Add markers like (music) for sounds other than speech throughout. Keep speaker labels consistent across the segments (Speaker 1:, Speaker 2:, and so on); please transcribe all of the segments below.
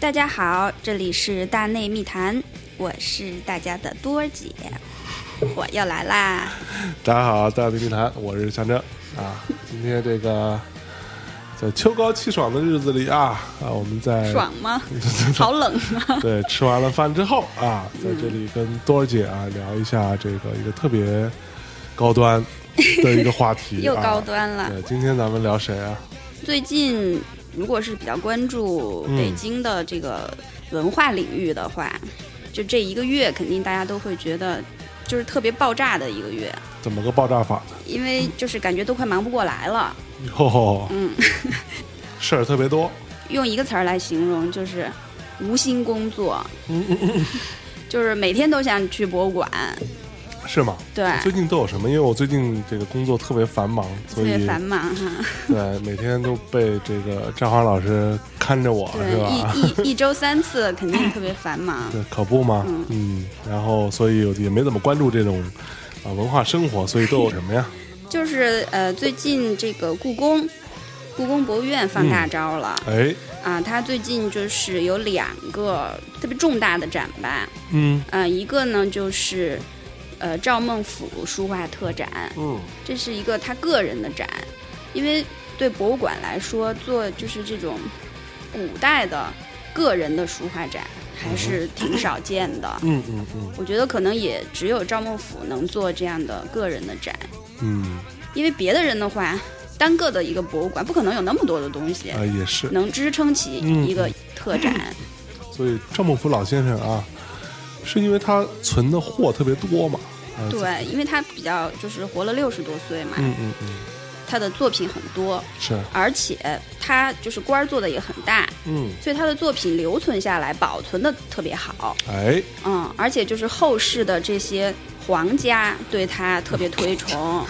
Speaker 1: 大家好，这里是大内密谈，我是大家的多儿姐，我又来啦。
Speaker 2: 大家好，大内密谈，我是象征啊。今天这个在秋高气爽的日子里啊啊，我们在
Speaker 1: 爽吗？好冷啊！
Speaker 2: 对，吃完了饭之后啊，在这里跟多儿姐啊聊一下这个一个特别高端的一个话题、啊，
Speaker 1: 又高端了
Speaker 2: 对，今天咱们聊谁啊？
Speaker 1: 最近如果是比较关注北京的这个文化领域的话，就这一个月肯定大家都会觉得就是特别爆炸的一个月，
Speaker 2: 怎么个爆炸法呢？
Speaker 1: 因为就是感觉都快忙不过来了。
Speaker 2: 哟，
Speaker 1: 嗯， (laughs)
Speaker 2: 事儿特别多，
Speaker 1: 用一个词儿来形容就是无心工作，就是每天都想去博物馆，
Speaker 2: 是吗？
Speaker 1: 对，
Speaker 2: 最近都有什么？因为我最近这个工作特别繁忙，
Speaker 1: 特
Speaker 2: 所
Speaker 1: 别
Speaker 2: 以
Speaker 1: 繁忙哈。
Speaker 2: 对每天都被这个张华老师看着我，是吧？
Speaker 1: 对，一一一周三次肯定特别繁忙。
Speaker 2: 对，可不嘛，嗯，然后所以我也没怎么关注这种啊、文化生活，所以都有什么呀？
Speaker 1: 就是呃，最近这个故宫，故宫博物院
Speaker 2: 嗯
Speaker 1: 放大招了、
Speaker 2: 哎，
Speaker 1: 啊！它最近就是有两个特别重大的展吧，
Speaker 2: 嗯
Speaker 1: 呃，一个呢就是呃赵孟俯书画特展，
Speaker 2: 嗯，
Speaker 1: 这是一个他个人的展，因为对博物馆来说，做就是这种古代的个人的书画展还是挺少见的。
Speaker 2: 嗯嗯嗯
Speaker 1: 我觉得可能也只有赵孟俯能做这样的个人的展，
Speaker 2: 嗯，
Speaker 1: 因为别的人的话，单个的一个博物馆不可能有那么多的东西
Speaker 2: 啊、也是。
Speaker 1: 能支撑起
Speaker 2: 嗯
Speaker 1: 一个特展。
Speaker 2: 所以赵孟頫老先生啊，是因为他存的货特别多嘛？啊，
Speaker 1: 对，因为他比较就是活了六十多岁嘛，
Speaker 2: 嗯嗯嗯，
Speaker 1: 他的作品很多，
Speaker 2: 是，
Speaker 1: 而且他就是官儿做的也很大，
Speaker 2: 嗯，
Speaker 1: 所以他的作品留存下来，保存的特别好。
Speaker 2: 哎，
Speaker 1: 嗯，而且就是后世的这些皇家对他特别推崇。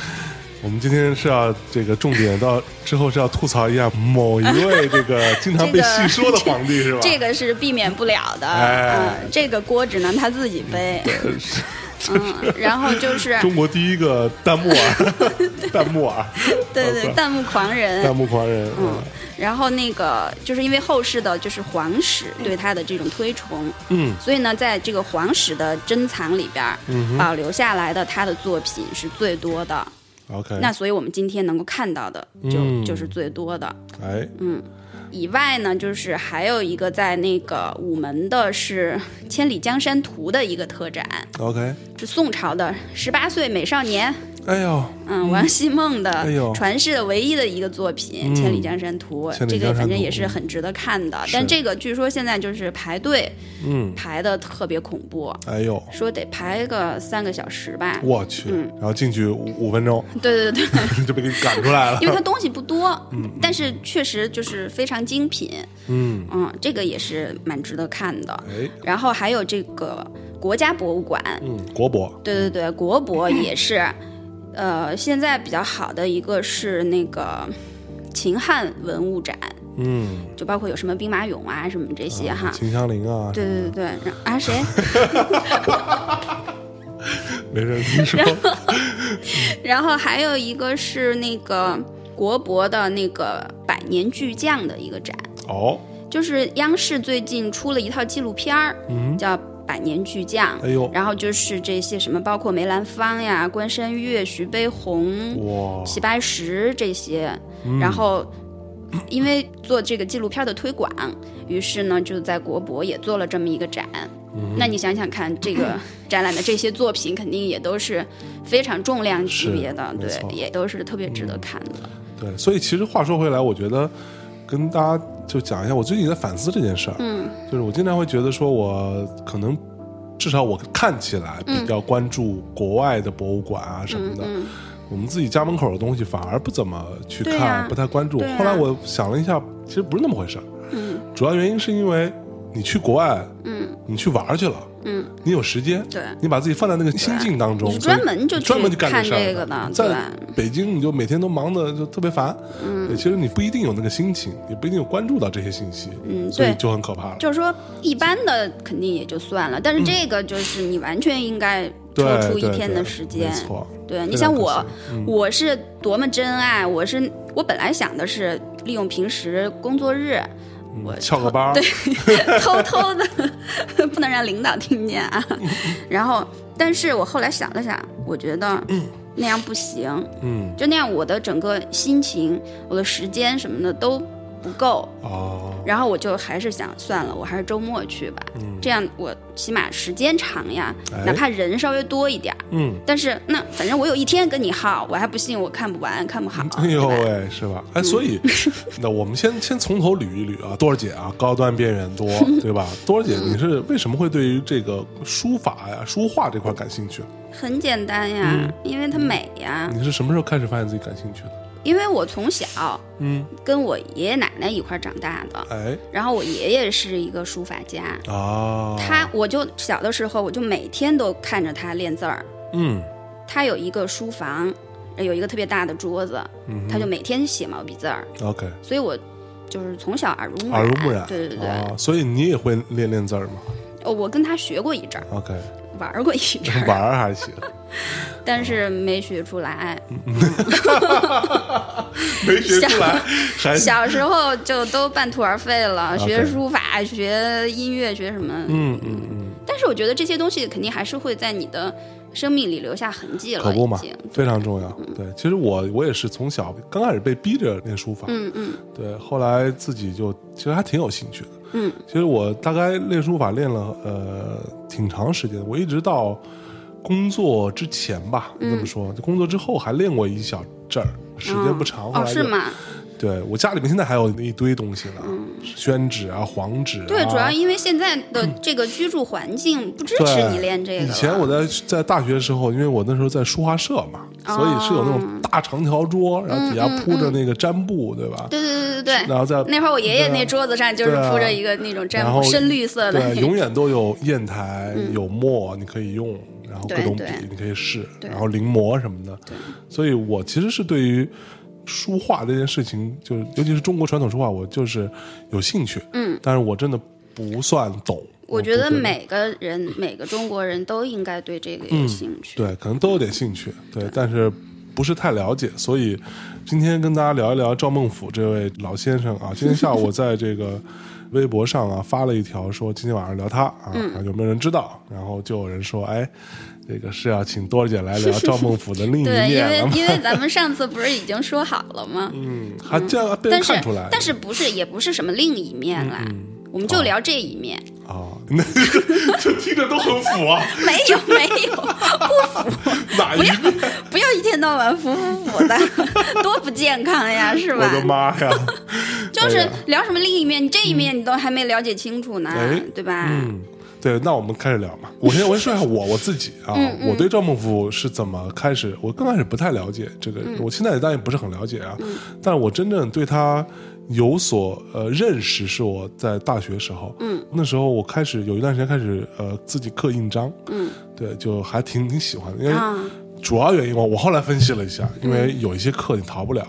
Speaker 2: 我们今天是要这个重点到之后是要吐槽一下某一位这个经常被戏说的皇帝是吧？
Speaker 1: 这个是避免不了的，
Speaker 2: 哎
Speaker 1: 嗯，这个锅只能他自己背，
Speaker 2: (laughs) 是
Speaker 1: 嗯，然后就是
Speaker 2: 中国第一个弹幕
Speaker 1: (laughs)
Speaker 2: 啊，弹幕啊，
Speaker 1: 对对
Speaker 2: 不
Speaker 1: 弹幕狂人
Speaker 2: 弹，幕狂人，
Speaker 1: 嗯，然后那个就是因为后世的就是皇室对他的这种推崇，
Speaker 2: 嗯
Speaker 1: 所以呢，在这个皇室的珍藏里边儿，
Speaker 2: 嗯
Speaker 1: 保留下来的他的作品是最多的，
Speaker 2: 嗯，OK，
Speaker 1: 那所以我们今天能够看到的就
Speaker 2: 嗯
Speaker 1: 就是最多的，
Speaker 2: 哎，
Speaker 1: 嗯。以外呢，就是还有一个在那个午门的是《千里江山图》的一个特展，
Speaker 2: OK，
Speaker 1: 是宋朝的十八岁美少年，
Speaker 2: 哎呦，
Speaker 1: 嗯，王希孟的
Speaker 2: 哎呦
Speaker 1: 传世的唯一的一个作品《
Speaker 2: 嗯
Speaker 1: 千里江山图》，
Speaker 2: 千里
Speaker 1: 这
Speaker 2: 江山图
Speaker 1: 个反正也是很值得看的。
Speaker 2: 是
Speaker 1: 但这个据说现在就是排队
Speaker 2: 嗯，
Speaker 1: 排的特别恐怖，
Speaker 2: 哎呦，
Speaker 1: 说得排个三个小时吧。
Speaker 2: 我去，
Speaker 1: 嗯
Speaker 2: 然后进去五五分
Speaker 1: (laughs)
Speaker 2: 钟
Speaker 1: 对对对，对
Speaker 2: 就被给赶出
Speaker 1: (laughs)
Speaker 2: 来了
Speaker 1: 因，为它东西不
Speaker 2: (laughs)
Speaker 1: 多，但是确实就是非常精品，
Speaker 2: 嗯，
Speaker 1: 嗯，这个也是蛮值得看的。
Speaker 2: 哎，
Speaker 1: 然后还有这个国家博物馆，
Speaker 2: 嗯，国博，
Speaker 1: 对对对，国
Speaker 2: (clears throat)
Speaker 1: 博也是，呃，现在比较好的一个是那个秦汉文物展，
Speaker 2: 嗯，
Speaker 1: 就包括有什么兵马俑啊什么这些哈。
Speaker 2: 秦香菱啊，
Speaker 1: 对对对对，然啊谁？
Speaker 2: (laughs) 没事，你
Speaker 1: (laughs)
Speaker 2: 说，
Speaker 1: 然后还有一个是那个国博的那个百年巨匠的一个展，
Speaker 2: 哦，
Speaker 1: 就是央视最近出了一套纪录片儿，
Speaker 2: 嗯，
Speaker 1: 叫《百年巨匠》。
Speaker 2: 哎呦，
Speaker 1: 然后就是这些什么，包括梅兰芳呀、关山月、徐悲鸿、
Speaker 2: 哇，
Speaker 1: 齐白石这些，
Speaker 2: 嗯
Speaker 1: 然后因为做这个纪录片的推广，于是呢就在国博也做了这么一个展。
Speaker 2: 嗯
Speaker 1: 那你想想看，这个展览的这些作品肯定也都是非常重量级别的
Speaker 2: 是，没
Speaker 1: 对
Speaker 2: 错，嗯
Speaker 1: 也都是特别值得看的。
Speaker 2: 对，所以其实话说回来，我觉得跟大家就讲一下，我最近在反思这件事儿。
Speaker 1: 嗯，
Speaker 2: 就是我经常会觉得说，我可能至少我看起来比较关注国外的博物馆啊什么的，
Speaker 1: 嗯
Speaker 2: 我们自己家门口的东西反而不怎么去
Speaker 1: 对
Speaker 2: 看，
Speaker 1: 呀
Speaker 2: 不太关注。
Speaker 1: 对呀
Speaker 2: 后来我想了一下，其实不是那么回事儿。
Speaker 1: 嗯
Speaker 2: 主要原因是因为你去国外，
Speaker 1: 嗯
Speaker 2: 你去玩儿去了，
Speaker 1: 嗯，
Speaker 2: 你有时间，
Speaker 1: 对
Speaker 2: 你把自己放在那个心境当中，
Speaker 1: 你是
Speaker 2: 所以
Speaker 1: 专门就
Speaker 2: 专门
Speaker 1: 去
Speaker 2: 干
Speaker 1: 看
Speaker 2: 事儿
Speaker 1: 这个的对
Speaker 2: 在北京，你就每天都忙的就特别烦。嗯，其实你不一定有那个心情，也不一定有关注到这些信息，
Speaker 1: 嗯
Speaker 2: 所以
Speaker 1: 对
Speaker 2: 就很可怕了。
Speaker 1: 就是说一般的肯定也就算了，但是这个就是你完全应该抽
Speaker 2: 嗯对
Speaker 1: 出一
Speaker 2: 对
Speaker 1: 天
Speaker 2: 对
Speaker 1: 的时间
Speaker 2: 没。错，
Speaker 1: 对，你
Speaker 2: 非
Speaker 1: 想
Speaker 2: 常可
Speaker 1: 我
Speaker 2: 惜，嗯
Speaker 1: 我是多么真爱，我是我本来想的是利用平时工作日。我
Speaker 2: 嗯翘个班儿，
Speaker 1: (laughs) 偷偷的，不能让领导听见啊。然后，但是我后来想了想，我觉得那样不行，
Speaker 2: 嗯，
Speaker 1: 就那样我的整个心情、我的时间什么的都不够。
Speaker 2: 哦，
Speaker 1: 然后我就还是想算了，我还是周末去吧，
Speaker 2: 嗯
Speaker 1: 这样我起码时间长呀，
Speaker 2: 哎
Speaker 1: 哪怕人稍微多一点儿。
Speaker 2: 嗯，
Speaker 1: 但是那反正我有一天跟你耗，我还不信我看不完看不好。
Speaker 2: (laughs)
Speaker 1: 嗯
Speaker 2: 哎呦
Speaker 1: 对吧
Speaker 2: 喂，是吧？哎，所以 (laughs)
Speaker 1: (laughs)
Speaker 2: 那我们先先从头捋一捋啊，多儿姐啊，高端边缘
Speaker 1: (laughs)
Speaker 2: 多，对吧？多儿姐，
Speaker 1: 嗯
Speaker 2: 你是为什么会对于这个书法呀、书画这块感兴趣？
Speaker 1: 很简单呀，
Speaker 2: 嗯
Speaker 1: 因为它美呀。
Speaker 2: 你是什么时候开始发现自己感兴趣的？
Speaker 1: 因为我从小
Speaker 2: 嗯，
Speaker 1: 跟我爷爷奶奶一块儿长大的，
Speaker 2: 哎
Speaker 1: 然后我爷爷是一个书法家，
Speaker 2: 啊，
Speaker 1: 他我就小的时候我就每天都看着他练字儿。
Speaker 2: 嗯
Speaker 1: 他有一个书房，呃有一个特别大的桌子，
Speaker 2: 嗯
Speaker 1: 他就每天写毛笔字儿，
Speaker 2: ，OK，
Speaker 1: 所以我就是从小耳濡目
Speaker 2: 耳濡目染，
Speaker 1: 对对对，
Speaker 2: 啊，所以你也会练练字儿吗
Speaker 1: 哦我跟他学过一阵儿， (laughs)
Speaker 2: ？OK，
Speaker 1: 玩儿过一阵儿，
Speaker 2: 玩儿还
Speaker 1: (laughs)
Speaker 2: 行，
Speaker 1: 但是没学出来。
Speaker 2: 没学出来，还
Speaker 1: 小时候就都半途而废了，
Speaker 2: OK
Speaker 1: 学书法、学音乐、学什么。
Speaker 2: 嗯嗯嗯，
Speaker 1: 但是我觉得这些东西肯定还是会在你的生命里留下痕迹了，
Speaker 2: 可不嘛
Speaker 1: 已经。，
Speaker 2: 非常重要。
Speaker 1: 嗯
Speaker 2: 对，其实我我也是从小刚开始被逼着练书法，
Speaker 1: 嗯嗯
Speaker 2: 对，后来自己就其实还挺有兴趣的。
Speaker 1: 嗯，
Speaker 2: 其实我大概练书法练了呃挺长时间，我一直到工作之前吧，
Speaker 1: 嗯
Speaker 2: 这么说，就工作之后还练过一小阵儿，时间不长。后
Speaker 1: 哦，
Speaker 2: 来
Speaker 1: 是
Speaker 2: 就？
Speaker 1: 吗？
Speaker 2: 对我家里面现在还有一堆东西呢，宣纸啊、黄纸啊。
Speaker 1: 嗯对，主要因为现在的这个居住环境不支持
Speaker 2: 嗯对
Speaker 1: 你练这个了。
Speaker 2: 以前我在在大学的时候，因为我那时候在书画社嘛，
Speaker 1: 哦
Speaker 2: 所以是有那种大长条桌，然后底下铺着那个毡布，对吧？
Speaker 1: 嗯对对对对对，
Speaker 2: 然后在
Speaker 1: 那会儿我爷爷
Speaker 2: 对啊
Speaker 1: 那桌子上就是
Speaker 2: 对啊
Speaker 1: 铺着一个那种毡
Speaker 2: 然
Speaker 1: 布，
Speaker 2: 后
Speaker 1: 深绿色的那 (laughs)
Speaker 2: 对，啊
Speaker 1: 种。
Speaker 2: 永远都有砚台、有墨，你可以用，然后各种笔
Speaker 1: 对对
Speaker 2: 你可以试，
Speaker 1: 对
Speaker 2: 然后临摹什么的。所以我其实是对于书画这件事情，就是尤其是中国传统书画，我就是有兴趣。
Speaker 1: 嗯，
Speaker 2: 但是我真的不算懂。
Speaker 1: 我觉得
Speaker 2: 不
Speaker 1: 每个人每个中国人都应该对这个
Speaker 2: 嗯
Speaker 1: 有兴趣。
Speaker 2: 对，可能都有点兴趣，对，但是不是太了解，所以今天跟大家聊一聊赵孟俯这位老先生啊。今天下午我在这个
Speaker 1: (laughs)
Speaker 2: 微博上啊发了一条说今天晚上聊他啊，
Speaker 1: 嗯
Speaker 2: 有没有人知道？然后就有人说，哎，这个是要请多儿姐来聊赵孟俯的另一
Speaker 1: 对，因
Speaker 2: 面了
Speaker 1: 为
Speaker 2: 吗？
Speaker 1: 因为咱们上次不是已经说好了吗？
Speaker 2: 嗯，还这样被人
Speaker 1: 但是
Speaker 2: 看出来，嗯
Speaker 1: 但是不是也不是什么另一面啦，我
Speaker 2: 哦
Speaker 1: 们就聊这一面。
Speaker 2: 啊， (laughs) 那这听着都很腐啊，
Speaker 1: 没有没有，
Speaker 2: 哪一面？
Speaker 1: (laughs) (laughs) 不要一天到晚服服服的， (laughs) 多不健
Speaker 2: (laughs)
Speaker 1: 康呀，是
Speaker 2: 我
Speaker 1: 吧？
Speaker 2: 的妈呀！
Speaker 1: 就是
Speaker 2: 哎呀
Speaker 1: 聊什么另一面，你这一面你都还没了解清楚呢，
Speaker 2: 哎
Speaker 1: 对吧？
Speaker 2: 嗯，对，那我们开始聊嘛。我先我先说一下我我自己啊，
Speaker 1: 嗯
Speaker 2: 我对赵孟頫是怎么开始，我刚开始不太了解这个，
Speaker 1: 嗯
Speaker 2: 我现在当然也不是很了解啊，但我真正对他有所呃认识是我在大学时候，
Speaker 1: 嗯，
Speaker 2: 那时候我开始有一段时间开始呃自己刻印章，
Speaker 1: 嗯
Speaker 2: 对，就还挺挺喜欢的，因为
Speaker 1: 啊，
Speaker 2: 主要原因我我后来分析了一下，因为有一些课你逃不了。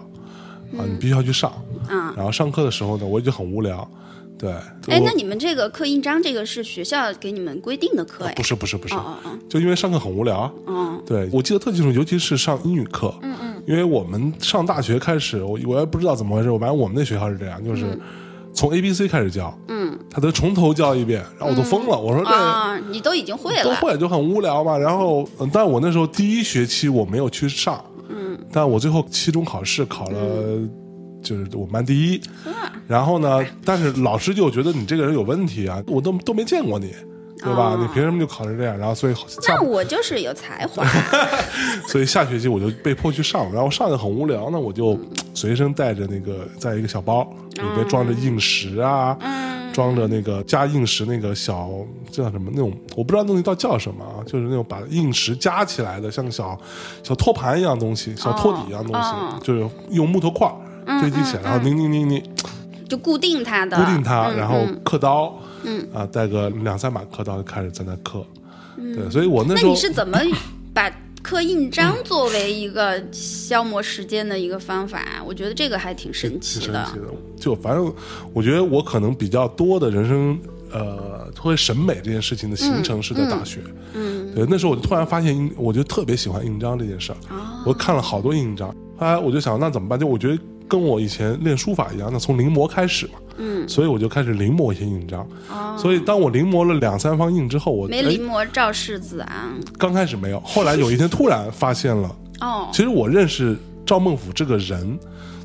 Speaker 2: 啊，你必须要去上，
Speaker 1: 嗯
Speaker 2: 然后上课的时候呢，我也就很无聊，对。
Speaker 1: 哎，
Speaker 2: 我
Speaker 1: 那你们这个刻印章，这个是学校给你们规定的课呀？
Speaker 2: 不是不是不是，
Speaker 1: 哦哦
Speaker 2: 就因为上课很无聊啊。
Speaker 1: 哦哦，
Speaker 2: 对，我记得特清楚，尤其是上英语课，嗯嗯，因为我们上大学开始，我我也不知道怎么回事，我反正我们那学校是这样，就是从 A B C 开始教，
Speaker 1: 嗯，
Speaker 2: 他都从头教一遍，然后我都疯了，我说这
Speaker 1: 啊，你都已经会
Speaker 2: 都
Speaker 1: 了，
Speaker 2: 会就很无聊嘛。然后，嗯但我那时候第一学期我没有去上，嗯，但我最后期中考试考了，就是我们班第一，然后呢，但是老师就觉得你这个人有问题啊，我都都没见过你。对吧？
Speaker 1: 哦
Speaker 2: 你凭什么就考成这样？然后所以下
Speaker 1: 那我就是有
Speaker 2: (laughs)
Speaker 1: 才华，
Speaker 2: 所以下学期我就被迫去上，然后上的很无聊呢，我就随身带着那个在一个小包，里面装着
Speaker 1: 嗯
Speaker 2: 硬石啊，装着那个加硬石那个小叫什么那种，我不知道那东西到叫什么啊，就是那种把硬石加起来的，像小小托盘一样东西，小托底一样东西，
Speaker 1: 哦嗯
Speaker 2: 就是用木头块儿堆积起来，然后拧拧拧拧
Speaker 1: 就固定它的，
Speaker 2: 固定它，
Speaker 1: 嗯
Speaker 2: 然后
Speaker 1: 嗯
Speaker 2: 刻刀，
Speaker 1: 嗯
Speaker 2: 啊，带个两三把刻刀就开始在那刻，对，所以我那
Speaker 1: 嗯那
Speaker 2: 时候
Speaker 1: 你是怎么把刻印章作为一个消磨时间的一个方法？我觉得这个还挺神
Speaker 2: 哎挺
Speaker 1: 奇
Speaker 2: 神
Speaker 1: 的
Speaker 2: 奇。的。就反正我觉得我可能比较多的人生，呃，会审美这件事情的形成是在大学。
Speaker 1: 嗯，
Speaker 2: 对，那时候我就突然发现印，我就特别喜欢印章这件事儿。
Speaker 1: 哦，
Speaker 2: 我看了好多印章，后来我就想，那怎么办？就我觉得。跟我以前练书法一样，那从临摹开始嘛，
Speaker 1: 嗯，
Speaker 2: 所以我就开始临摹一些印章。
Speaker 1: 哦，
Speaker 2: 所以当我临摹了两三方印之后，我
Speaker 1: 没
Speaker 2: 哎
Speaker 1: 临摹赵氏子啊昂，
Speaker 2: 刚开始没有，后来有一天突然发现了，
Speaker 1: 哦，
Speaker 2: 其实我认识赵孟俯这个人，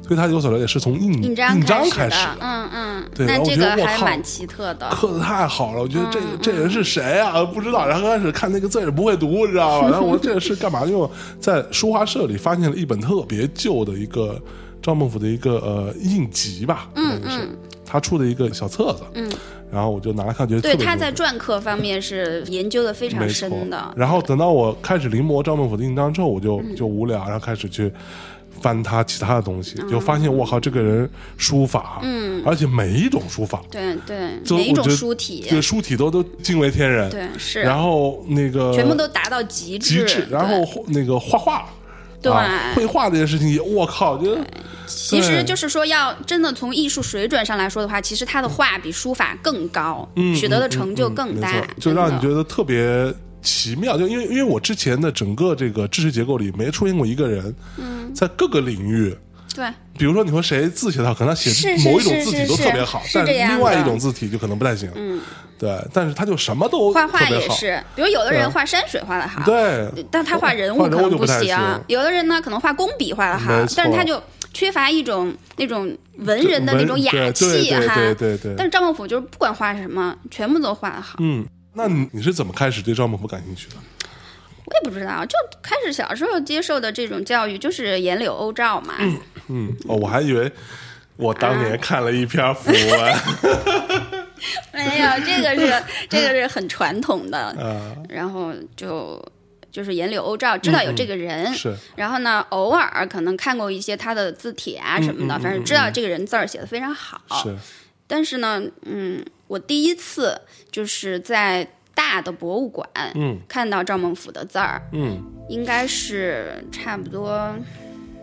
Speaker 2: 对他有所了解是从印
Speaker 1: 印章
Speaker 2: 章
Speaker 1: 开
Speaker 2: 开始
Speaker 1: 的，嗯嗯，
Speaker 2: 对
Speaker 1: 那
Speaker 2: 然后
Speaker 1: 这
Speaker 2: 我觉
Speaker 1: 个
Speaker 2: 得我
Speaker 1: 还
Speaker 2: 靠
Speaker 1: 蛮奇特的，
Speaker 2: 刻的太好了，我
Speaker 1: 嗯
Speaker 2: 觉得这、这人是谁啊？不知道。然后刚开始看那个字也不会读，你知道
Speaker 1: (laughs)
Speaker 2: 吧？然后我说这是干嘛？因为我在书画社里发现了一本特别旧的一个赵孟俯的一个呃印集吧，嗯嗯，他出的一个小册子，嗯，然后我就拿来看，觉得特
Speaker 1: 对，
Speaker 2: 别
Speaker 1: 他
Speaker 2: 有
Speaker 1: 在篆刻方面是研究的非常
Speaker 2: 没错
Speaker 1: 深的，嗯
Speaker 2: 然后等到我开始临摹赵孟俯的印章之后，我就就无聊，然后开始去翻他其他的东西，
Speaker 1: 嗯
Speaker 2: 就发现我靠，这个人书法，嗯，而且每一种书法，
Speaker 1: 对对，
Speaker 2: 就
Speaker 1: 每一
Speaker 2: 我
Speaker 1: 种
Speaker 2: 觉得
Speaker 1: 书体，
Speaker 2: 对书体都都惊为天人，
Speaker 1: 对是，
Speaker 2: 然后那个
Speaker 1: 全部都达到极
Speaker 2: 极
Speaker 1: 致，
Speaker 2: 致，然后画那个画画。
Speaker 1: 对
Speaker 2: 啊绘画这件事情也，我靠，觉得
Speaker 1: 其实
Speaker 2: 对
Speaker 1: 就是说，要真的从艺术水准上来说的话，其实他的画比书法更高，
Speaker 2: 嗯
Speaker 1: 取得的成就更
Speaker 2: 没
Speaker 1: 大
Speaker 2: 错，，就让你
Speaker 1: 真
Speaker 2: 觉
Speaker 1: 的
Speaker 2: 得特别奇妙。就因为因为我之前的整个这个知识结构里，没出现过一个人，
Speaker 1: 嗯
Speaker 2: 在各个领域，
Speaker 1: 对。
Speaker 2: 比如说你说谁字写得好，可能他写
Speaker 1: 是是
Speaker 2: 某一种字体都
Speaker 1: 是是
Speaker 2: 特别好，
Speaker 1: 是
Speaker 2: 但
Speaker 1: 这样的
Speaker 2: 另外一种字体就可能不太行。嗯，对，但是他就什么都
Speaker 1: 画画
Speaker 2: 特别
Speaker 1: 也
Speaker 2: 好，
Speaker 1: 是，啊比如有的人
Speaker 2: 对啊
Speaker 1: 画山水画的好，
Speaker 2: 对，
Speaker 1: 但他画人物
Speaker 2: 画
Speaker 1: 可
Speaker 2: 人物
Speaker 1: 能
Speaker 2: 就
Speaker 1: 不
Speaker 2: 不太
Speaker 1: 行
Speaker 2: 行。
Speaker 1: 有的人呢可能画工笔画的好
Speaker 2: 没，错
Speaker 1: 但是他就缺乏一种那种文人的那种
Speaker 2: 文
Speaker 1: 雅
Speaker 2: 对
Speaker 1: 气
Speaker 2: 对
Speaker 1: 哈。
Speaker 2: 对对对
Speaker 1: 但
Speaker 2: 对，
Speaker 1: 是赵孟俯就是不管画什么，全部都画的好。
Speaker 2: 嗯。那你你是怎么开始对赵孟頫感兴趣的？
Speaker 1: 我也不知道，就开始小时候接受的这种教育就是颜柳欧赵嘛，
Speaker 2: 嗯，哦，我还以为我当
Speaker 1: 啊
Speaker 2: 年看了一篇符
Speaker 1: (laughs)
Speaker 2: 文，
Speaker 1: 没
Speaker 2: (laughs)
Speaker 1: 有哎这个是这个是很传统的，
Speaker 2: 啊，
Speaker 1: 然后就就是颜柳欧赵，知道有这个人，
Speaker 2: 嗯是
Speaker 1: 然后呢，偶尔可能看过一些他的字帖啊什么
Speaker 2: 嗯
Speaker 1: 的，反正知道这个人字儿写的非常好。
Speaker 2: 是，
Speaker 1: 但是呢，嗯，我第一次就是在大的博物馆
Speaker 2: 嗯
Speaker 1: 看到赵孟俯的字儿，
Speaker 2: 嗯
Speaker 1: 应该是差不多，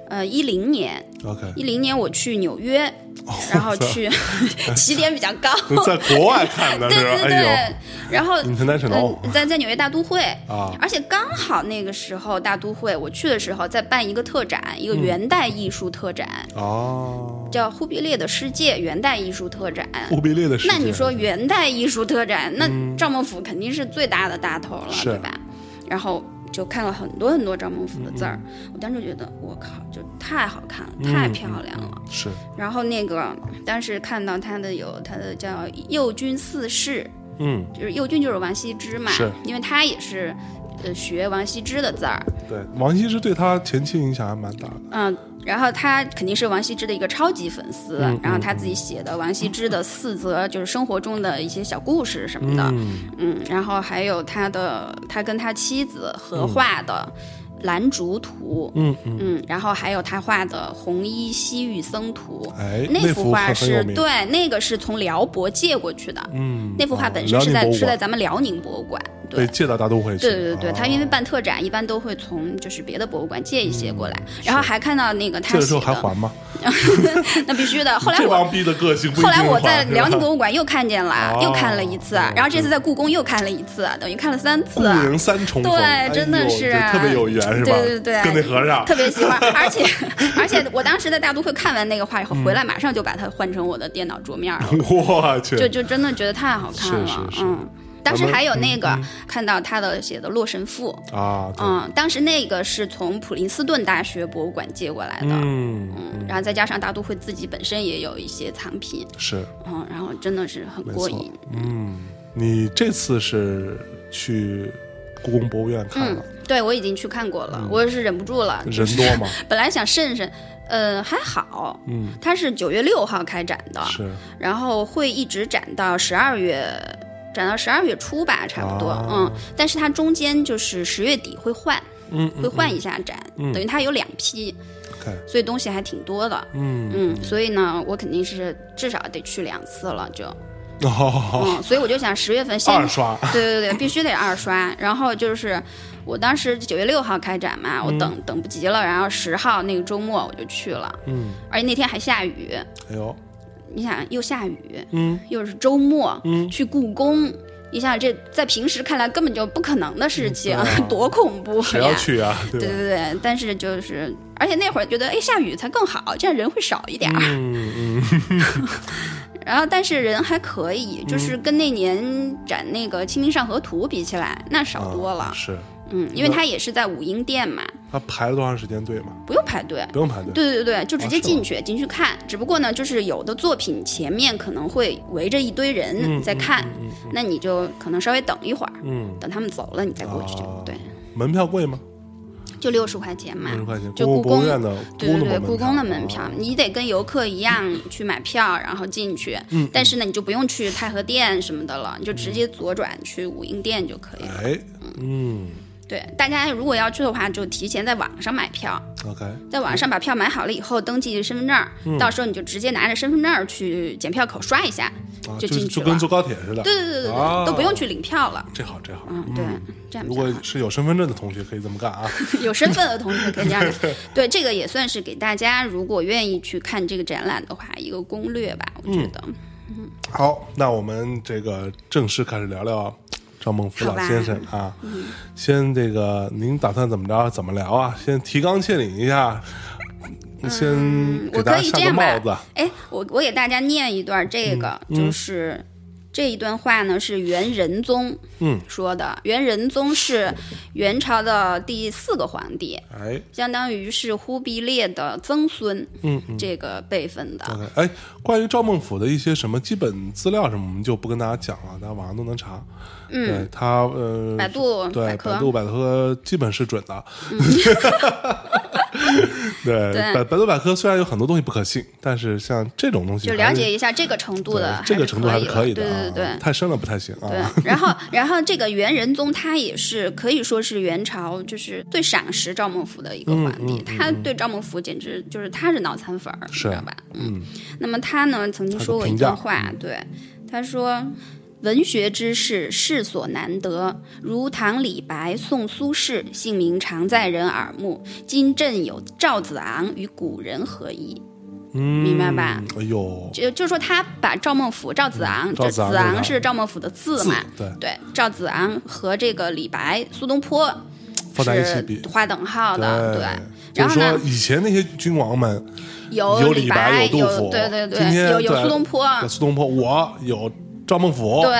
Speaker 1: 呃，一零年，
Speaker 2: ，OK，
Speaker 1: 一零年我去纽约，
Speaker 2: 哦
Speaker 1: 然后去 (laughs) 起点比较
Speaker 2: (laughs)
Speaker 1: 高，
Speaker 2: 你在国外看的
Speaker 1: 对
Speaker 2: 是吧？
Speaker 1: 对对，
Speaker 2: 哎
Speaker 1: 然后
Speaker 2: 呦。，international
Speaker 1: 嗯，在在纽约大都会
Speaker 2: 啊
Speaker 1: 而且刚好那个时候大都会我去的时候在办一个特展，
Speaker 2: 嗯
Speaker 1: 一个元代艺术特展，
Speaker 2: 哦，
Speaker 1: 叫忽必烈的世界元代艺术特
Speaker 2: (laughs)
Speaker 1: 展。
Speaker 2: 忽必烈的世界，
Speaker 1: 那你说元代艺术特展，那赵孟俯肯定是最大的大头了，
Speaker 2: 是
Speaker 1: 对吧？然后就看了很多很多赵孟俯的字儿，
Speaker 2: 嗯
Speaker 1: 我当时觉得我靠，就太好看了，太漂亮了。
Speaker 2: 嗯是
Speaker 1: 然后那个当时看到他的有他的叫右军四世，
Speaker 2: 嗯
Speaker 1: 就是右军就是王羲之嘛
Speaker 2: 是，
Speaker 1: 因为他也是呃学王羲之的字儿，
Speaker 2: 对，王羲之对他前期影响还蛮大的。
Speaker 1: 嗯，然后他肯定是王羲之的一个超级粉丝，
Speaker 2: 嗯
Speaker 1: 然后他自己写的王羲之的四则就是生活中的一些小故事什么的，
Speaker 2: 嗯
Speaker 1: 嗯，然后还有他的他跟他妻子合画的《兰竹图》
Speaker 2: 嗯嗯，
Speaker 1: 嗯，然后还有他画的《红衣西域僧图》
Speaker 2: 哎，
Speaker 1: 那
Speaker 2: 幅
Speaker 1: 幅画
Speaker 2: 很很有
Speaker 1: 是
Speaker 2: 名。
Speaker 1: 对，那个是从辽博借过去的，
Speaker 2: 嗯，
Speaker 1: 那幅画
Speaker 2: 哦
Speaker 1: 本身是
Speaker 2: 辽
Speaker 1: 在
Speaker 2: 宁博物
Speaker 1: 是在
Speaker 2: 馆
Speaker 1: 咱们辽宁博物馆，对
Speaker 2: 被。借到大都会去。
Speaker 1: 对对对对，他因为
Speaker 2: 哦
Speaker 1: 办特展，一般都会从就是别的博物馆借一些过来，然后还看到那个
Speaker 2: 嗯
Speaker 1: 他
Speaker 2: 借的时
Speaker 1: 写
Speaker 2: 候还
Speaker 1: 的，
Speaker 2: 还吗？
Speaker 1: (laughs) 那必须的。后来
Speaker 2: 这
Speaker 1: 我
Speaker 2: 帮逼的个性不一
Speaker 1: 后
Speaker 2: 定还。
Speaker 1: 来我在辽
Speaker 2: 是
Speaker 1: 宁
Speaker 2: 吧
Speaker 1: 博物馆又看见了，
Speaker 2: 哦嗯
Speaker 1: 又看了一次，然后这次在故宫又看了一次，等于看了三次
Speaker 2: 故。 (laughs) 人三重逢，
Speaker 1: 啊对
Speaker 2: 哎
Speaker 1: 真的
Speaker 2: 呦
Speaker 1: 是
Speaker 2: 这特别有缘是吧？
Speaker 1: 对对对
Speaker 2: 跟那和尚 (laughs)
Speaker 1: 特别喜欢，而且而且我当时在大都会看完那个画以后，回来马上就把它换成我的电脑桌面了，
Speaker 2: 我去，
Speaker 1: 就就真的觉得太好看
Speaker 2: 是
Speaker 1: 了，
Speaker 2: 是是
Speaker 1: 嗯。当时
Speaker 2: 咱们
Speaker 1: 还有那个看到他的写的《洛神赋》，
Speaker 2: 啊，对
Speaker 1: 嗯，当时那个是从普林斯顿大学博物馆借过来的，
Speaker 2: 嗯，
Speaker 1: 嗯，然后再加上大都会自己本身也有一些藏品，
Speaker 2: 是
Speaker 1: 嗯，然后真的是很
Speaker 2: 没
Speaker 1: 过
Speaker 2: 错
Speaker 1: 瘾。，
Speaker 2: 嗯，你这次是去故宫博物院看
Speaker 1: 嗯
Speaker 2: 了，，
Speaker 1: 对我已经去看过了，我也是忍不住了。
Speaker 2: 嗯人多吗？
Speaker 1: (laughs) 本来想慎慎，呃，还好，
Speaker 2: 嗯，
Speaker 1: 它是九月六号开展的，
Speaker 2: 是
Speaker 1: 然后会一直展到十二月，展到十二月初吧，差不多，
Speaker 2: 啊
Speaker 1: 嗯。但是它中间就是十月底会换，
Speaker 2: 嗯，
Speaker 1: 会换一下展，等于它有两批，
Speaker 2: ，OK，
Speaker 1: 所以东西还挺多的。
Speaker 2: 嗯，
Speaker 1: 嗯，所以呢，我肯定是至少得去两次了，就，
Speaker 2: 哦，
Speaker 1: 嗯，所以我就想十月份先
Speaker 2: 二刷，
Speaker 1: (laughs) 对对对，必须得二刷。然后就是我当时九月六号开展嘛，我等、等不及了，然后十号那个周末我就去了，
Speaker 2: 嗯，
Speaker 1: 而且那天还下雨。
Speaker 2: 哎呦，
Speaker 1: 你想又下雨，
Speaker 2: 嗯，
Speaker 1: 又是周末，
Speaker 2: 嗯
Speaker 1: 去故宫，你想想，这在平时看来根本就不可能的事情，
Speaker 2: 对啊
Speaker 1: (laughs) 多恐怖
Speaker 2: 谁要
Speaker 1: 呀！
Speaker 2: 去啊？
Speaker 1: 对
Speaker 2: 吧？
Speaker 1: 对对，但是就是，而且那会儿觉得，哎，下雨才更好，这样人会少一点儿。
Speaker 2: 嗯嗯，
Speaker 1: 然后，但是人还可以，就是跟那年展那个《清明上河图》比起来，那少多了
Speaker 2: 啊。是
Speaker 1: 嗯，因为它也是在武英殿嘛，
Speaker 2: 他排了多长时间队嘛？
Speaker 1: 不用排队。
Speaker 2: 不用排队。
Speaker 1: 对对对，就直接
Speaker 2: 啊是吗
Speaker 1: 进去、进去看。只不过呢，就是有的作品前面可能会围着一堆人
Speaker 2: 嗯
Speaker 1: 在看，
Speaker 2: 嗯嗯
Speaker 1: 那你就可能稍微等一会儿，
Speaker 2: 嗯，
Speaker 1: 等他们走了你再过去。
Speaker 2: 啊
Speaker 1: 对，
Speaker 2: 门票贵吗？
Speaker 1: 就六十块钱嘛
Speaker 2: 六。十块钱。
Speaker 1: 就
Speaker 2: 故宫
Speaker 1: 故
Speaker 2: 博物
Speaker 1: 宫
Speaker 2: 院的
Speaker 1: 对对对，
Speaker 2: 嗯故
Speaker 1: 故
Speaker 2: 宫
Speaker 1: 宫的
Speaker 2: 门
Speaker 1: 门
Speaker 2: 票
Speaker 1: 票
Speaker 2: 啊，
Speaker 1: 你得跟游客一样去买票，然后进去。嗯，但是呢，你就不用去太和殿什么的了，你就
Speaker 2: 嗯
Speaker 1: 直接左转去武英殿就可以了。
Speaker 2: 哎，嗯
Speaker 1: 对，大家如果要去的话，就提前在网上买票，
Speaker 2: ，OK，
Speaker 1: 在网上把票买好了以后，登记身份证儿，
Speaker 2: 嗯
Speaker 1: 到时候你就直接拿着身份证儿去检票口刷一下。
Speaker 2: 啊，
Speaker 1: 就
Speaker 2: 就
Speaker 1: 进去
Speaker 2: 就
Speaker 1: 了
Speaker 2: 跟坐高铁似的。
Speaker 1: 对对对对
Speaker 2: 啊
Speaker 1: 对，都不用去领票了。
Speaker 2: 这好，这好。
Speaker 1: 嗯，对，这样
Speaker 2: 如
Speaker 1: 比较
Speaker 2: 果
Speaker 1: 好。
Speaker 2: 是有身份证的同学，可以这么干啊。
Speaker 1: 有身份的同学可以这
Speaker 2: (laughs)
Speaker 1: 样干。对，这个也算是给大家，如果愿意去看这个展览的话，一个攻略吧。我
Speaker 2: 嗯
Speaker 1: 觉得，
Speaker 2: 好，那我们这个正式开始聊聊赵孟頫老
Speaker 1: 好吧嗯
Speaker 2: 先生啊。先这个，您打算怎么着？怎么聊啊？先提纲挈领一下，先给
Speaker 1: 嗯我
Speaker 2: 大
Speaker 1: 可
Speaker 2: 家
Speaker 1: 以
Speaker 2: 上
Speaker 1: 这
Speaker 2: 个
Speaker 1: 样吧
Speaker 2: 帽子。
Speaker 1: 哎，我我给大家念一段
Speaker 2: 嗯
Speaker 1: 这个，就是这一段话呢是元仁宗
Speaker 2: 嗯
Speaker 1: 说的。元仁宗是元朝的第四个皇帝，
Speaker 2: 哎
Speaker 1: 相当于是忽必烈的曾孙，
Speaker 2: 嗯
Speaker 1: 这个辈分的。
Speaker 2: ，OK，哎，关于赵孟頫的一些什么基本资料什么，我们就不跟大家讲了，大家网上都能查。嗯，他呃，
Speaker 1: 百度
Speaker 2: 对
Speaker 1: 百科嗯
Speaker 2: 百度百科基本是准的。 (laughs) 对
Speaker 1: 对
Speaker 2: 百百度百科虽然有很多东西不可信，但是像这种东西
Speaker 1: 就
Speaker 2: 还是
Speaker 1: 了解一下这个程度
Speaker 2: 对
Speaker 1: 的，
Speaker 2: 这个程度还是可以的
Speaker 1: 的，
Speaker 2: 啊，
Speaker 1: 对对对。
Speaker 2: 太深了不太行
Speaker 1: 对
Speaker 2: 啊。，
Speaker 1: (laughs) 然后，然后这个元仁宗他也是可以说是元朝就是最赏识赵孟頫的一个
Speaker 2: 嗯
Speaker 1: 皇帝，他对赵孟頫简直就是他是脑残粉儿，你知道吧？嗯，那么他呢曾经说过一
Speaker 2: 啊他的评
Speaker 1: 段
Speaker 2: 价嗯
Speaker 1: 话，对，他说。文学之士，世所难得。如唐李白、宋苏轼，姓名常在人耳目。今朕有赵子昂，与古人何异？
Speaker 2: 嗯，
Speaker 1: 明白吧？
Speaker 2: 哎呦，
Speaker 1: 就就说他把赵孟頫、赵子昂，
Speaker 2: 嗯赵
Speaker 1: 这
Speaker 2: 子
Speaker 1: 子
Speaker 2: 昂
Speaker 1: 昂是赵孟頫的字嘛？
Speaker 2: 对，
Speaker 1: 对，赵子昂和这个李白、苏东坡
Speaker 2: 放在一起比
Speaker 1: 是，划等号的，对。
Speaker 2: 就
Speaker 1: 然
Speaker 2: 是
Speaker 1: 后呢嗯
Speaker 2: 说以前那些君王们有
Speaker 1: 有
Speaker 2: 李白
Speaker 1: 白，
Speaker 2: 有杜甫
Speaker 1: 对对
Speaker 2: 今天
Speaker 1: 对，有有
Speaker 2: 对
Speaker 1: 苏东坡，
Speaker 2: 有苏东坡，我有赵孟頫，
Speaker 1: 对，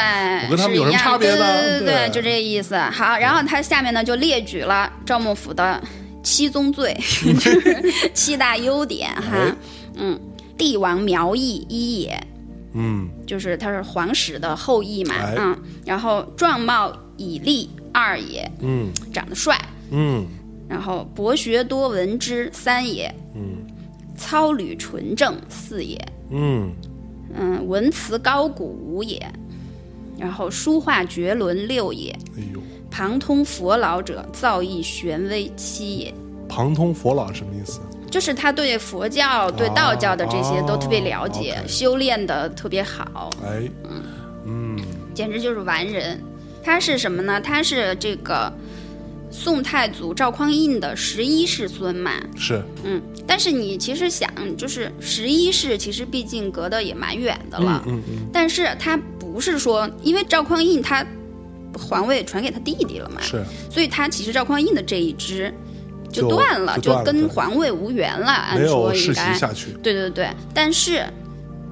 Speaker 2: 我跟他们有什
Speaker 1: 是一
Speaker 2: 么
Speaker 1: 样
Speaker 2: 差别呢
Speaker 1: 对对
Speaker 2: 对
Speaker 1: 对，就这意思。好，然后他下面呢就列举了赵孟頫的七宗罪， (laughs) 就是七大优点
Speaker 2: 哎
Speaker 1: 哈。嗯，帝王苗裔一也，
Speaker 2: 嗯，
Speaker 1: 就是他是皇室的后裔嘛，
Speaker 2: 哎
Speaker 1: 嗯，然后状貌以立二也，
Speaker 2: 嗯
Speaker 1: 长得帅，
Speaker 2: 嗯
Speaker 1: 然后博学多闻之三也，
Speaker 2: 嗯
Speaker 1: 操履纯正四也，
Speaker 2: 嗯，
Speaker 1: 嗯，文辞高古五也，然后书画绝伦六也，
Speaker 2: 哎呦，
Speaker 1: 旁通佛老者，造诣玄微七也。
Speaker 2: 旁通佛老什么意思？
Speaker 1: 就是他对佛教、对道教的这些都特别了解，
Speaker 2: 啊哦，OK
Speaker 1: 修炼的特别好，
Speaker 2: 哎，嗯
Speaker 1: 简直就是完人。他是什么呢？他是这个宋太祖赵匡胤的十一世孙嘛。
Speaker 2: 是，
Speaker 1: 嗯，但是你其实想，就是十一世其实毕竟隔得也蛮远的了，
Speaker 2: 嗯嗯
Speaker 1: 但是他不是说，因为赵匡胤他皇位传给他弟弟了嘛，
Speaker 2: 是，
Speaker 1: 所以他其实赵匡胤的这一支
Speaker 2: 就
Speaker 1: 就断了，
Speaker 2: 就
Speaker 1: 就
Speaker 2: 断了对
Speaker 1: 跟皇位无缘了。按
Speaker 2: 没有
Speaker 1: 说
Speaker 2: 世
Speaker 1: 嗯应
Speaker 2: 袭
Speaker 1: 该，
Speaker 2: 下去，
Speaker 1: 对对对。但是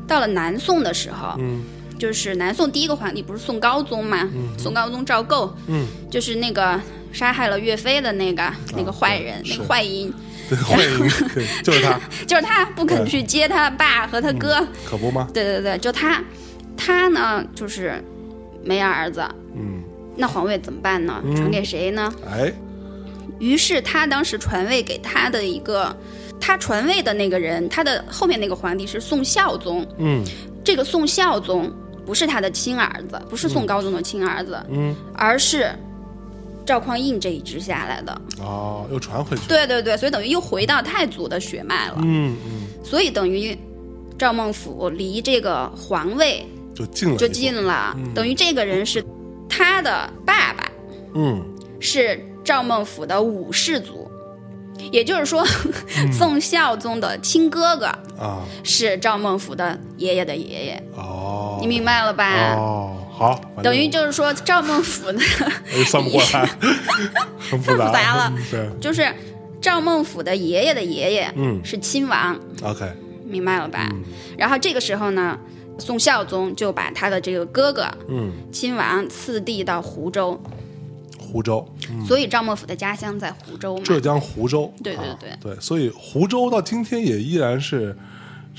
Speaker 1: 到了南宋的时候，
Speaker 2: 嗯
Speaker 1: 就是南宋第一个皇帝不是宋高宗嘛？宋高宗赵构，
Speaker 2: 嗯
Speaker 1: 就是那个杀害了岳飞的那个、那个坏人，
Speaker 2: 啊对
Speaker 1: 那个
Speaker 2: 是
Speaker 1: 坏人，
Speaker 2: 对，欢迎，对，就是
Speaker 1: (laughs)
Speaker 2: 他，
Speaker 1: 就是他不肯
Speaker 2: 对
Speaker 1: 去接他爸和他哥，
Speaker 2: 可不吗？
Speaker 1: 对对对，就他，他呢就是没儿子，
Speaker 2: 嗯，
Speaker 1: 那皇位怎么办呢？传给谁呢？
Speaker 2: 哎，
Speaker 1: 于是他当时传位给他的一个，他传位的那个人，他的后面那个皇帝是宋孝宗。
Speaker 2: 嗯
Speaker 1: 这个宋孝宗不是他的亲儿子，不是宋高宗的亲儿子，
Speaker 2: 嗯，
Speaker 1: 而是赵匡胤这一支下来的。
Speaker 2: 哦，又传回去，，
Speaker 1: 对对对，所以等于又回到太祖的血脉了。
Speaker 2: 嗯嗯，
Speaker 1: 所以等于赵孟頫离这个皇位
Speaker 2: 嗯就进了，
Speaker 1: 就，近了，等于这个人是他的爸爸。
Speaker 2: 嗯，
Speaker 1: 是赵孟頫的五世祖，也就是说，
Speaker 2: 嗯
Speaker 1: 宋孝宗的亲哥哥
Speaker 2: 啊，
Speaker 1: 是赵孟頫的爷爷的爷爷，
Speaker 2: 哦，
Speaker 1: 你明白了吧？
Speaker 2: 哦，好好，反正
Speaker 1: 等于就是说赵孟俯呢，
Speaker 2: 哎算不过
Speaker 1: (laughs)
Speaker 2: 来，很复
Speaker 1: 复杂了
Speaker 2: 嗯 (laughs) 对
Speaker 1: (laughs) 就是赵孟俯的爷爷的爷爷，
Speaker 2: 嗯
Speaker 1: 是亲王，
Speaker 2: ，OK，
Speaker 1: 明白了吧？
Speaker 2: 嗯
Speaker 1: 然后这个时候呢，宋孝宗就把他的这个哥哥
Speaker 2: 嗯，
Speaker 1: 亲王赐地到湖州，
Speaker 2: 湖州，
Speaker 1: 所以赵孟俯的家乡在湖州嘛。
Speaker 2: 浙江湖州，
Speaker 1: 对对
Speaker 2: 啊
Speaker 1: 对
Speaker 2: 对，所以湖州到今天也依然是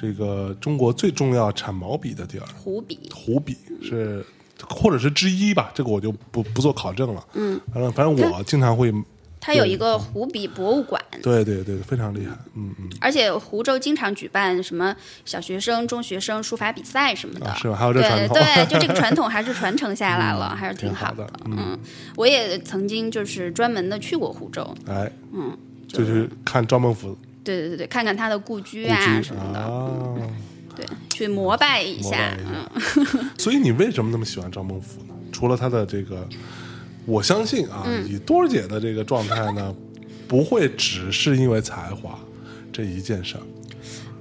Speaker 2: 这个中国最重要产毛笔的地儿，
Speaker 1: 湖笔，
Speaker 2: 湖笔是或者是之一吧，这个我就不不做考证了，嗯，反正反正我经常会，
Speaker 1: 它有一个湖笔博物馆，
Speaker 2: 对对对，非常厉害，嗯嗯
Speaker 1: 而且湖州经常举办什么小学生、中学生书法比赛什么的，
Speaker 2: 啊是吧还有这传统
Speaker 1: 对对，
Speaker 2: (laughs)
Speaker 1: 就这个传统还是传承下来了，还是
Speaker 2: 挺
Speaker 1: 好
Speaker 2: 好的
Speaker 1: 嗯，我也曾经就是专门的去过湖州，，
Speaker 2: 哎，
Speaker 1: 嗯，
Speaker 2: 就去看赵孟俯
Speaker 1: 对对对对，看看他的故居
Speaker 2: 故
Speaker 1: 啊
Speaker 2: 居
Speaker 1: 什么的，
Speaker 2: 啊，
Speaker 1: 对，去膜拜一
Speaker 2: 膜
Speaker 1: 下
Speaker 2: 拜，一下
Speaker 1: 嗯，
Speaker 2: (laughs)
Speaker 1: (laughs)
Speaker 2: 所以你为什么那么喜欢赵孟俯呢？除了他的这个，我相信啊，
Speaker 1: 嗯
Speaker 2: 以多儿姐的这个状态呢， (laughs) 不会只是因为才华这一件事儿。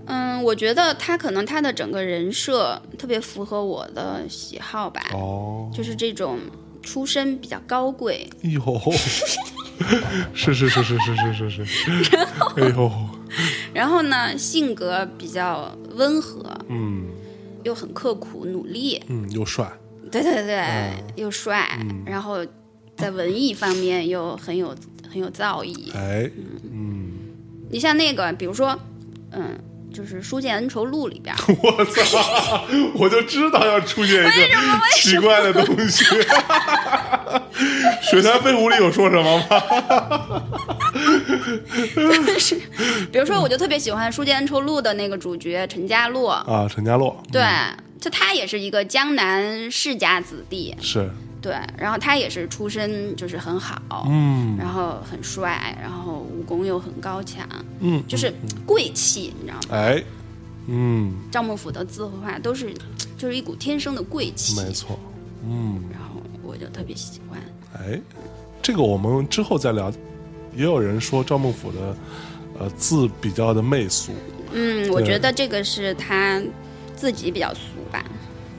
Speaker 1: 嗯，我觉得他可能他的整个人设特别符合我的喜好吧，
Speaker 2: 哦，
Speaker 1: 就是这种出身比较高贵，
Speaker 2: 哎呦， (laughs) 是是是是是是是是，哎呦，
Speaker 1: 然后呢性格比较温和，
Speaker 2: 嗯
Speaker 1: 又很刻苦努力，
Speaker 2: 嗯，又帅，
Speaker 1: 对对对，
Speaker 2: 嗯
Speaker 1: 又帅，然后在文艺方面又很有很有造诣。
Speaker 2: 哎， (laughs) 嗯，
Speaker 1: 你像那个，比如说，嗯，就是《书剑恩仇录》里边儿，
Speaker 2: 我操，我就知道要出现一个奇怪的东西。 (laughs) 雪山飞狐里有说什么吗？ (laughs)
Speaker 1: 是，比如说，我就特别喜欢《书剑恩仇录》的那个主角陈家洛，
Speaker 2: 啊，陈家洛，
Speaker 1: 对，就他也是一个江南世家子弟，
Speaker 2: 是，
Speaker 1: 对，然后他也是出身就是很好，
Speaker 2: 嗯
Speaker 1: 然后很帅，然后武功又很高强，
Speaker 2: 嗯，
Speaker 1: 就是贵气，你知道吗？
Speaker 2: 哎，嗯，
Speaker 1: 赵孟俯的字画都是，就是一股天生的贵气。
Speaker 2: 没错，嗯，
Speaker 1: 然后我就特别喜欢。
Speaker 2: 哎，这个我们之后再聊。也有人说赵孟俯的呃字比较的媚俗，
Speaker 1: 嗯，我
Speaker 2: 对
Speaker 1: 觉得这个是他自己比较俗吧。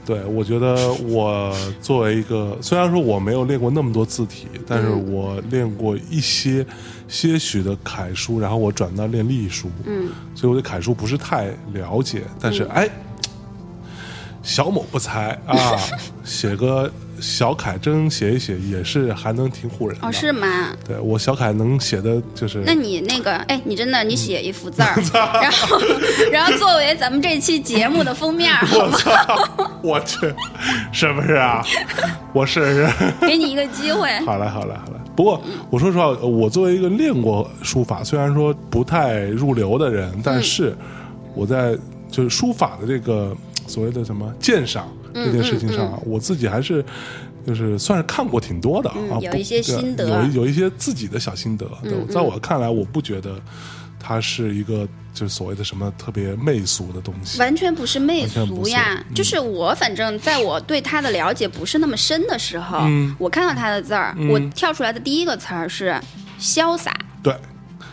Speaker 2: 对我觉得我作为一个虽然说我没有练过那么多字体，但是
Speaker 1: 嗯
Speaker 2: 我练过一些些许的楷书，然后我转到练隶书，
Speaker 1: 嗯，
Speaker 2: 所以我对楷书不是太了解，但是、哎，小某不才
Speaker 1: (laughs)
Speaker 2: 啊，写个小楷真写一写也是还能挺唬人的。
Speaker 1: 哦，是吗？
Speaker 2: 对我小楷能写的就是
Speaker 1: 那你那个，哎，你真的你写一幅字儿，
Speaker 2: 嗯
Speaker 1: 然后 (laughs) 然后作为咱们这期节目的封
Speaker 2: (laughs)
Speaker 1: 面儿，好
Speaker 2: 我
Speaker 1: 吗？
Speaker 2: 操，我去，是不是啊？我试试。
Speaker 1: 给你一个机会。 (laughs)
Speaker 2: 好嘞，好嘞，好嘞。不过我说实话，我作为一个练过书法，虽然说不太入流的人，但是我在就是书法的这个所谓的什么鉴赏这件事情上啊，我自己还是就是算是看过挺多的啊，
Speaker 1: 嗯有
Speaker 2: 不
Speaker 1: 一些心得
Speaker 2: 有一有一些自己的小心得。对，在我看来，我不觉得它是一个就是所谓的什么特别媚俗的东西。
Speaker 1: 完全不是媚
Speaker 2: 完全不
Speaker 1: 俗
Speaker 2: 是嗯
Speaker 1: 呀，就是我反正在我对他的了解不是那么深的时候，
Speaker 2: 嗯
Speaker 1: 我看到他的字儿，我跳出来的第一个词儿是潇洒，
Speaker 2: 对，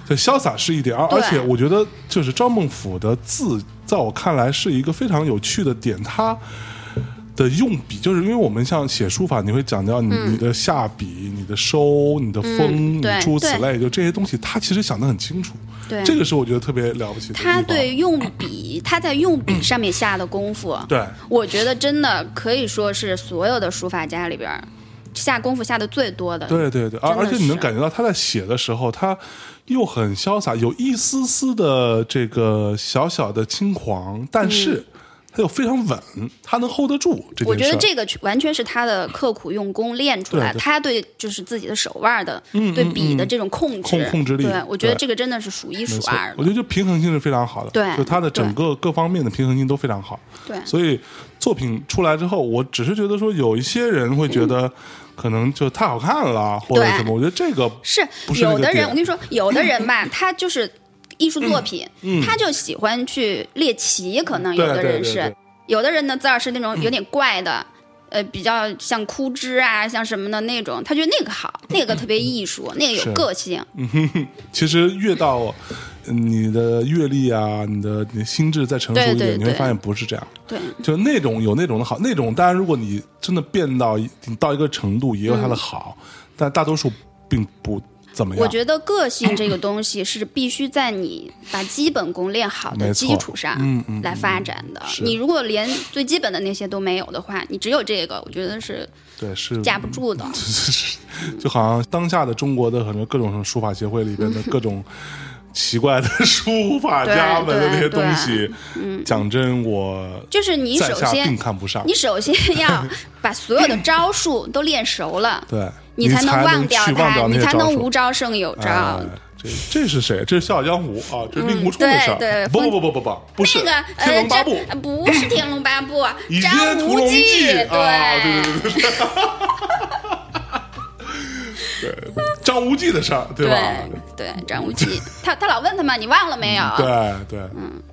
Speaker 2: 对，潇洒是一点，而
Speaker 1: 对
Speaker 2: 而且我觉得就是赵孟俯的字，在我看来是一个非常有趣的点，他。的用笔，就是因为我们像写书法，你会讲到你、你的下笔、你的收、你的
Speaker 1: 嗯
Speaker 2: 锋，
Speaker 1: 对
Speaker 2: 你诸如此
Speaker 1: 对
Speaker 2: 类，就这些东西，他其实想的很清楚。
Speaker 1: 对
Speaker 2: 这个是我觉得特别了不起的地方。
Speaker 1: 他对用笔，他在用笔上面下的功夫，
Speaker 2: 对
Speaker 1: 我觉得真的可以说是所有的书法家里边儿下功夫下的最多的。
Speaker 2: 对对对，而
Speaker 1: 真的
Speaker 2: 而且你能
Speaker 1: 是
Speaker 2: 感觉到他在写的时候，他又很潇洒，有一丝丝的这个小小的轻狂，但是他又非常稳，他能 hold 得住这件事儿。
Speaker 1: 我觉得这个完全是他的刻苦用功练出来，
Speaker 2: 对对嗯
Speaker 1: 他对就是自己的手腕儿的、对笔的这种控制、
Speaker 2: 控控制力
Speaker 1: 对，我觉得
Speaker 2: 对
Speaker 1: 这个真的是数一
Speaker 2: 没
Speaker 1: 数
Speaker 2: 错
Speaker 1: 二
Speaker 2: 我觉
Speaker 1: 的。
Speaker 2: 得就平衡性是非常好的，
Speaker 1: 对
Speaker 2: 就它的整
Speaker 1: 对
Speaker 2: 个各方面的平衡性都非常好。
Speaker 1: 对，
Speaker 2: 所以作品出来之后，我只是觉得说有一些人会觉得可能就太好看了或者
Speaker 1: 对
Speaker 2: 什么，我觉得这个
Speaker 1: 是
Speaker 2: 不是那
Speaker 1: 有
Speaker 2: 个
Speaker 1: 的人，
Speaker 2: 点嗯
Speaker 1: 我跟你说，有的人吧，他就是艺术作品，他就喜欢去猎奇，可能有
Speaker 2: 对
Speaker 1: 的
Speaker 2: 对
Speaker 1: 人
Speaker 2: 对
Speaker 1: 是，
Speaker 2: 对嗯
Speaker 1: 有的人的字儿是那种有点怪的，呃，比较像枯枝啊，像什么的那种，
Speaker 2: 嗯
Speaker 1: 他觉得那个好，那个特别艺术，那个有
Speaker 2: 是
Speaker 1: 个性，
Speaker 2: 其实越到你的阅历啊，你的你的心智再成熟一
Speaker 1: 对对
Speaker 2: 点，你会
Speaker 1: 对
Speaker 2: 发现不是这样。
Speaker 1: 对，
Speaker 2: 就那种有那种的好，那种当然如果你真的变到一到一个程度，也有它的好，但大多数并不怎么样。
Speaker 1: 嗯我觉得个性这个东西是必须在你把基本功练好的
Speaker 2: 没错
Speaker 1: 基础上
Speaker 2: 嗯嗯
Speaker 1: 来发展的。
Speaker 2: 是
Speaker 1: 你如果连最基本的那些都没有的话，你只有这个，我觉得是
Speaker 2: 对是
Speaker 1: 架不住
Speaker 2: 嗯
Speaker 1: 的。
Speaker 2: (laughs) 就是就好像当下的中国的很多各种书法协会里边
Speaker 1: (laughs)
Speaker 2: 的各种奇怪的书法家们的那些
Speaker 1: 对对
Speaker 2: 东西，讲真，我
Speaker 1: 就是你
Speaker 2: 在
Speaker 1: 首
Speaker 2: 下并
Speaker 1: 先，
Speaker 2: 看不上
Speaker 1: 你。首先要把所有的招数都练熟了，
Speaker 2: (laughs) 对，
Speaker 1: 你
Speaker 2: 才
Speaker 1: 才能忘掉
Speaker 2: 去忘
Speaker 1: 它，
Speaker 2: 掉
Speaker 1: 你
Speaker 2: 那些
Speaker 1: 才
Speaker 2: 招
Speaker 1: 能
Speaker 2: 数
Speaker 1: 无招胜有招
Speaker 2: 哎。这这是谁？这是《笑傲江湖》啊，这是令狐冲的事儿、
Speaker 1: 嗯对对
Speaker 2: 不不不不不不，不哎是
Speaker 1: 那个
Speaker 2: 《天
Speaker 1: 呃，
Speaker 2: 龙八部》
Speaker 1: 这呃不是《天龙
Speaker 2: (laughs)
Speaker 1: 八部》
Speaker 2: 倚，
Speaker 1: 张
Speaker 2: 天屠
Speaker 1: 无
Speaker 2: 龙
Speaker 1: 忌，
Speaker 2: 记啊，对对对对对，对张无忌的事儿，对吧？嗯
Speaker 1: 对对，张无忌， (laughs) 他他老问他嘛，你忘了没有？
Speaker 2: 对对，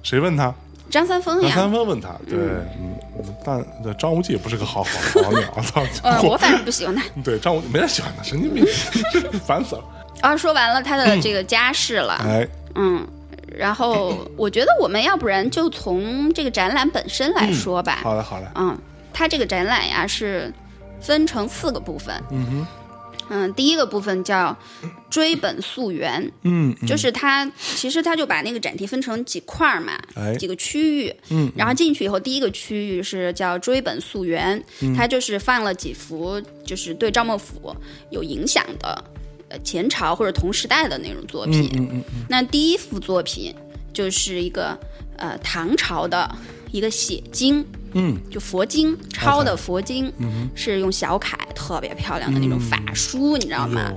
Speaker 2: 谁问他？
Speaker 1: 张三丰
Speaker 2: 张
Speaker 1: 嗯呀，
Speaker 2: 三丰问他，对，嗯，但对张无忌也不是个好好好
Speaker 1: (laughs)
Speaker 2: 鸟，操！ (laughs)
Speaker 1: 呃，我反正不喜欢他。
Speaker 2: 对张无忌没人喜欢他，神经病， (laughs) 烦死了。
Speaker 1: 啊，说完了他的这个家世了，
Speaker 2: 嗯哎，
Speaker 1: 嗯，然后我觉得我们要不然就从这个展览本身来说吧，
Speaker 2: 好嘞好嘞，
Speaker 1: 嗯，它这个展览呀是分成四个部分，
Speaker 2: 嗯哼，
Speaker 1: 嗯，第一个部分叫追本溯源，
Speaker 2: 嗯，嗯
Speaker 1: 就是它其实它就把那个展厅分成几块儿嘛，
Speaker 2: 哎
Speaker 1: 几个区域，
Speaker 2: 嗯，
Speaker 1: 然后进去以后，第一个区域是叫追本溯源，
Speaker 2: 嗯
Speaker 1: 它就是放了几幅就是对赵孟俯有影响的，呃，前朝或者同时代的那种作品。
Speaker 2: 嗯嗯
Speaker 1: 那第一幅作品就是一个呃唐朝的一个写经，
Speaker 2: 嗯，
Speaker 1: 就佛经抄的佛经，是用小楷，特别漂亮的那种法书，你知道
Speaker 2: 嗯
Speaker 1: 吗？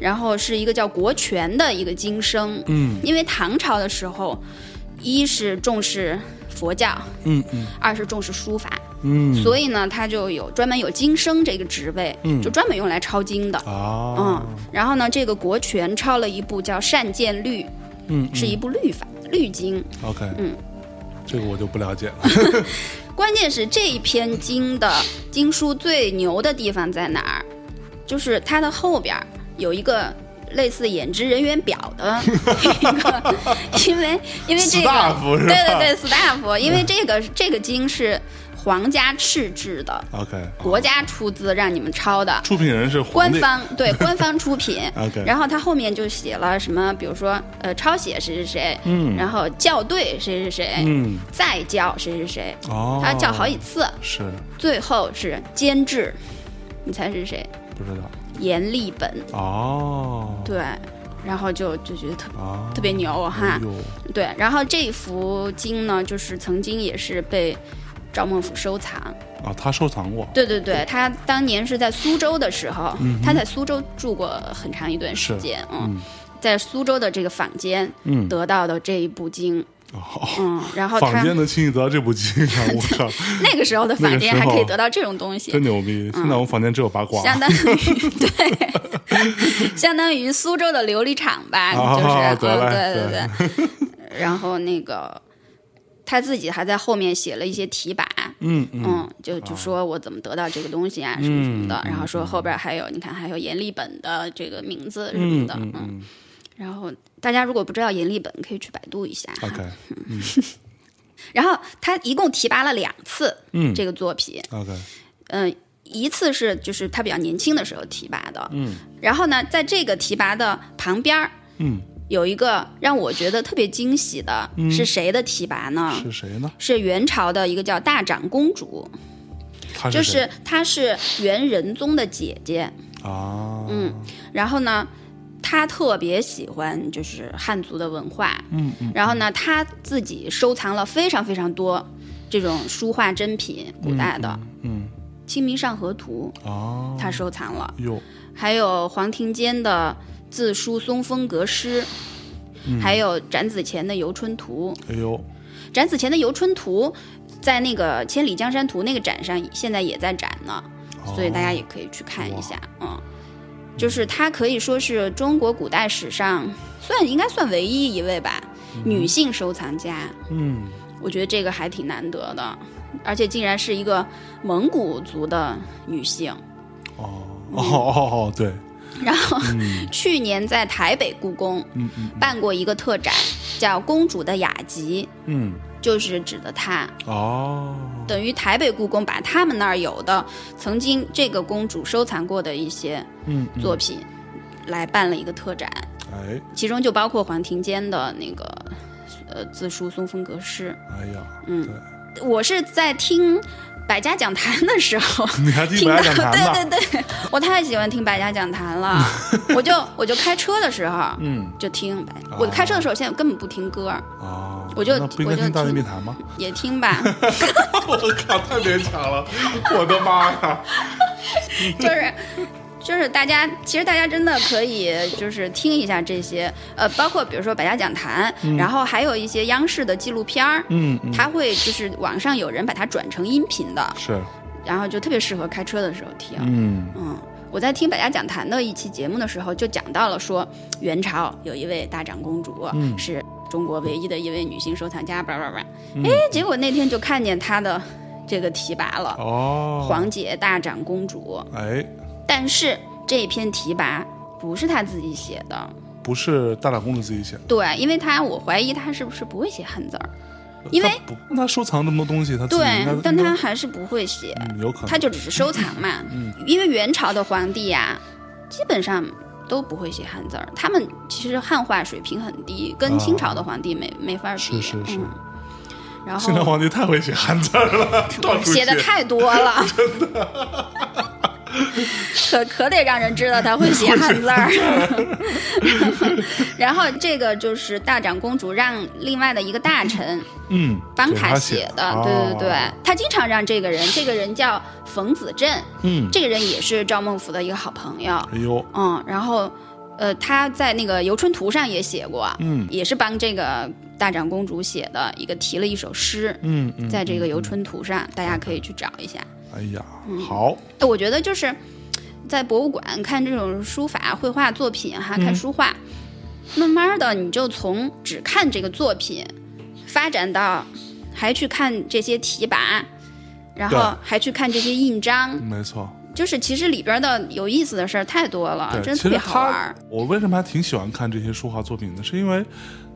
Speaker 1: 然后是一个叫国权的一个经生，
Speaker 2: 嗯，
Speaker 1: 因为唐朝的时候，一是重视佛教，
Speaker 2: 嗯嗯
Speaker 1: 二是重视书法，
Speaker 2: 嗯
Speaker 1: 所以呢，他就有专门有经生这个职位，就专门用来抄经的。嗯
Speaker 2: 啊，，
Speaker 1: 然后呢，这个国权抄了一部叫《善见律》，
Speaker 2: 嗯，
Speaker 1: 是一部律法律经。
Speaker 2: ，OK，
Speaker 1: 嗯，
Speaker 2: 这个我就不了解了。
Speaker 1: 关键是这一篇经的经书最牛的地方在哪儿？就是它的后边儿有一个类似演职人员表
Speaker 2: (laughs)
Speaker 1: 的一个，因为因为这个
Speaker 2: Staff 是吧
Speaker 1: 对对对，staff，因为这个这个经是皇家敕制的，
Speaker 2: OK，
Speaker 1: 国家出资让你们抄的，
Speaker 2: 出品人是皇
Speaker 1: 官
Speaker 2: 帝，
Speaker 1: 方对官方出品
Speaker 2: OK
Speaker 1: 然后他后面就写了什么，比如说呃抄写谁谁谁，
Speaker 2: 嗯
Speaker 1: 然后校对谁谁谁，
Speaker 2: 嗯，
Speaker 1: 再校谁谁谁，
Speaker 2: 哦，
Speaker 1: 他校好几次，
Speaker 2: 是
Speaker 1: 最后是监制，你猜是谁？
Speaker 2: 不知道
Speaker 1: 阎立本，
Speaker 2: 哦，
Speaker 1: 对，然后就就觉得特
Speaker 2: 啊，
Speaker 1: 特别牛哈
Speaker 2: 哎，呦
Speaker 1: 对，然后这幅经呢，就是曾经也是被赵孟俯收藏，
Speaker 2: 啊，他收藏过，
Speaker 1: 对对对，他当年是在苏州的时候，
Speaker 2: 嗯
Speaker 1: 他在苏州住过很长一段时间，嗯，在苏州的这个坊间
Speaker 2: 嗯
Speaker 1: 得到的这一部经，
Speaker 2: 哦，
Speaker 1: 嗯，然后
Speaker 2: 坊
Speaker 1: 他
Speaker 2: 间的亲戚得到这部经啊，我靠，
Speaker 1: (laughs) 那个时候的
Speaker 2: 那
Speaker 1: 坊
Speaker 2: 个
Speaker 1: 间
Speaker 2: 时
Speaker 1: 还
Speaker 2: 候
Speaker 1: 可以得到这种东西，
Speaker 2: 真啊牛
Speaker 1: 嗯
Speaker 2: 逼！现在我们房间只有八卦，
Speaker 1: 相当于 (laughs) 对，相当于苏州的琉璃厂吧，
Speaker 2: 啊
Speaker 1: 就是、嗯，
Speaker 2: 得嘞
Speaker 1: 对对 (laughs) 对。然后那个他自己还在后面写了一些题跋，
Speaker 2: 嗯嗯
Speaker 1: 嗯，就就说我怎么得到这个东西啊，什么什么的。然
Speaker 2: 嗯
Speaker 1: 后说后边还有，你看还有阎立本的这个名字什么
Speaker 2: 嗯
Speaker 1: 的，
Speaker 2: 嗯
Speaker 1: 嗯。
Speaker 2: 嗯
Speaker 1: 然后大家如果不知道阎立本，可以去百度一下。
Speaker 2: ，OK
Speaker 1: 然后他一共提拔了两次，
Speaker 2: 嗯
Speaker 1: 这个作品，
Speaker 2: OK，
Speaker 1: 嗯，一次是就是他比较年轻的时候提拔的，嗯，然后呢，在这个提拔的旁边儿
Speaker 2: 嗯，
Speaker 1: 有一个让我觉得特别惊喜的是谁的提拔呢？
Speaker 2: 是谁呢？
Speaker 1: 是元朝的一个叫大长公主，
Speaker 2: 他
Speaker 1: 就
Speaker 2: 谁
Speaker 1: 是她是元仁宗的姐姐，
Speaker 2: 啊？
Speaker 1: 嗯，然后呢，她特别喜欢就是汉族的文化，
Speaker 2: 嗯嗯
Speaker 1: 然后呢，她自己收藏了非常非常多这种书画珍品，古代的
Speaker 2: 嗯
Speaker 1: 《清明上河图》
Speaker 2: 啊，
Speaker 1: 她收藏了，
Speaker 2: 哟
Speaker 1: 还有黄庭坚的自书《松风阁诗》，
Speaker 2: 嗯
Speaker 1: 还有展子虔的《游春图
Speaker 2: 哎呦》。
Speaker 1: 展子虔的《游春图》在那个《千里江山图》那个展上，现在也在展呢，所以大家也可以去看一下。嗯，就是她可以说是中国古代史上算应该算唯一一位吧，女性收藏家。
Speaker 2: 嗯
Speaker 1: 我觉得这个还挺难得的，而且竟然是一个蒙古族的女性。 (laughs)
Speaker 2: 哦哦哦哦，对，嗯
Speaker 1: 然后、去年在台北故宫办过一个特展，叫《公主的雅集
Speaker 3: 嗯》，
Speaker 1: 就是指的她。
Speaker 2: 哦，
Speaker 1: 等于台北故宫把他们那儿有的曾经这个公主收藏过的一些
Speaker 3: 嗯嗯
Speaker 1: 作品，来办了一个特展，
Speaker 2: 哎，
Speaker 1: 其中就包括黄庭坚的那个呃自述《松风格诗
Speaker 2: 哎呀，
Speaker 1: 嗯
Speaker 2: 对，》。
Speaker 1: 我是在听百家讲坛的时候，
Speaker 3: 你还记
Speaker 1: 听
Speaker 3: 得
Speaker 1: 到
Speaker 3: 来讲坛呢？
Speaker 1: (laughs) 对对对，我太喜欢听百家讲坛
Speaker 3: (laughs)
Speaker 1: 了，我就我就开车的时候
Speaker 3: 嗯，
Speaker 1: 就听百，我开车的时候现在根本不听歌，
Speaker 2: 哦，
Speaker 1: 我就
Speaker 3: 那不应
Speaker 1: 我
Speaker 3: 该
Speaker 1: 就
Speaker 3: 听大内密
Speaker 1: 听
Speaker 3: 谈
Speaker 1: (laughs)
Speaker 3: 吗？
Speaker 1: 也听吧，
Speaker 2: 我靠，太勉强了，我的妈呀！
Speaker 3: (laughs)
Speaker 1: 就是。就是大家，其实大家真的可以就是听一下这些，呃，包括比如说百家讲坛，然后还有一些央视的纪录片儿，
Speaker 3: 嗯嗯
Speaker 1: 它会就是网上有人把它转成音频的，
Speaker 2: 是，
Speaker 1: 然后就特别适合开车的时候听。
Speaker 3: 嗯
Speaker 1: 嗯，我在听百家讲坛的一期节目的时候，就讲到了说，元朝有一位大长公主，
Speaker 3: 嗯
Speaker 1: 是中国唯一的一位女性收藏家，叭叭叭。哎，结果那天就看见她的这个题跋了，
Speaker 2: 哦，
Speaker 1: 黄姐大长公主。
Speaker 2: 哎，
Speaker 1: 但是这篇题跋不是她自己写的，
Speaker 2: 不是大打公主自己写的，
Speaker 1: 对，因为她我怀疑她是不是不会写汉字儿，因为
Speaker 2: 她呃不，那收藏这么多东西，他
Speaker 1: 对，但她
Speaker 2: 他
Speaker 1: 还是不会写，
Speaker 2: 嗯有可能，
Speaker 1: 她就只是收藏嘛。
Speaker 2: 嗯
Speaker 1: 因为元朝的皇帝呀、基本上都不会写汉字儿，他们其实汉化水平很低，跟清朝的皇帝没、没法比。
Speaker 2: 啊是是是
Speaker 1: 嗯、然
Speaker 2: 清朝
Speaker 1: 后
Speaker 2: 皇帝太会写汉字儿了，到处
Speaker 1: (laughs) 写的太多了，真 (laughs) 的，可可得让人知道他会写汉字儿。 (laughs) 然后这个就是大长公主让另外的一个大臣
Speaker 3: 嗯
Speaker 1: 帮
Speaker 2: 给他
Speaker 1: 她
Speaker 2: 写
Speaker 1: 写的，
Speaker 2: 哦
Speaker 1: 对对对，她经常让这个人，这个人叫冯子振，
Speaker 3: 嗯
Speaker 1: 这个人也是赵孟頫的一个好朋友，
Speaker 2: 哦哎呦，
Speaker 1: 嗯，然后，呃，他在那个《游春图》上也写过，
Speaker 3: 嗯
Speaker 1: 也是帮这个大长公主写的一个题了一首诗，
Speaker 3: 嗯嗯，
Speaker 1: 在这个《游春图》上，大家可以去找一下。
Speaker 2: 哎呀，好，
Speaker 1: 哎我觉得就是在博物馆看这种书法、绘画作品哈，
Speaker 2: 嗯
Speaker 1: 看书画，慢慢的你就从只看这个作品，发展到还去看这些题跋，然
Speaker 2: 对
Speaker 1: 后还去看这些印章，
Speaker 2: 没错，
Speaker 1: 就是其实里边的有意思的事儿太多了，
Speaker 2: 对，
Speaker 1: 啊真的
Speaker 2: 其实
Speaker 1: 特别好玩
Speaker 2: 他
Speaker 1: 儿。，
Speaker 2: 我为什么还挺喜欢看这些书画作品呢？是因为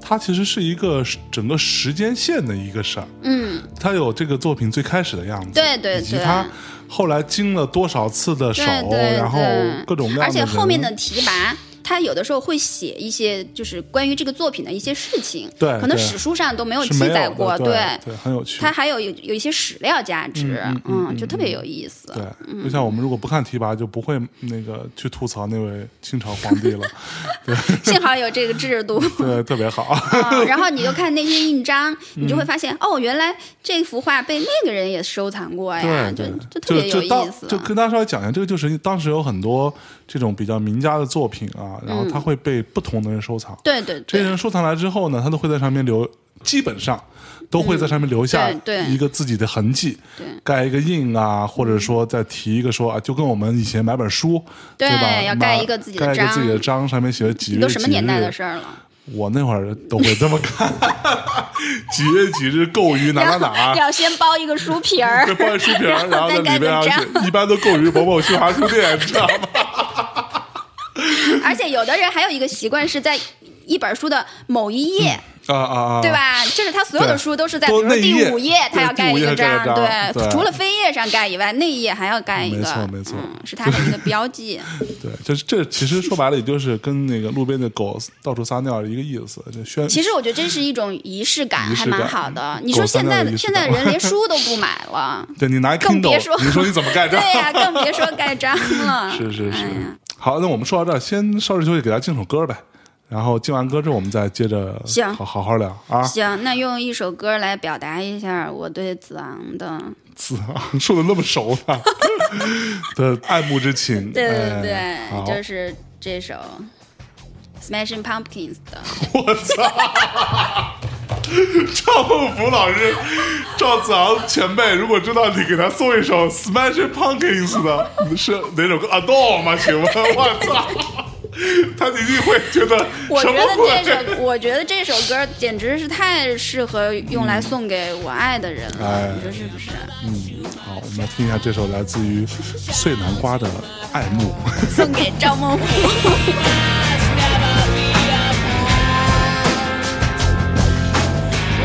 Speaker 2: 它其实是一个时整个时间线的一个事儿，
Speaker 1: 嗯，
Speaker 2: 它有这个作品最开始的样子，
Speaker 1: 对对
Speaker 2: 以及
Speaker 1: 对
Speaker 2: 它后来经了多少次的手，
Speaker 1: 对对
Speaker 2: 然后
Speaker 1: 对
Speaker 2: 各种各样的，
Speaker 1: 而且后面的。题跋，他有的时候会写一些就是关于这个作品的一些事情，
Speaker 2: 对
Speaker 1: 可能
Speaker 2: 对
Speaker 1: 史书上都没有
Speaker 2: 是
Speaker 1: 记
Speaker 2: 没有
Speaker 1: 载
Speaker 2: 的
Speaker 1: 过，
Speaker 2: 对对，很有趣。
Speaker 1: 它还有有有一些史料价值，
Speaker 3: 嗯
Speaker 1: 嗯，
Speaker 3: 嗯
Speaker 1: 就特别有意思。
Speaker 2: 对， (laughs) 就像我们如果不看提拔，就不会那个去吐槽那位清朝皇帝
Speaker 1: (laughs)
Speaker 2: 了。
Speaker 1: (laughs) 幸好有这个制
Speaker 2: (laughs)
Speaker 1: 度。
Speaker 2: 对，特别好。
Speaker 1: 嗯，然后你就看那些印章，
Speaker 2: 嗯
Speaker 1: 你就会发现、哦，原来这幅画被那个人也收藏过哎呀，
Speaker 2: 对对，
Speaker 1: 就就特别有
Speaker 2: 就当
Speaker 1: 意思。啊
Speaker 2: 就跟大家稍微讲一下，这个就是当时有很多这种比较名家的作品啊，然后
Speaker 1: 嗯
Speaker 2: 它会被不同的人收藏。
Speaker 1: 对对
Speaker 2: 这些
Speaker 1: 对
Speaker 2: 人收藏来之后呢，他都会在上面留，基本上都会在上面留下
Speaker 1: 嗯对对
Speaker 2: 一个自己的痕迹，
Speaker 1: 对嗯
Speaker 2: 盖一个印啊，或者说再提一个说啊，就跟我们以前买本书，对
Speaker 1: 对
Speaker 2: 吧？
Speaker 1: 要
Speaker 2: 买
Speaker 1: 盖一个自己的
Speaker 2: 盖一个
Speaker 1: 章
Speaker 2: 自己的章，上面写几
Speaker 1: 你
Speaker 2: 月
Speaker 1: 都什么
Speaker 2: 几
Speaker 1: 年代的
Speaker 2: 日
Speaker 1: 事儿了？
Speaker 2: 我那会儿都会这么看， (laughs) 几月几日购于哪哪
Speaker 1: (laughs)
Speaker 2: 哪，
Speaker 1: 要先包一个书
Speaker 2: (laughs)
Speaker 1: 皮儿
Speaker 2: 这，包一书皮儿，然后在里边
Speaker 1: 然
Speaker 2: 要
Speaker 1: 后再盖
Speaker 2: 写
Speaker 1: 个，
Speaker 2: 一般都购于某某新华书店，你知道吗？
Speaker 1: 而且有的人还有一个习惯是在一本书的某一页，
Speaker 2: 啊啊啊！
Speaker 1: 对？吧？就是他所有的书都是在，比
Speaker 2: 都
Speaker 1: 如说
Speaker 2: 那一
Speaker 1: 第
Speaker 2: 页
Speaker 1: 五页他要
Speaker 2: 对
Speaker 1: 盖
Speaker 2: 第五
Speaker 1: 一
Speaker 2: 页
Speaker 1: 个
Speaker 2: 盖
Speaker 1: 章，
Speaker 2: 章对
Speaker 1: 除了扉页上盖以外，那一页还要盖一个，
Speaker 2: 没错没错
Speaker 1: 嗯，是他的一个标
Speaker 2: (laughs)
Speaker 1: 记。
Speaker 2: 对，就是这其实说白了，也就是跟那个路边的狗到处撒尿一个意思，就宣
Speaker 1: 其实我觉得这是一种仪式感，
Speaker 2: 仪
Speaker 1: 还
Speaker 2: 式感
Speaker 1: 蛮好的。你说现在
Speaker 2: 狗三代的仪
Speaker 1: 的
Speaker 2: 式
Speaker 1: 现
Speaker 2: 感
Speaker 1: 在人连书都不买
Speaker 2: (laughs)
Speaker 1: 了，
Speaker 2: 对你拿
Speaker 1: 更
Speaker 2: Kindle，
Speaker 1: 别说
Speaker 2: 你说你怎么盖
Speaker 1: (laughs) 对
Speaker 2: 章？
Speaker 1: 呀、更别说盖章了。
Speaker 2: (laughs) 是是是
Speaker 1: 哎呀。
Speaker 2: 好，那我们说到这儿，先稍事休息，给大家敬首歌呗。然后敬完歌之后，我们再接着
Speaker 1: 行
Speaker 2: 好好好聊啊。
Speaker 1: 行，那用一首歌来表达一下我对子昂的，
Speaker 2: 子昂 (laughs) 说的那么熟呢 (laughs) 的爱慕之情，
Speaker 1: 对对对，
Speaker 2: 哎好
Speaker 1: 就是这首 Smashing Pumpkins 的。
Speaker 2: 我操！赵孟頫老师，赵子昂前辈，如果知道你给他送一首 Smashing Pumpkins 的，是哪首歌？Adore 啊吗？请问，我操！他一定会觉得
Speaker 1: 我
Speaker 2: 什
Speaker 1: 觉
Speaker 2: 么
Speaker 1: 得这
Speaker 2: 鬼？
Speaker 1: 首，我觉得这首歌简直是太适合用来送给我爱的人
Speaker 2: 嗯哎
Speaker 1: 了，你说是不是
Speaker 2: (laughs) 好，我们来听一下这首来自于碎南瓜的《爱慕》。
Speaker 1: 送给赵孟頫。
Speaker 4: Never be apart.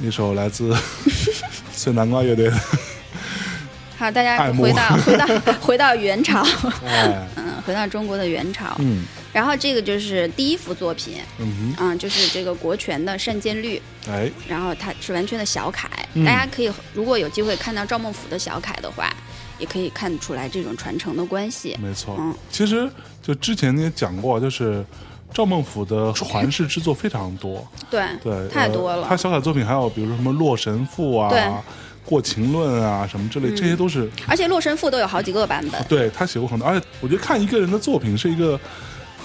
Speaker 2: 一首来自 (laughs) 碎南瓜乐队的，
Speaker 1: 好，大家
Speaker 2: 爱慕
Speaker 1: 回到
Speaker 2: (laughs)
Speaker 1: 回到回到元朝，
Speaker 2: 哎，
Speaker 1: 嗯，回到中国的元朝。
Speaker 2: 嗯
Speaker 1: 然后这个就是第一幅作品，
Speaker 2: 嗯
Speaker 1: 嗯，就是这个国权的《善见律》，
Speaker 2: 哼，哎，
Speaker 1: 然后它是完全的小楷。
Speaker 2: 嗯
Speaker 1: 大家可以如果有机会看到赵孟俯的小楷的话，也可以看出来这种传承的关系。
Speaker 2: 没错。
Speaker 1: 嗯
Speaker 2: 其实就之前你也讲过，就是赵孟俯的传世之作非常多，
Speaker 1: 对，
Speaker 2: 对，
Speaker 1: 太
Speaker 2: 呃
Speaker 1: 多了
Speaker 2: 他小楷作品还有比如说什么《洛神赋》啊，
Speaker 1: 对嗯
Speaker 2: 过秦论》啊什么之类，这些都是
Speaker 1: 而且《洛神赋》都有好几个版本。
Speaker 2: 对他写过很多，而且我觉得看一个人的作品是一个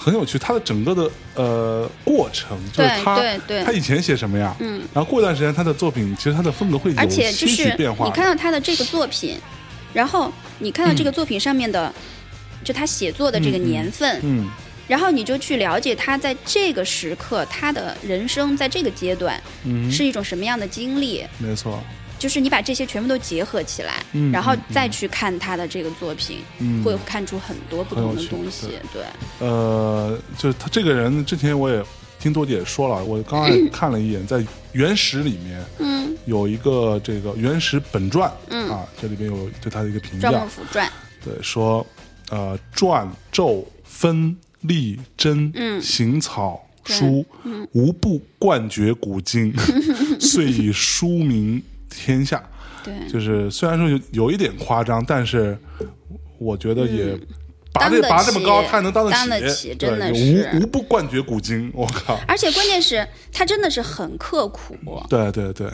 Speaker 2: 很有趣，他的整个的呃过程，就是
Speaker 1: 对
Speaker 2: 他
Speaker 1: 对对
Speaker 2: 他以前写什么样，嗯，然后过一段时间他的作品，其实他的风格会
Speaker 1: 而
Speaker 2: 有
Speaker 1: 且
Speaker 2: 些
Speaker 1: 就是
Speaker 2: 许变化
Speaker 1: 你
Speaker 2: 的。
Speaker 1: 看到他的这个作品，然后你看到这个作品上面的，就他写作的这个年份，
Speaker 2: 嗯，
Speaker 1: 然后你就去了解他在这个时刻他的人生在这个阶段
Speaker 2: 嗯
Speaker 1: 是一种什么样的经历，
Speaker 2: 没错，
Speaker 1: 就是你把这些全部都结合起来，
Speaker 2: 嗯
Speaker 1: 然后
Speaker 2: 嗯
Speaker 1: 再去看他的这个作品，
Speaker 2: 嗯
Speaker 1: 会看出很多不同
Speaker 2: 很
Speaker 1: 的
Speaker 2: 有趣
Speaker 1: 东西。对，
Speaker 2: 呃，就是他这个人，之前我也听多姐说了，我刚才
Speaker 1: (laughs)
Speaker 2: 也看了一眼，在《原石》里面
Speaker 1: 嗯，
Speaker 2: 有一个这个《原石本传》，
Speaker 1: 嗯
Speaker 2: 啊，这里边有对他的一个评
Speaker 1: 《赵
Speaker 2: 价
Speaker 1: 孟，俯传》
Speaker 2: 对，说呃，传、咒、分、立、真、
Speaker 1: 嗯
Speaker 2: 行草、书，无不冠绝古
Speaker 1: (laughs)
Speaker 2: 今， (laughs) 遂以书名天下。
Speaker 1: 对，
Speaker 2: 就是虽然说有有一点夸张，但是我觉得也拔
Speaker 1: 嗯当
Speaker 2: 这
Speaker 1: 得
Speaker 2: 拔这么
Speaker 1: 起
Speaker 2: 高，他也能当
Speaker 1: 当
Speaker 2: 得
Speaker 1: 得
Speaker 2: 起
Speaker 1: 起
Speaker 2: 对
Speaker 1: 真的
Speaker 2: 有
Speaker 1: 是
Speaker 2: 无无不冠绝古今，我靠！
Speaker 1: 而且关键是他真的是很刻苦。
Speaker 2: 对对对，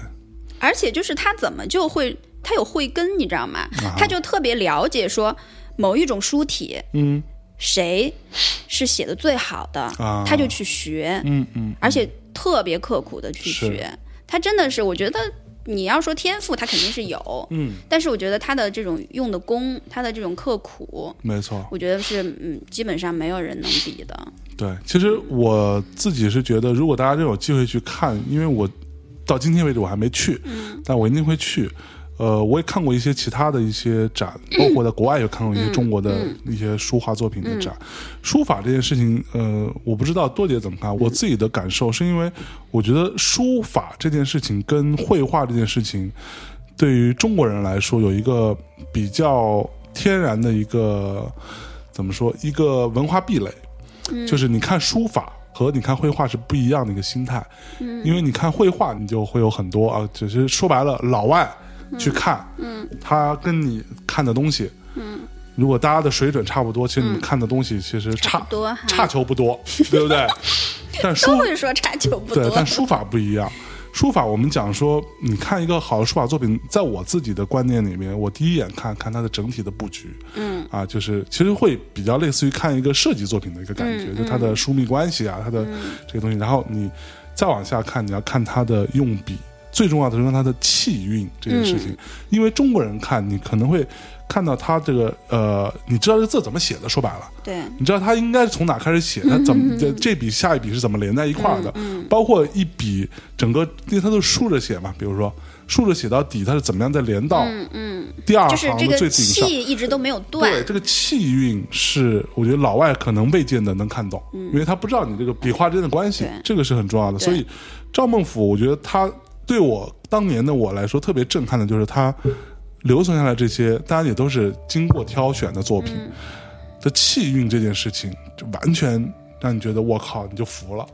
Speaker 1: 而且就是他怎么就会，他有慧根，你知道吗？
Speaker 2: 啊
Speaker 1: 他就特别了解说某一种书体
Speaker 2: 嗯
Speaker 1: 谁是写的最好的，
Speaker 2: 啊
Speaker 1: 他就去学，
Speaker 2: 嗯嗯，
Speaker 1: 而且特别刻苦的去
Speaker 2: 是
Speaker 1: 学。他真的是，我觉得你要说天赋，他肯定是有，
Speaker 2: 嗯，
Speaker 1: 但是我觉得他的这种用的功，他的这种刻苦。
Speaker 2: 没错，
Speaker 1: 我觉得是，嗯，基本上没有人能比的。
Speaker 2: 对。其实我自己是觉得，如果大家真有机会去看，因为我到今天为止我还没去，但我一定会去。呃，我也看过一些其他的一些展，包括在国外也看过一些中国的一些书画作品的展。书法这件事情，呃，我不知道多姐怎么看。我自己的感受是因为，我觉得书法这件事情跟绘画这件事情，对于中国人来说有一个比较天然的一个怎么说一个文化壁垒，
Speaker 1: 嗯
Speaker 2: 就是你看书法。和你看绘画是不一样的一个心态，
Speaker 1: 嗯
Speaker 2: 因为你看绘画，你就会有很多啊，只是说白了，老外去看，嗯，他跟你看的东西，嗯，如果大家的水准差不多，其实你们看的东西其实差
Speaker 1: 嗯差不多哈
Speaker 2: 差球不多，对不对？ (laughs) 但书
Speaker 1: 都会说差球不
Speaker 2: 对
Speaker 1: 多，，
Speaker 2: 但书法不一样。书法，我们讲说，你看一个好的书法作品，在我自己的观念里面，我第一眼看看它的整体的布局，嗯，啊，就是其实会比较类似于看一个设计作品的一个感觉，就它的疏密关系啊，它的这个东西。然后你再往下看，你要看它的用笔，最重要的是看它的气韵这件事情。因为中国人看，你可能会看到它这个呃，你知道这字怎么写的，说白了，
Speaker 1: 对，
Speaker 2: 你知道他应该是从哪开始写，
Speaker 1: 嗯
Speaker 2: 他怎么这这笔下一笔是怎么连在一块儿的，包括一笔整个，因为他都是竖着写嘛，比如说竖着写到底，它是怎么样再连到第二
Speaker 1: 嗯就是
Speaker 2: 行
Speaker 1: 这
Speaker 2: 的最
Speaker 1: 个
Speaker 2: 顶上。
Speaker 1: 气一直都没有断，
Speaker 2: 对，这个气韵是我觉得老外可能未见得能看懂，因为他不知道你这个笔画之间的关系
Speaker 1: 嗯对，
Speaker 2: 这个是很重要的。所以赵孟俯，我觉得他对我当年的我来说特别震撼的就是他留存下来这些，当然也都是经过挑选的作
Speaker 1: 嗯
Speaker 2: 品的气韵这件事情，就完全让你觉得我靠，你就服了。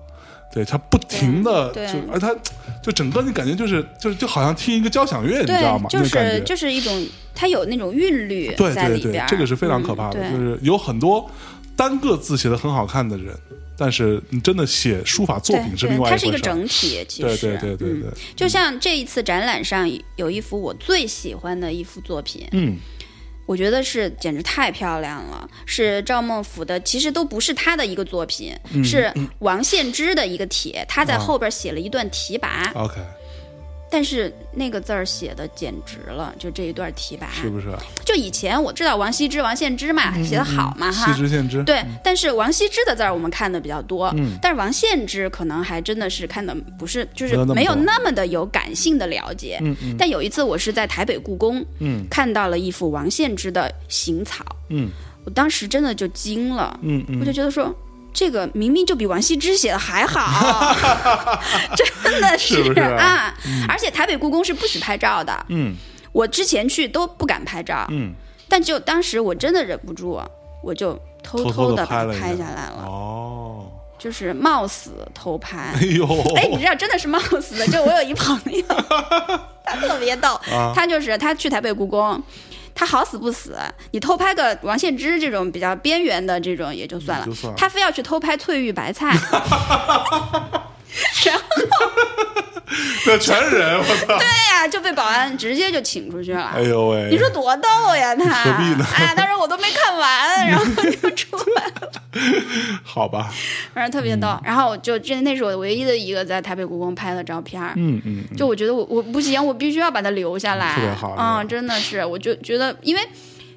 Speaker 2: 对他不停的
Speaker 1: 对
Speaker 2: 就
Speaker 1: 对，
Speaker 2: 而他就整个你感觉就是就是就好像听一个交响乐，你
Speaker 1: 对，
Speaker 2: 知道吗？
Speaker 1: 就
Speaker 2: 那感
Speaker 1: 是
Speaker 2: 觉
Speaker 1: 就是一种，它有那种韵律
Speaker 2: 对
Speaker 1: 在
Speaker 2: 对
Speaker 1: 里边
Speaker 2: 对
Speaker 1: 儿，，
Speaker 2: 这个是非常可怕的，
Speaker 1: 嗯
Speaker 2: 就
Speaker 1: 对
Speaker 2: 是有很多单个字写的很好看的人，但是你真的写书法作品是
Speaker 1: 对
Speaker 2: 另
Speaker 1: 对
Speaker 2: 外
Speaker 1: 它
Speaker 2: 回
Speaker 1: 是一个
Speaker 2: 事儿。
Speaker 1: 整体，其
Speaker 2: 对
Speaker 1: 实
Speaker 2: 对对对
Speaker 1: 嗯
Speaker 2: 对，
Speaker 1: 就像这一次展览上有一幅我最喜欢的一幅作品，
Speaker 2: 嗯，
Speaker 1: 我觉得是简直太漂亮了，是赵孟俯的，其实都不是他的一个作品，
Speaker 2: 嗯
Speaker 1: 是王献之的一个帖，他
Speaker 2: 啊
Speaker 1: 在后边写了一段题跋，
Speaker 2: OK，
Speaker 1: 但是那个字儿写的简直了，就这一段题跋，
Speaker 2: 是啊嗯不是？
Speaker 1: 就以前我知道王羲之、王献之嘛，写的好嘛哈，
Speaker 2: 细枝限枝，
Speaker 1: 啊对，但是王羲之的字儿我们看的比较多，
Speaker 2: 嗯
Speaker 1: 但是王献之可能还真的是看的不是，就是
Speaker 2: 没
Speaker 1: 没
Speaker 2: 有那么多
Speaker 1: 有那么的有感性的了解。但有一次我是在台北故宫，
Speaker 2: 嗯
Speaker 1: 看到了一幅王献之的《行草》，
Speaker 2: 嗯
Speaker 1: 我当时真的就惊了，
Speaker 2: 嗯嗯，
Speaker 1: 我就觉得说。这个明明就比王羲之写的
Speaker 2: (laughs)
Speaker 1: 还好， (laughs) 真的
Speaker 2: 是不是嗯
Speaker 1: 啊！而且台北故宫是不许拍照的，
Speaker 3: 嗯
Speaker 1: 我之前去都不敢拍照，
Speaker 3: 嗯，
Speaker 1: 但就当时我真的忍不住，我就偷
Speaker 2: 偷偷
Speaker 1: 的
Speaker 2: 地
Speaker 1: 把
Speaker 2: 拍
Speaker 1: 它
Speaker 2: 了一
Speaker 1: 拍
Speaker 2: 下
Speaker 1: 下来了，
Speaker 2: 哦，
Speaker 1: 就是冒死偷拍。
Speaker 2: 哎呦，
Speaker 1: 哎，你知道真的是冒
Speaker 2: (laughs)
Speaker 1: 死的，就我有一朋友，他特别逗，
Speaker 2: 啊
Speaker 1: 他就是他去台北故宫。他好死不死，你偷拍个王献之这种比较边缘的这种也就算了，
Speaker 2: 也就算了
Speaker 1: 他非要去偷拍翠玉白
Speaker 2: (laughs)
Speaker 1: 菜，然后
Speaker 2: 这全是人，我操！
Speaker 1: (laughs) 对呀、就被保安直接就请出去了。
Speaker 2: 哎呦喂，
Speaker 1: 你说多逗呀他！
Speaker 2: 何必呢
Speaker 1: 哎，当时我都没
Speaker 2: (laughs)
Speaker 1: 看完，然后就出来了，
Speaker 2: 好
Speaker 1: (laughs)
Speaker 2: 吧？
Speaker 1: 反正特别逗。
Speaker 2: 嗯
Speaker 1: 然后我就这那是我唯一的一个在台北故宫拍的照片儿。
Speaker 3: 嗯嗯，
Speaker 1: 就我觉得我我不行，我必须要把它留下来。
Speaker 2: 特别好
Speaker 1: 嗯，真的是，我就觉得，因为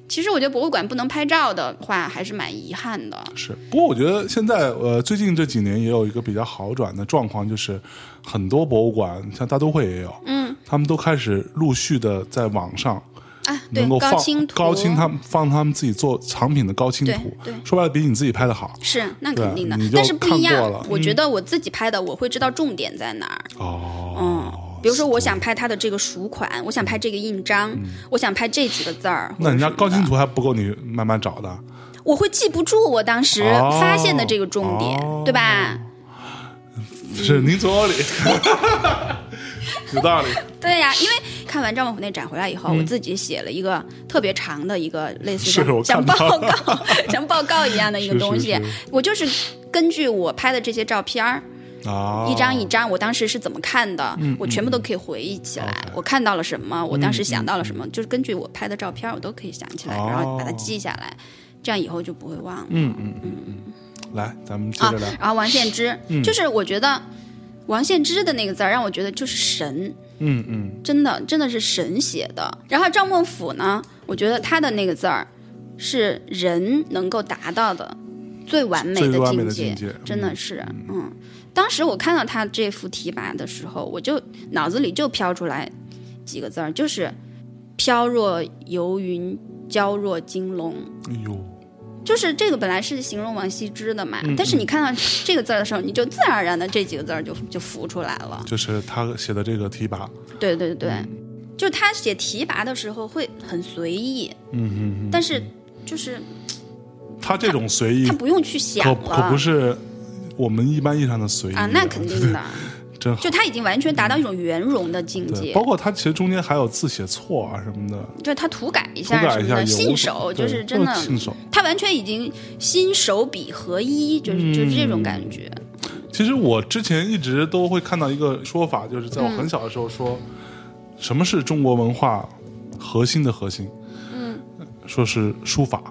Speaker 1: 其实我觉得博物馆不能拍照的话，还是蛮遗憾的。
Speaker 2: 是，不过我觉得现在呃，最近这几年也有一个比较好转的状况，就是很多博物馆，像大都会也有，嗯，他们都开始陆续的在网上
Speaker 1: 啊，对
Speaker 2: 能，够放
Speaker 1: 高清图，
Speaker 2: 高清他们放他们自己做藏品的高清
Speaker 1: 对
Speaker 2: 图
Speaker 1: 对，
Speaker 2: 说白了比你自己拍的好
Speaker 1: 是那肯定的
Speaker 2: 对你，就
Speaker 1: 但是不一
Speaker 2: 看
Speaker 1: 样
Speaker 2: 过了。嗯
Speaker 1: 我觉得我自己拍的，我会知道重点在哪儿。
Speaker 2: 哦。
Speaker 1: 比如说，我想拍它的这个署款，我想拍这个印章，我想拍这几个字儿。
Speaker 2: 嗯那人家
Speaker 1: 或者
Speaker 2: 高
Speaker 1: 什么的
Speaker 2: 清图还不够你慢慢找的，
Speaker 1: 我会记不住我当时
Speaker 2: 哦
Speaker 1: 发现的这个重点，
Speaker 2: 哦
Speaker 1: 对吧？嗯
Speaker 2: 是您总
Speaker 1: (laughs)
Speaker 2: 有理，有道理。
Speaker 1: 对呀、因为看完张幕府那展回来以后，我自己写了一个特别长的一个类似
Speaker 2: 嗯是我
Speaker 1: 像像
Speaker 2: 看
Speaker 1: 报
Speaker 2: 到了
Speaker 1: 告、 (laughs) 像报告一样的一
Speaker 2: 是
Speaker 1: 个
Speaker 2: 是
Speaker 1: 东西。
Speaker 2: 是
Speaker 1: 我就是根据我拍的这些照片儿，
Speaker 2: 啊，
Speaker 1: (laughs) 一张一张，我当时是怎么看的，
Speaker 2: 嗯
Speaker 1: 我全部都可以回忆起来。我看到了什么，我当时想到了什么，就是根据我拍的照片儿，我都可以想起来，
Speaker 2: 嗯哦嗯
Speaker 1: 然后把它记下来，这样以后就不会忘了。
Speaker 2: 来，咱们接
Speaker 1: 啊
Speaker 2: 着聊。，
Speaker 1: 然后王献之，
Speaker 2: 嗯
Speaker 1: 就是我觉得王献之的那个字儿让我觉得就是神，
Speaker 3: 嗯嗯，
Speaker 1: 真的真的是神写的。然后赵孟俯呢，我觉得他的那个字儿是人能够达到的最完美
Speaker 2: 最
Speaker 1: 的
Speaker 2: 完美
Speaker 1: 境
Speaker 2: 的
Speaker 1: 界，
Speaker 2: 境界
Speaker 1: 真的是嗯当时我看到他这副题跋的时候，我就脑子里就飘出来几个字儿，就是“飘若游云，娇若惊龙”。
Speaker 2: 哎呦，
Speaker 1: 就是这个本来是形容王羲之的嘛，
Speaker 2: 嗯
Speaker 1: 但是你看到这个字儿的时候，你就自然而然的这几个字儿就就浮出来了。
Speaker 2: 就是他写的这个提拔，
Speaker 1: 对对对，就是他写提拔的时候会很随意，
Speaker 3: 嗯嗯
Speaker 1: 但是就是
Speaker 2: 他这种随意
Speaker 1: 他不用去想
Speaker 2: 可
Speaker 1: 了，
Speaker 2: 可不是我们一般意义上的随意
Speaker 1: 啊，那肯定的，
Speaker 2: 真好。
Speaker 1: 就他已经完全达到一种圆融的境
Speaker 2: 对，
Speaker 1: 界
Speaker 2: 包。括他其实中间还有字写错啊什么的，
Speaker 1: 对他涂改一
Speaker 2: 涂
Speaker 1: 下
Speaker 2: 改一
Speaker 1: 什么
Speaker 2: 下
Speaker 1: 的，
Speaker 2: 也
Speaker 1: 信
Speaker 2: 无所
Speaker 1: 手
Speaker 2: 对
Speaker 1: 就是真的
Speaker 2: 都，是信手。
Speaker 1: 他完全已经心手笔合一，就是就是
Speaker 2: 嗯
Speaker 1: 这种感觉。
Speaker 2: 其实我之前一直都会看到一个说法，就是在我很小的时候说，什么是中国文化核心的核心？嗯，说是书法。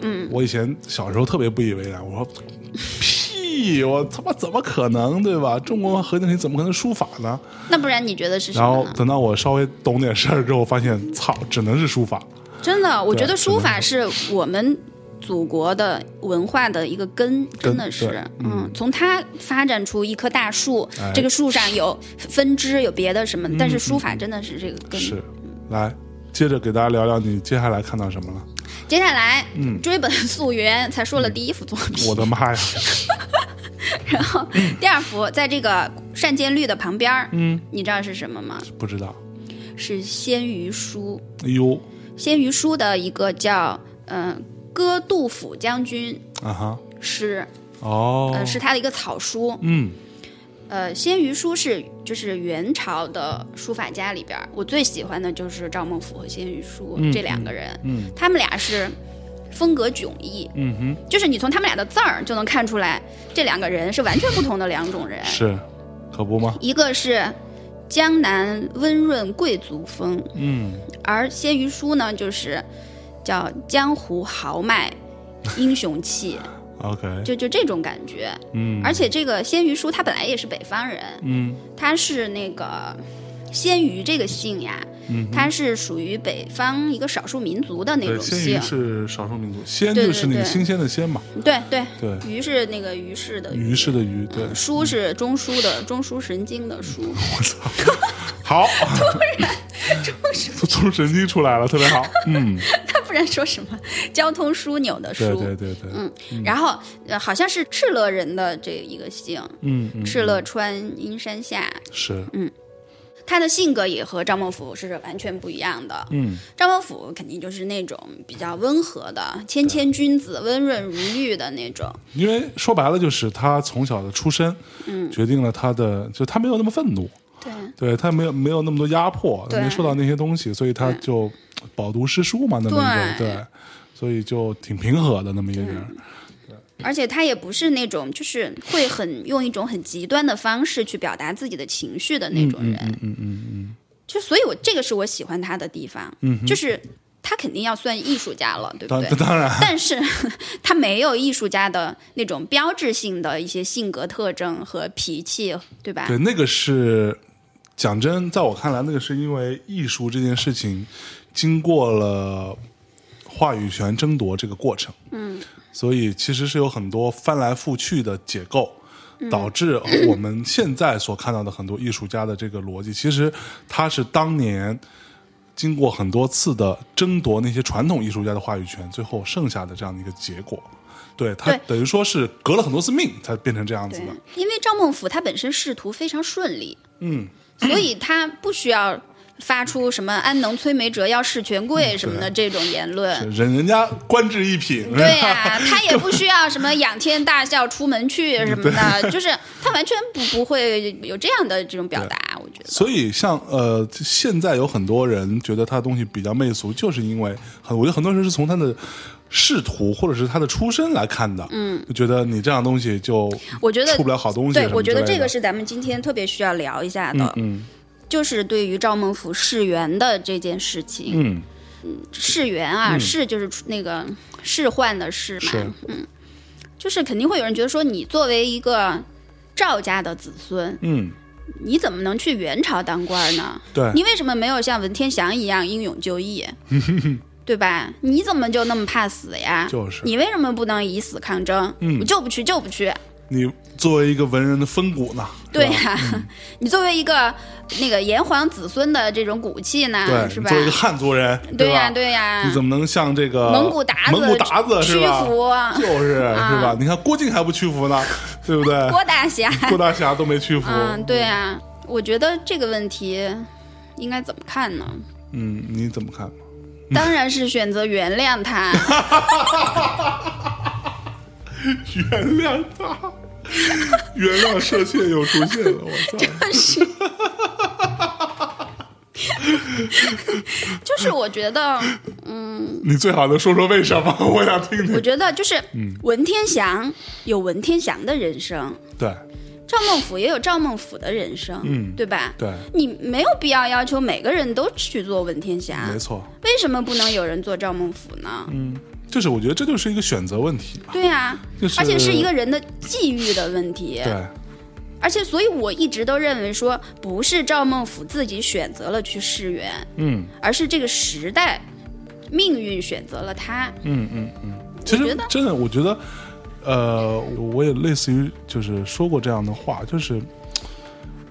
Speaker 2: 嗯，我以前小时候特别不以为然，我说屁，我他妈怎么可能对吧？中国文化核心的核心怎么可能是书法呢？
Speaker 1: 那不然你觉得是什
Speaker 2: 然
Speaker 1: 么
Speaker 2: 后
Speaker 1: 呢？
Speaker 2: 等到我稍微懂点事儿之后，发现操，只能是书法。
Speaker 1: 真的，我
Speaker 2: 对
Speaker 1: 觉得
Speaker 2: 只能
Speaker 1: 书法是我们祖国的文化的一个根，真的是
Speaker 2: 对，
Speaker 1: 嗯，从它发展出一棵大树
Speaker 2: 哎，嗯
Speaker 1: 这个树上有分支，有别的什么，但是书法真的是这个根。
Speaker 2: 是，来接着给大家聊聊你接下来看到什么了。
Speaker 1: 接下来，追本溯源，才说了第一幅作品，
Speaker 2: 嗯我的妈呀！
Speaker 1: 第二幅在这个单间绿的旁边儿，
Speaker 2: 嗯
Speaker 1: 你知道是什么吗？
Speaker 2: 不知道。
Speaker 1: 是鲜于书，
Speaker 2: 哎呦
Speaker 1: 鲜于书的一个叫嗯歌杜甫将军
Speaker 2: 啊哈
Speaker 1: 诗，
Speaker 2: 哦，
Speaker 1: 呃，是他的一个草书，
Speaker 2: 嗯
Speaker 1: 呃，鲜于书是就是元朝的书法家里边儿，我最喜欢的就是赵孟俯和鲜于书、这两个人，
Speaker 3: 嗯
Speaker 1: 他们俩是风格迥异，
Speaker 3: 嗯哼，
Speaker 1: 就是你从他们俩的字儿就能看出来，这两个人是完全不同的两种人，
Speaker 2: 是，可不吗？
Speaker 1: 一个是江南温润贵族风，
Speaker 3: 嗯
Speaker 1: 而鲜于书呢就是叫江湖豪迈、英雄气， (laughs)
Speaker 2: OK，
Speaker 1: 就就这种感觉。
Speaker 3: 嗯
Speaker 1: 而且这个鲜于书他本来也是北方人，
Speaker 3: 嗯
Speaker 1: 他是那个鲜鱼这个姓呀，他是属于北方一个少数民族的那
Speaker 2: 嗯对，
Speaker 1: 种
Speaker 2: 鲜
Speaker 1: 姓
Speaker 2: 鱼，是少数民族，鲜
Speaker 1: 对
Speaker 2: 就
Speaker 1: 对
Speaker 2: 是那个
Speaker 1: 对
Speaker 2: 新鲜的鲜嘛，
Speaker 1: 对对，
Speaker 2: 对，
Speaker 1: 鱼是那个鱼氏的
Speaker 2: 鱼是的鱼，
Speaker 1: (laughs)
Speaker 2: 对，
Speaker 1: 书是中枢的中枢神经的枢，
Speaker 2: (laughs)
Speaker 1: (laughs)
Speaker 2: 好，突然从神经出来了，特别好，嗯，
Speaker 1: (laughs) 他不然人说什么交通枢纽的书，
Speaker 2: 对对对对，
Speaker 1: 嗯，然后、呃、好像是敕勒人的这一个姓，
Speaker 3: 嗯嗯，
Speaker 1: 敕勒川阴山下，
Speaker 2: 是
Speaker 1: 嗯他的性格也和张孟甫是完全不一样的。
Speaker 3: 嗯，
Speaker 1: 张孟甫肯定就是那种比较温和的谦谦君子、温润如玉的那种。
Speaker 2: 因为说白了就是他从小的出身，嗯，决定了他的，就他没有那么愤怒，
Speaker 1: 对，
Speaker 2: 对他没有没有那么多压迫，
Speaker 1: 对
Speaker 2: 没受到那些东西，所以他就饱读诗书嘛，那么一个
Speaker 1: 对
Speaker 2: 对，所以就挺平和的那么一个人，
Speaker 1: 而且他也不是那种就是会很用一种很极端的方式去表达自己的情绪的那种人。嗯嗯嗯嗯就所以我，这个是我喜欢他的地方。嗯，就是他肯定要算艺术家了，对不
Speaker 2: 当
Speaker 1: 对？
Speaker 2: 当然
Speaker 1: 但是他没有艺术家的那种标志性的一些性格特征和脾气，对吧？
Speaker 2: 对，那个是讲真，在我看来，那个是因为艺术这件事情经过了话语权争夺这个过程，嗯，所以其实是有很多翻来覆去的解构。
Speaker 1: 嗯
Speaker 2: 导致呃我们现在所看到的很多艺术家的这个逻辑，其实他是当年经过很多次的争夺那些传统艺术家的话语权，最后剩下的这样的一个结果。对他
Speaker 1: 对
Speaker 2: 等于说是革了很多次命才变成这样子
Speaker 1: 对
Speaker 2: 的。，
Speaker 1: 因为赵孟俯他本身仕途非常顺利，
Speaker 2: 嗯，
Speaker 1: 所以他不需要发出什么“安能摧眉折腰事权贵”什么的这种言论。
Speaker 2: 人人家官至一品， (laughs)
Speaker 1: 对呀、他也不需要什么仰天大笑出门去什么的，就是他完全不不会有这样的这种表达，我觉得。
Speaker 2: 所以像呃，现在有很多人觉得他的东西比较媚俗，就是因为很，我觉得很多人是从他的仕途或者是他的出身来看的，嗯，就觉得你这样东西就
Speaker 1: 我觉得
Speaker 2: 出不了好东西什么，之
Speaker 1: 对
Speaker 2: 类的，
Speaker 1: 我觉得这个是咱们今天特别需要聊一下的，
Speaker 3: 嗯
Speaker 1: 就是对于赵孟俯世元的这件事情。
Speaker 3: 嗯，
Speaker 1: 世元啊，世就是出那个世宦的世嘛，
Speaker 2: 嗯是
Speaker 1: 嗯，就是肯定会有人觉得说，你作为一个赵家的子孙，
Speaker 3: 嗯，
Speaker 1: 你怎么能去元朝当官呢？
Speaker 2: 对
Speaker 1: 你为什么没有像文天祥一样英勇就
Speaker 2: (laughs)
Speaker 1: 义？对吧？你怎么就那么怕死呀？
Speaker 2: 就是嗯
Speaker 1: 你为什么不能以死抗争？我就不去，就不去。
Speaker 2: 你作为一个文人的风骨呢，
Speaker 1: (laughs) 对
Speaker 2: 是吧
Speaker 1: 呀、 (laughs) 你作为一个那个炎黄子孙的这种骨气呢，
Speaker 2: 对，
Speaker 1: 啊是
Speaker 2: 你
Speaker 1: 吧
Speaker 2: 作？为一个汉族人，
Speaker 1: 对
Speaker 2: 吧
Speaker 1: 呀、对呀、
Speaker 2: 你怎么能像这个
Speaker 1: 蒙古鞑子
Speaker 2: 蒙古鞑子是
Speaker 1: 屈
Speaker 2: 吧？ (laughs)
Speaker 1: 服，啊
Speaker 2: 就是是吧？你看郭靖还不屈服呢，对不对？
Speaker 1: 郭大侠。
Speaker 2: (laughs) 郭大侠都没屈服，
Speaker 1: 嗯，对啊，我觉得这个问题应该怎么看呢？
Speaker 2: 嗯，你怎么看？
Speaker 1: 当然是选择原
Speaker 2: (laughs)
Speaker 1: 谅他。
Speaker 2: 原谅他，原谅射线又出现了，我操！
Speaker 1: 就是我觉得，
Speaker 2: 你最好能说说为什么，我想听
Speaker 1: 我
Speaker 2: 听。
Speaker 1: 觉得就是
Speaker 2: 嗯
Speaker 1: 文天祥有文天祥的人生，
Speaker 2: 对
Speaker 1: 赵孟俯也有赵孟俯的人生，
Speaker 2: 嗯
Speaker 1: 对吧？
Speaker 2: 对，
Speaker 1: 你没有必要要求每个人都去做文天祥
Speaker 2: 没，错，嗯
Speaker 1: 为什么不能有人做赵孟俯呢？
Speaker 2: 就是我觉得这就是一个选择问题吧。
Speaker 1: 对呀、
Speaker 2: 就是
Speaker 1: 而且是一个人的际遇的问题。
Speaker 2: 对，
Speaker 1: 而且，所以我一直都认为说，不是赵孟俯自己选择了去世园，
Speaker 3: 嗯，
Speaker 1: 而是这个时代命运选择了他。
Speaker 2: 嗯其实
Speaker 1: 我觉得
Speaker 2: 真的，我觉得，呃，我也类似于就是说过这样的话，就是。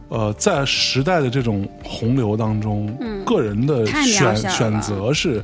Speaker 2: 呃，在时代的这种洪流当中，个人的
Speaker 1: 嗯太渺
Speaker 2: 选
Speaker 1: 小了
Speaker 2: 选择是，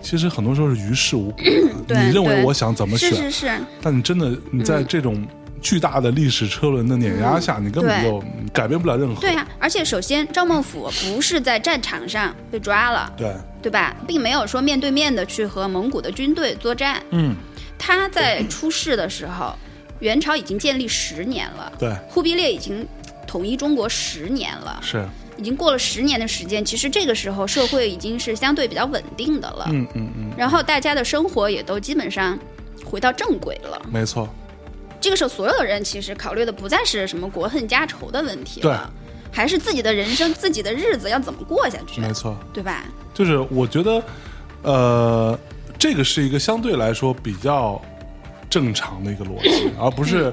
Speaker 2: 其实很多时候是于事无补的。
Speaker 1: 嗯对
Speaker 2: 你认为
Speaker 1: 对
Speaker 2: 我想怎么选
Speaker 1: 是，是是，
Speaker 2: 但你真的你在这种巨大的历史车轮的碾压下，你根本
Speaker 1: 嗯对
Speaker 2: 就改变不了任何。
Speaker 1: 对呀、而且，首先赵孟俯不是在战场上被抓了，
Speaker 2: 对
Speaker 1: 对吧？并没有说面对面的去和蒙古的军队作战。嗯，他在出世的时候，
Speaker 2: 嗯
Speaker 1: 元朝已经建立十年了，
Speaker 2: 对
Speaker 1: 忽必烈已经统一中国十年了。
Speaker 2: 是，
Speaker 1: 已经过了十年的时间，其实这个时候社会已经是相对比较稳定的了，
Speaker 3: 嗯嗯嗯，
Speaker 1: 然后大家的生活也都基本上回到正轨了。
Speaker 2: 没错，
Speaker 1: 这个时候，所有人其实考虑的不再是什么国恨家仇的问题
Speaker 2: 对
Speaker 1: 了，还是自己的人生、自己的日子要怎么过下去，
Speaker 2: 没错，
Speaker 1: 对吧？
Speaker 2: 就是我觉得，呃，这个是一个相对来说比较正常的一个逻辑，而不是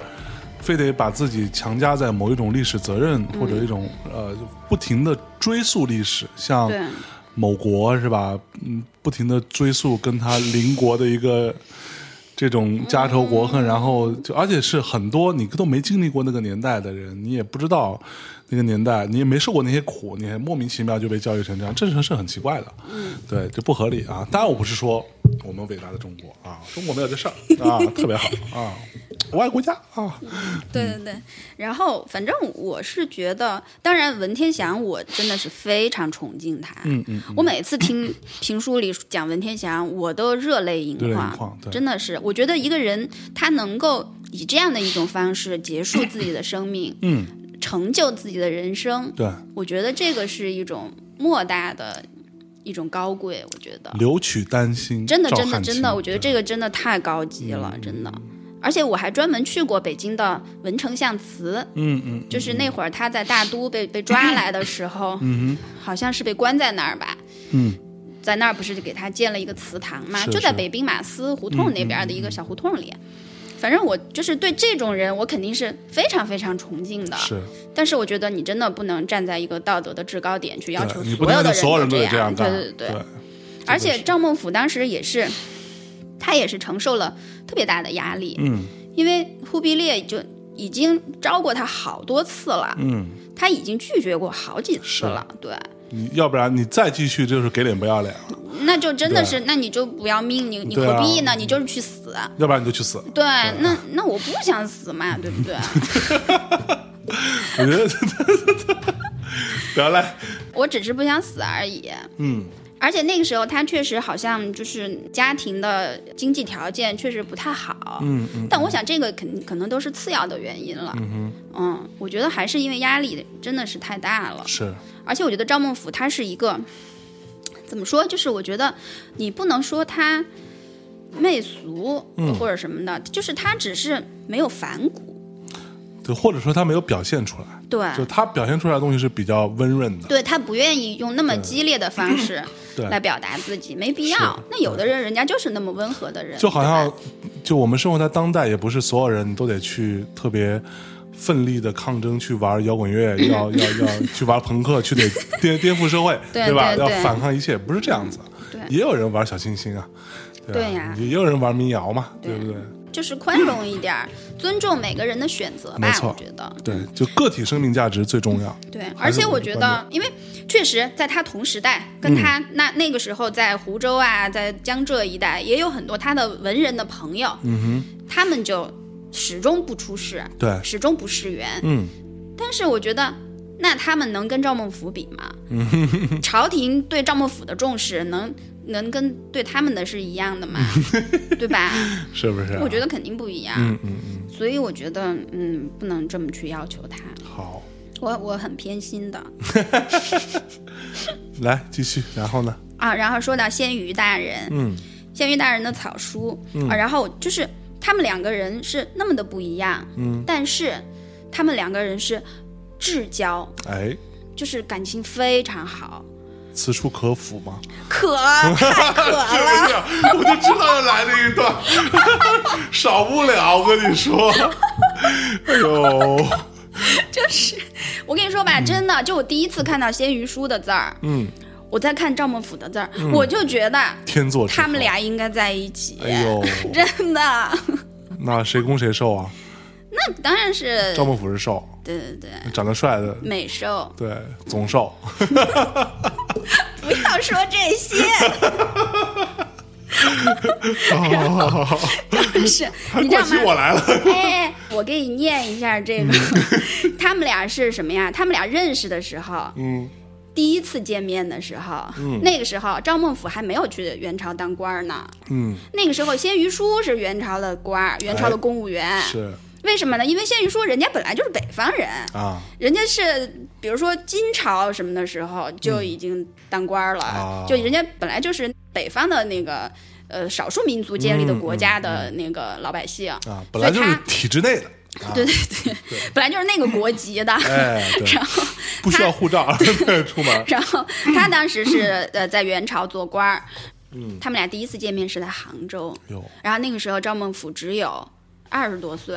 Speaker 2: 非得把自己强加在某一种历史责任或者一种呃不停的追溯历史，像
Speaker 1: 对
Speaker 2: 某国是吧？嗯，不停的追溯跟他邻国的一个这种家仇国
Speaker 1: 嗯
Speaker 2: 恨，然后就而且是很多你都没经历过那个年代的人，你也不知道那个年代，你也没受过那些苦，你还莫名其妙就被教育成这样，这是是很奇怪的，嗯，对，就不合理啊。当然，我不是说我们伟大的中国啊，中国没有这事儿
Speaker 1: (laughs)
Speaker 2: 啊，特别好啊，我爱国家啊，
Speaker 1: 对对对，然后反正我是觉得，当然文天祥我真的是非常崇敬他，
Speaker 2: 嗯嗯，
Speaker 1: 我每次听评书里讲文天祥，我都热泪盈
Speaker 2: 热泪盈
Speaker 1: 眶
Speaker 2: 眶，对
Speaker 1: 真的是，我觉得一个人他能够以这样的一种方式结束自己的生命， (clears throat)
Speaker 2: 嗯，
Speaker 1: 成就自己的人生，
Speaker 2: 对，
Speaker 1: 我觉得这个是一种莫大的一种高贵，我觉得
Speaker 2: 留取丹心，
Speaker 1: 真的
Speaker 2: 照
Speaker 1: 真的
Speaker 2: 汗
Speaker 1: 真
Speaker 2: 青
Speaker 1: 的，我觉得这个真的太高级了，真
Speaker 2: 嗯
Speaker 1: 的。而且我还专门去过北京的文丞相祠，
Speaker 2: 嗯嗯，
Speaker 1: 就是那会儿他在大都被被抓来的时候，
Speaker 2: 嗯
Speaker 1: 好像是被关在那儿吧。
Speaker 2: 嗯，
Speaker 1: 在那儿不是给他建了一个祠堂嘛，
Speaker 2: 是
Speaker 1: 就在
Speaker 2: 是嗯
Speaker 1: 北兵马司胡同那边的一个小胡同里。反正我就是对这种人，我肯定是非常非常崇敬的。
Speaker 2: 是
Speaker 1: 但是我觉得你真的不能站在一个道德的制高点去要求
Speaker 2: 对你不能
Speaker 1: 有
Speaker 2: 让
Speaker 1: 的
Speaker 2: 所有人
Speaker 1: 都
Speaker 2: 都得
Speaker 1: 这
Speaker 2: 样
Speaker 1: 对
Speaker 2: 干，
Speaker 1: 对
Speaker 2: 对，
Speaker 1: 而且赵孟俯当时也是，他也是承受了特别大的压力，
Speaker 2: 嗯
Speaker 1: 因为忽必烈就已经招过他好多次了，
Speaker 2: 嗯，
Speaker 1: 他已经拒绝过好几次
Speaker 2: 是
Speaker 1: 了，对，
Speaker 2: 你要不然你再继续就是给脸不要脸了，
Speaker 1: 那就真的是，那你就不要命，你你
Speaker 2: 对啊
Speaker 1: 何必呢？你就是去死，
Speaker 2: 要不然你就去死。
Speaker 1: 对，那那我不想死嘛，对不对？
Speaker 2: 我觉得不要赖，
Speaker 1: 我只是不想死而已。
Speaker 2: 嗯，
Speaker 1: 而且那个时候，他确实好像就是家庭的经济条件确实不太好，
Speaker 2: 嗯嗯，
Speaker 1: 但我想这个肯可能都是次要的原因了，嗯我觉得还是因为压力真的是太大了，
Speaker 2: 是
Speaker 1: 而且我觉得赵孟俯他是一个怎么说，就是我觉得你不能说他媚俗
Speaker 2: 嗯
Speaker 1: 或者什么的，就是他只是没有反骨，
Speaker 2: 对，或者说他没有表现出来，
Speaker 1: 对
Speaker 2: 就他表现出来的东西是比较温润的，
Speaker 1: 对他不愿意用那么激烈的方式
Speaker 2: (clears throat) 对
Speaker 1: 来表达自己，没必要。那有的人人家就是那么温和的人，
Speaker 2: 就好
Speaker 1: 对
Speaker 2: 像
Speaker 1: 吧
Speaker 2: 就我们生活在当代，也不是所有人都得去特别。奋力的抗争去玩摇滚
Speaker 1: (laughs)
Speaker 2: 乐，要要要去玩朋克，去得颠颠覆社会，
Speaker 1: 对
Speaker 2: 吧？
Speaker 1: 对对
Speaker 2: 要反抗一切，不是这样子。
Speaker 1: 对
Speaker 2: 也有人玩小清新啊，吧
Speaker 1: 对呀
Speaker 2: 也有人玩民谣嘛，对
Speaker 1: 对
Speaker 2: 不对？
Speaker 1: 就是宽容一点儿，尊重每个人的选择吧
Speaker 2: 没，错
Speaker 1: 我觉得。
Speaker 2: 对，就个体生命价值最重要。
Speaker 1: 对，
Speaker 2: 还
Speaker 1: 而
Speaker 2: 是
Speaker 1: 且
Speaker 2: 我
Speaker 1: 我
Speaker 2: 的
Speaker 1: 觉
Speaker 2: 观嗯
Speaker 1: 得，因为确实在他同时代，跟他、那那个时候在湖州啊，在江浙一带，也有很多他的文人的朋友，
Speaker 2: 嗯
Speaker 1: 他们就始终不出世，
Speaker 2: 哼，对，
Speaker 1: 始终不世缘。
Speaker 2: 嗯，
Speaker 1: 但是我觉得，那他们能跟赵孟俯比
Speaker 2: (laughs)
Speaker 1: 吗？朝廷对赵孟俯的重视能，能跟对他们的是一样
Speaker 2: (laughs)
Speaker 1: 的吗？对吧？
Speaker 2: 是不是啊？
Speaker 1: 我觉得肯定不一样。
Speaker 2: 嗯嗯嗯，
Speaker 1: 所以我觉得，嗯，不能这么去要求他。
Speaker 2: 好，
Speaker 1: 我我很偏
Speaker 2: (laughs)
Speaker 1: 心的。
Speaker 2: 来继续，然后呢？
Speaker 1: 啊，然后说到鲜鱼大人，
Speaker 2: 嗯，
Speaker 1: 鲜鱼大人的草书、啊，然后就是他们两个人是那么的不一样，嗯，但是他们两个人是至交，
Speaker 2: 哎，
Speaker 1: 就是感情非常好，
Speaker 2: 此处可辅吗？
Speaker 1: 可
Speaker 2: (laughs)
Speaker 1: 太可了，
Speaker 2: 哎我就知道要来这一段， (laughs) 少不了。我跟你说，哎呦，
Speaker 1: 就是我跟你说吧，真的，就我第一次看到鲜鱼书的字儿，
Speaker 2: 嗯，
Speaker 1: 我在看赵孟俯的字儿，我就觉得
Speaker 2: 天作之合
Speaker 1: 他们，俩应该在一起，
Speaker 2: 哎呦，
Speaker 1: 真的， (laughs)
Speaker 2: 那谁攻谁受啊？
Speaker 1: 那当然是
Speaker 2: 赵，孟俯是受，
Speaker 1: 对对对，
Speaker 2: 长得帅的，
Speaker 1: 美瘦，
Speaker 2: 对，总受。
Speaker 1: 不要说
Speaker 2: (laughs)
Speaker 1: 这些。 (laughs) 是，你知
Speaker 2: (laughs) 过
Speaker 1: 道
Speaker 2: 起
Speaker 1: 吗？
Speaker 2: 我来了，
Speaker 1: (laughs) 哎，哎我给你念一下这个， (laughs) 他们俩是什么呀？他们俩认识的时候，
Speaker 2: 嗯，
Speaker 1: 第一次见面的时候，那个时候赵孟俯还没有去元朝当官儿呢。
Speaker 2: 嗯，
Speaker 1: 那个时候，鲜于书是元朝的官儿，元朝的公务员。
Speaker 2: 哎是
Speaker 1: 为什么呢？因为鲜于书人家本来就是北方人，
Speaker 2: 啊，
Speaker 1: 人家是比如说金朝什么的时候就已经当官儿了，
Speaker 2: 啊
Speaker 1: 就人家本来就是北方的那个呃少数民族建立
Speaker 2: 嗯
Speaker 1: 的国家的那个老百姓，
Speaker 2: 啊，本来就
Speaker 1: 所以
Speaker 2: 是
Speaker 1: 他
Speaker 2: 体制内的，啊
Speaker 1: 对对对，本来就是那个国籍的。
Speaker 2: 哎，对，
Speaker 1: (laughs) 然后，
Speaker 2: 不需要护照 (laughs) 对出门。
Speaker 1: 然后他当时是呃在元朝做官儿，嗯，他们俩第一次见面是在杭州，
Speaker 2: 哟，
Speaker 1: 然后那个时候赵孟俯只有二十多
Speaker 2: 哦
Speaker 1: 岁，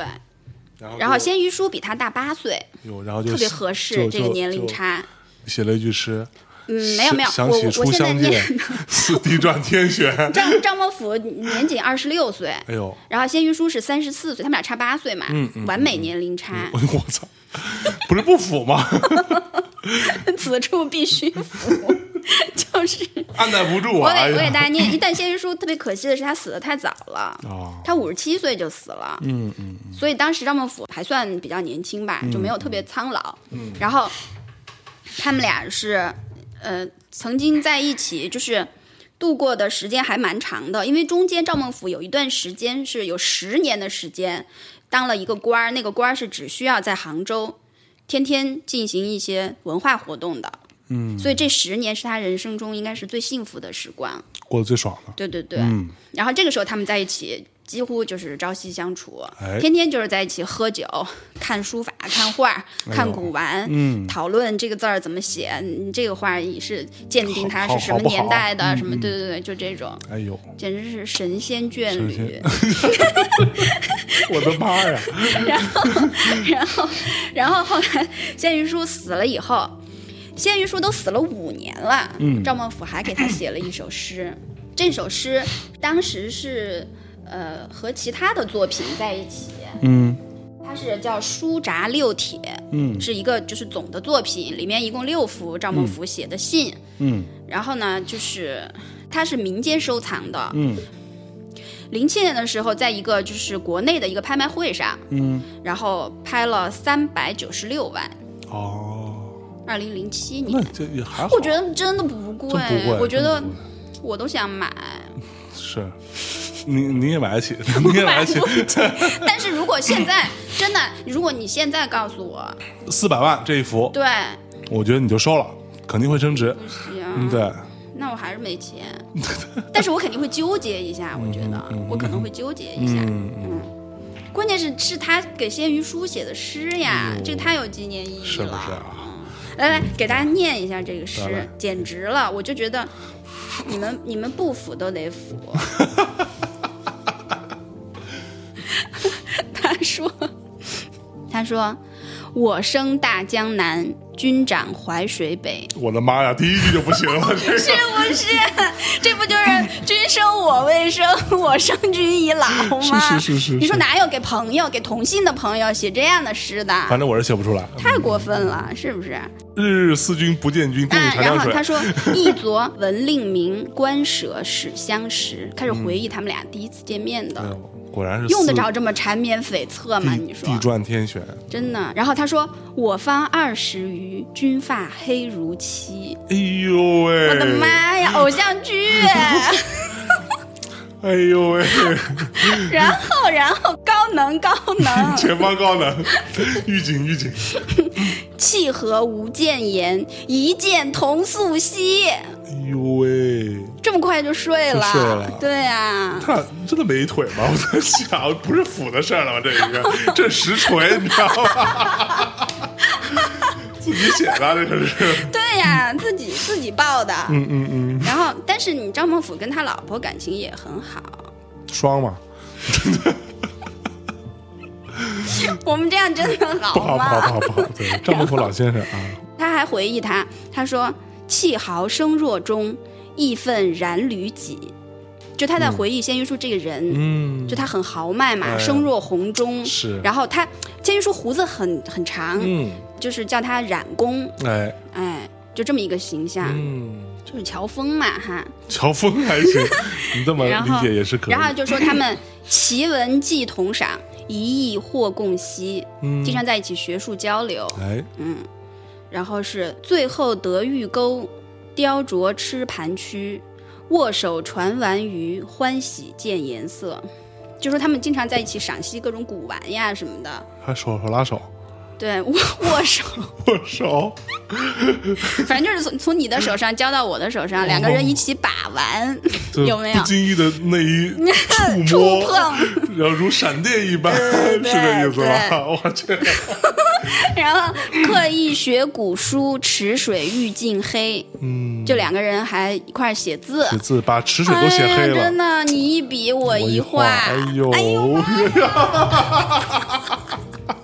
Speaker 2: 然后
Speaker 1: (laughs) 然后
Speaker 2: 就
Speaker 1: 鲜于书比他大八岁，
Speaker 2: 有，然后就
Speaker 1: 特别合适
Speaker 2: 就
Speaker 1: 这个
Speaker 2: 就
Speaker 1: 年龄
Speaker 2: 就
Speaker 1: 差。
Speaker 2: 写了一句诗，
Speaker 1: 嗯，没有没有，
Speaker 2: 想
Speaker 1: 我
Speaker 2: 起
Speaker 1: 我我
Speaker 2: 初
Speaker 1: 现在
Speaker 2: 相
Speaker 1: 念
Speaker 2: 见， (laughs) 似地转天
Speaker 1: (laughs)
Speaker 2: 旋。
Speaker 1: 张张伯甫年仅二十六岁，
Speaker 2: 哎呦，嗯
Speaker 1: 然后鲜于书是三十四岁，他们俩差八岁嘛，完美年龄差，
Speaker 2: 我我操，不是不腐吗？
Speaker 1: (laughs) 此处必须服，就 (laughs) 就是
Speaker 2: (laughs) 按耐不住
Speaker 1: (laughs) 我
Speaker 2: 啊！哎
Speaker 1: 给
Speaker 2: 呀
Speaker 1: 我给大家念，一但先师叔特别可惜的是，他死的太早了，
Speaker 2: 啊，
Speaker 1: 他五十七岁就死了。哦嗯嗯，所以当时张孟甫还算比较年轻吧，就没有特别苍老。嗯，然后他们俩是呃曾经在一起，就是度过的时间还蛮长的，因为中间赵孟俯有一段时间是有十年的时间当了一个官儿，那个官儿是只需要在杭州天天进行一些文化活动的。嗯，所以这十年是他人生中应该是最幸福的时光。
Speaker 2: 过得最爽的。
Speaker 1: 对对对，
Speaker 2: 嗯
Speaker 1: 然后这个时候他们在一起，几乎就是朝夕相处，
Speaker 2: 哎
Speaker 1: 天天就是在一起喝酒、 (laughs) 看书法、看画、
Speaker 2: 哎
Speaker 1: 看古玩，嗯，讨论这个字儿怎么写，你这个画是鉴定它
Speaker 2: 好
Speaker 1: 是
Speaker 2: 好好
Speaker 1: 什
Speaker 2: 嗯
Speaker 1: 么
Speaker 2: 不
Speaker 1: 年
Speaker 2: 好
Speaker 1: 代的，什么对对对，就这种，
Speaker 2: 哎呦，
Speaker 1: 简直是神仙眷
Speaker 2: 神
Speaker 1: 侣
Speaker 2: 仙。 (laughs) 我的妈
Speaker 1: (laughs)
Speaker 2: 呀！
Speaker 1: 然后，然后后来鲜鱼叔死了以后，鲜鱼叔都死了五年了，赵孟俯还给他写了一首诗，这首诗当时是呃和其他的作品在一起，
Speaker 2: 嗯
Speaker 1: 它是叫《书札六帖》，
Speaker 2: 嗯
Speaker 1: 是一个就是总的作品，里面一共六幅赵孟俯写的信，
Speaker 2: 嗯
Speaker 1: 然后呢就是它是民间收藏的，
Speaker 2: 嗯
Speaker 1: 零七年的时候，在一个就是国内的一个拍卖会上，
Speaker 2: 嗯，
Speaker 1: 然后拍了三百九十六万。
Speaker 2: 哦，
Speaker 1: 二零零七
Speaker 2: 那
Speaker 1: 年，
Speaker 2: 这也还好，
Speaker 1: 我觉得真的不贵，
Speaker 2: 真不贵，
Speaker 1: 我觉得
Speaker 2: 真不贵
Speaker 1: 我都想买，
Speaker 2: 是。你你也买得起， (laughs) 你也买得起，
Speaker 1: 但是如果现在真的，如果你现在告诉我，
Speaker 2: 四百万这一幅，
Speaker 1: 对，哎
Speaker 2: 我觉得你就收了，肯定会升值。
Speaker 1: 不
Speaker 2: 嗯，
Speaker 1: 行，
Speaker 2: 对，
Speaker 1: 那我还是没钱，但是我肯定会纠结一下，我觉得我可能会纠结一下，
Speaker 2: 嗯
Speaker 1: 嗯。关键是是他给鲜鱼叔写的诗呀，
Speaker 2: 哎呦
Speaker 1: 这个太有纪念意义了。
Speaker 2: 是不是啊
Speaker 1: 嗯来来，给大家念一下这个
Speaker 2: 来来
Speaker 1: 诗，简直了！我就觉得你们你们不服都
Speaker 2: (laughs)
Speaker 1: 得服。他说：“他说，我生大江南，君长淮水北，
Speaker 2: 我的妈呀，第一句就不行了，这
Speaker 1: 是啊不是？这不就是君生我未生，我生君已老吗？
Speaker 2: 是是是是
Speaker 1: 你说
Speaker 2: 是
Speaker 1: 哪有给朋友、给同性的朋友写这样的诗的？
Speaker 2: 反正我是写不出来。
Speaker 1: 太过分了，是不是？
Speaker 2: 日日思君不见君，共饮
Speaker 1: 啊，
Speaker 2: 长
Speaker 1: 然
Speaker 2: 江
Speaker 1: 后
Speaker 2: 水
Speaker 1: 他。
Speaker 2: (laughs)
Speaker 1: 说：“一昨闻令名，官舍始相识。”开始回忆他们俩第一次见面的，
Speaker 2: 哎呦果然是
Speaker 1: 用得
Speaker 2: 四
Speaker 1: 着这么缠绵悱恻吗？
Speaker 2: 地
Speaker 1: 你说
Speaker 2: 地转天旋。
Speaker 1: 真的。然后他说：“我方二十余，君发黑如漆。
Speaker 2: 哎呦喂！
Speaker 1: 我的！妈呀，偶像剧！啊
Speaker 2: 哎呦
Speaker 1: (laughs)
Speaker 2: 喂！
Speaker 1: 然后，然后高能高
Speaker 2: (laughs)
Speaker 1: 能，
Speaker 2: 前方高能，预警预警！
Speaker 1: 契合无间言，一见同宿兮。
Speaker 2: 哎呦喂！
Speaker 1: 这么快就睡了？
Speaker 2: 就睡了
Speaker 1: 对啊，
Speaker 2: 他俩真的没腿吗？我在想，不是斧的事儿了吗？这一个，这是实锤，你知道吗？ (laughs) 自己写的，这可是。
Speaker 1: 对呀、自己自己报的。
Speaker 2: 嗯嗯嗯，
Speaker 1: 然后，但是你张孟俯跟他老婆感情也很好。 (laughs)
Speaker 2: 双嘛，
Speaker 1: 我们这样真的
Speaker 2: 不好不
Speaker 1: 好
Speaker 2: 好不
Speaker 1: 吗？
Speaker 2: 好不好。对，张伯虎老先生啊，
Speaker 1: 他还回忆他，他说：“气豪声若钟，义愤然履己。”就他在回忆鲜于叔这个人，
Speaker 2: 嗯，
Speaker 1: 就他很豪迈嘛，
Speaker 2: 哎
Speaker 1: 声若洪钟。
Speaker 2: 是
Speaker 1: 然后他鲜于叔胡子很很长，
Speaker 2: 嗯，
Speaker 1: 就是叫他冉公，
Speaker 2: 哎，
Speaker 1: 哎，就这么一个形象，
Speaker 2: 嗯，
Speaker 1: 就是乔峰嘛哈。
Speaker 2: 乔峰还
Speaker 1: (laughs)
Speaker 2: 行，你这么
Speaker 1: 然
Speaker 2: 理
Speaker 1: 后
Speaker 2: 解也是可以
Speaker 1: 然。后就说他们奇文既同赏，一意或共惜，
Speaker 2: 嗯
Speaker 1: 经常在一起学术交流。
Speaker 2: 哎，
Speaker 1: 嗯，然后是最后得玉钩，雕琢吃盘曲，握手传玩鱼，欢喜见颜色。就说他们经常在一起赏析各种古玩呀什么的，
Speaker 2: 还手手拉手，
Speaker 1: 对， (laughs) 握握手，
Speaker 2: 握手，
Speaker 1: 反正就是从从你的手上交到我的手上，两个人一起把玩，
Speaker 2: (laughs) 就
Speaker 1: (laughs) 有没有
Speaker 2: 不经意的那
Speaker 1: (laughs)
Speaker 2: 一触
Speaker 1: 触
Speaker 2: 摸，
Speaker 1: 碰？
Speaker 2: 然后如闪电一般，是
Speaker 1: (laughs) 对
Speaker 2: 这意思吧？
Speaker 1: 对
Speaker 2: 我
Speaker 1: (laughs)
Speaker 2: 去，
Speaker 1: 然后刻意学古书，池水欲尽黑，
Speaker 2: 嗯，
Speaker 1: 就两个人还一块儿写字，
Speaker 2: 写字把池水都写黑
Speaker 1: 哎呀，
Speaker 2: 了
Speaker 1: 真。的，你一笔我
Speaker 2: 我
Speaker 1: 一
Speaker 2: 画，
Speaker 1: 画，
Speaker 2: 哎呦，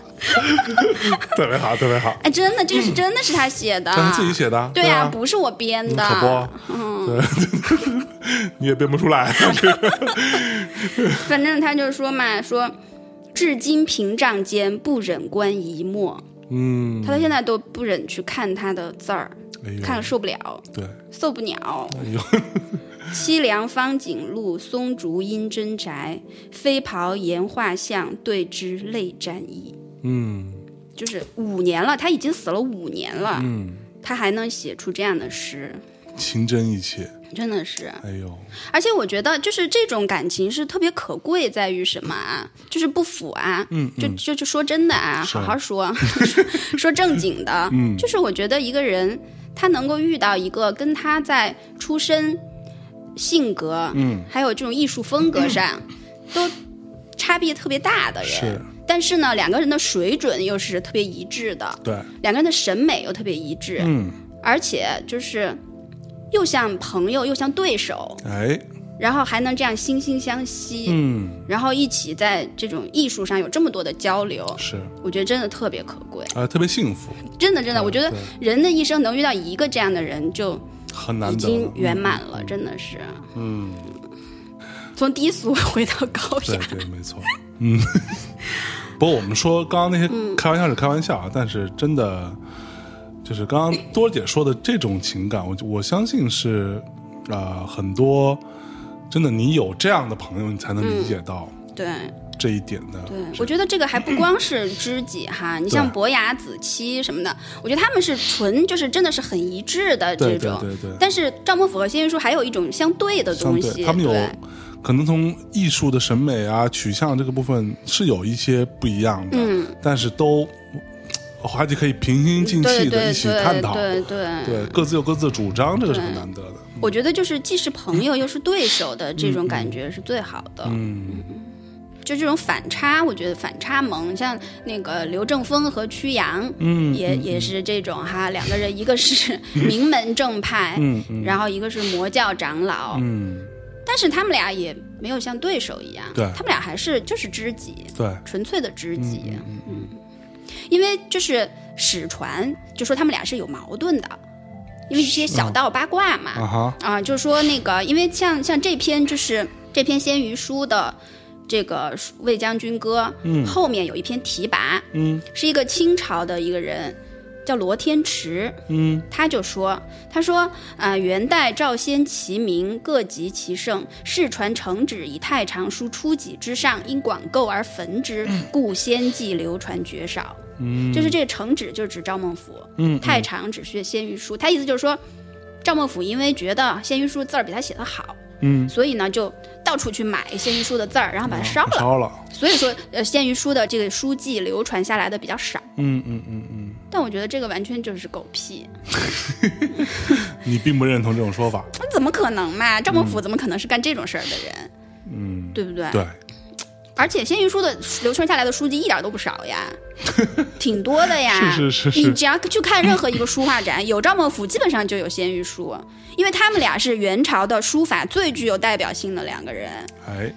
Speaker 2: (laughs) 特别好，特别好，
Speaker 1: 哎，真的，这个是真的是他写的，
Speaker 2: 这是嗯自己写的，
Speaker 1: 啊对
Speaker 2: 呀，
Speaker 1: 不是嗯我编的，
Speaker 2: 可不， (laughs) 对，你也编不出
Speaker 1: (laughs)
Speaker 2: 来， (laughs)
Speaker 1: 反正他就说嘛，说至今屏障间不忍观一墨，
Speaker 2: 嗯，
Speaker 1: 他到现在都不忍去看他的字儿，
Speaker 2: 哎呦
Speaker 1: 看了受不了，
Speaker 2: 对，
Speaker 1: 受不了。
Speaker 2: 哎呦，
Speaker 1: 凄凉方景路，松竹阴真宅，飞袍岩画像，对之泪沾衣。
Speaker 2: (laughs) 嗯
Speaker 1: 就是五年了，他已经死了五年了，
Speaker 2: 嗯，
Speaker 1: 他还能写出这样的诗，
Speaker 2: 情真意切，
Speaker 1: 真的是。
Speaker 2: 哎呦，
Speaker 1: 而且我觉得，就是这种感情是特别可贵，在于什么啊？就是不腐啊，
Speaker 2: 嗯
Speaker 1: 就就就说真的啊，
Speaker 2: 是
Speaker 1: 好好说， (laughs) 说说正经的，
Speaker 2: 嗯
Speaker 1: 就是我觉得一个人他能够遇到一个跟他在出身、性格，
Speaker 2: 嗯，
Speaker 1: 还有这种艺术风格上、都差别特别大的人，
Speaker 2: 是
Speaker 1: 但是呢，两个人的水准又是特别一致的，
Speaker 2: 对，
Speaker 1: 两个人的审美又特别一致，
Speaker 2: 嗯，
Speaker 1: 而且就是又像朋友又像对手，
Speaker 2: 哎，
Speaker 1: 然后还能这样惺惺相惜，
Speaker 2: 嗯，
Speaker 1: 然后一起在这种艺术上有这么多的交流，
Speaker 2: 是啊、
Speaker 1: 我觉得真的特别可贵，
Speaker 2: 特别幸福，
Speaker 1: 真的真的，我觉得
Speaker 2: 嗯对
Speaker 1: 人的一生能遇到一个这样的人就
Speaker 2: 很
Speaker 1: 已
Speaker 2: 难得
Speaker 1: 经
Speaker 2: 了，
Speaker 1: 圆满了，真的是。嗯，从低俗回到高
Speaker 2: 对
Speaker 1: 雅，
Speaker 2: 对，没错，嗯。 (laughs) 不过我们说刚刚那
Speaker 1: 嗯
Speaker 2: 些开玩笑是开玩笑啊，但是真的就是刚刚多儿姐说的这种情感，我我相信是啊、呃很多真的你有这样的朋友，你才能理解到
Speaker 1: 对
Speaker 2: 这一点的。
Speaker 1: 嗯对，我觉得这个还不光是知己哈，你像
Speaker 2: 对
Speaker 1: 伯牙、子期什么的，我觉得他们是纯就是真的是很一致的这
Speaker 2: 对
Speaker 1: 种。
Speaker 2: 对对对
Speaker 1: 但是赵孟俯和鲜于书还有一种相对的
Speaker 2: 相
Speaker 1: 东
Speaker 2: 对
Speaker 1: 西，
Speaker 2: 他们有
Speaker 1: 对
Speaker 2: 可能从艺术的审美啊、取向这个部分是有一些不一样的，
Speaker 1: 嗯
Speaker 2: 但是都呃还得可以平心静
Speaker 1: 对
Speaker 2: 气
Speaker 1: 对
Speaker 2: 的一起探讨，
Speaker 1: 对对对
Speaker 2: 对各自有各自的主张，这个是很难得的。
Speaker 1: 我觉得就是既是
Speaker 2: (laughs)
Speaker 1: 朋友又是对手的这种感觉是最好的。
Speaker 2: 嗯，
Speaker 1: 就这种反差，我觉得反差萌，像那个刘正风和曲阳，
Speaker 2: 嗯
Speaker 1: 也也是这种哈，两个人一
Speaker 2: (laughs)
Speaker 1: 个是名门正派，
Speaker 2: 嗯
Speaker 1: 然后一个是魔教长老，
Speaker 2: 嗯，
Speaker 1: 但是他们俩也没有像对手一样，
Speaker 2: 对
Speaker 1: 他们俩还是就是知己，
Speaker 2: 对，
Speaker 1: 纯粹的知己，嗯，因为就是史传就说他们俩是有矛盾的，因为一些小道八卦嘛，
Speaker 2: 嗯啊哈，
Speaker 1: 啊，就说那个，因为像像这篇就是这篇《鲜于书》的这个《魏将军歌》，嗯，后面有一篇提拔，
Speaker 2: 嗯，
Speaker 1: 是一个清朝的一个人叫罗天池，
Speaker 2: 嗯，
Speaker 1: 他就说，他说啊、呃元代赵先其名，各极其盛，世传成旨以太常书初几之上，因广购而焚之，故先记流传绝少。
Speaker 2: 嗯，
Speaker 1: 就是这个成旨就是指赵孟俯，
Speaker 2: 嗯
Speaker 1: 太常只学鲜于书，他意思就是说。赵孟俯因为觉得鲜于书字儿比他写的好，
Speaker 2: 嗯，哦
Speaker 1: 所以呢就到处去买鲜于书的字儿，然后把它烧了。
Speaker 2: 烧了，
Speaker 1: 所以说，呃，鲜于书的这个书籍流传下来的比较少。
Speaker 2: 嗯嗯嗯嗯，
Speaker 1: 但我觉得这个完全就是狗屁，
Speaker 2: 你并不认同这种说法，
Speaker 1: 那怎么可能嘛？赵孟俯怎么可能是干这种事儿的人，
Speaker 2: 嗯，
Speaker 1: 对不对？
Speaker 2: 对，
Speaker 1: 而且鲜于书的流传下来的书籍一点儿都不少
Speaker 2: (laughs)
Speaker 1: 呀，挺多的呀。
Speaker 2: 是是是是
Speaker 1: 你只要去看任何一个书画展，有赵孟俯，基本上就有鲜于书，因为他们俩是元朝的书法最具有代表性的两个人。
Speaker 2: 哎，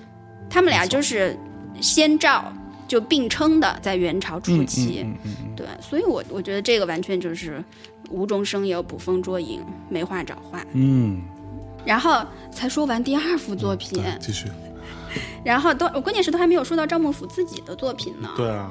Speaker 1: 他们俩就是先赵就并称的，在元朝初期，
Speaker 2: 嗯嗯嗯
Speaker 1: 对，所以我我觉得这个完全就是无中生有、捕风捉影、没话找话。
Speaker 2: 嗯，
Speaker 1: 然后才说完第二幅作品，
Speaker 2: 对，继续，
Speaker 1: 然后都关键是都还没有说到赵孟俯自己的作品呢。
Speaker 2: 对啊，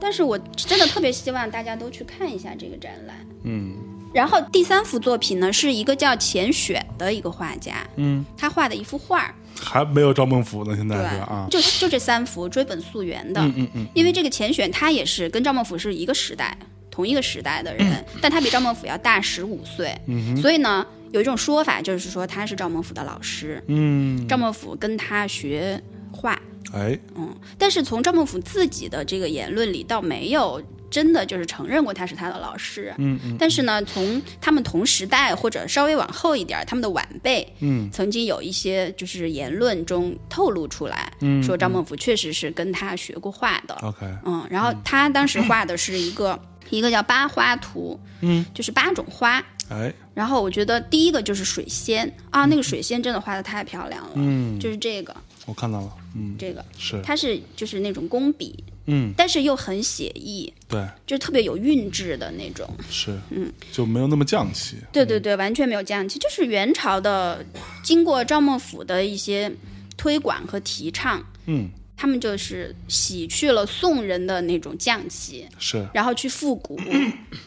Speaker 1: 但是我真的特别希望大家都去看一下这个展览。
Speaker 2: 嗯
Speaker 1: 然后第三幅作品呢，是一个叫钱雪的一个画家，
Speaker 2: 嗯，
Speaker 1: 他画的一幅画儿，
Speaker 2: 还没有赵孟頫呢，现在
Speaker 1: 对
Speaker 2: 是啊，
Speaker 1: 就就这三幅追本溯源的，
Speaker 2: 嗯嗯
Speaker 1: 因为这个钱选他也是跟赵孟俯是一个时代、同一个时代的人，
Speaker 2: 嗯
Speaker 1: 但他比赵孟俯要大十五岁，所以呢，有一种说法就是说他是赵孟俯的老师，
Speaker 2: 嗯，
Speaker 1: 赵孟俯跟他学画，
Speaker 2: 哎，
Speaker 1: 嗯，但是从赵孟俯自己的这个言论里，倒没有真的就是承认过他是他的老师，
Speaker 2: 嗯嗯
Speaker 1: 但是呢，从他们同时代或者稍微往后一点儿，他们的晚辈，
Speaker 2: 嗯，
Speaker 1: 曾经有一些就是言论中透露出来，
Speaker 2: 嗯哦
Speaker 1: 说赵孟俯确实是跟他学过画的，
Speaker 2: ，OK，
Speaker 1: 嗯，然后他当时画的是一个一个叫八花图，
Speaker 2: 嗯，
Speaker 1: 就是八种花。
Speaker 2: 哎，
Speaker 1: 然后我觉得第一个就是水仙啊，那个水仙真的画的太漂亮了，
Speaker 2: 嗯
Speaker 1: 就是这个
Speaker 2: 我看到了，嗯，
Speaker 1: 这个，
Speaker 2: 是，
Speaker 1: 它是就是那种工笔，
Speaker 2: 嗯，
Speaker 1: 但是又很写意，
Speaker 2: 对，
Speaker 1: 就是特别有韵致的那种。
Speaker 2: 是，嗯，就没有那么降气，
Speaker 1: 对对
Speaker 2: 嗯
Speaker 1: 对，完全没有降气，就是元朝的，经过赵孟俯的一些推广和提倡，
Speaker 2: 嗯，
Speaker 1: 他们就是洗去了宋人的那种匠气，
Speaker 2: 是， (coughs)
Speaker 1: 然后去复古，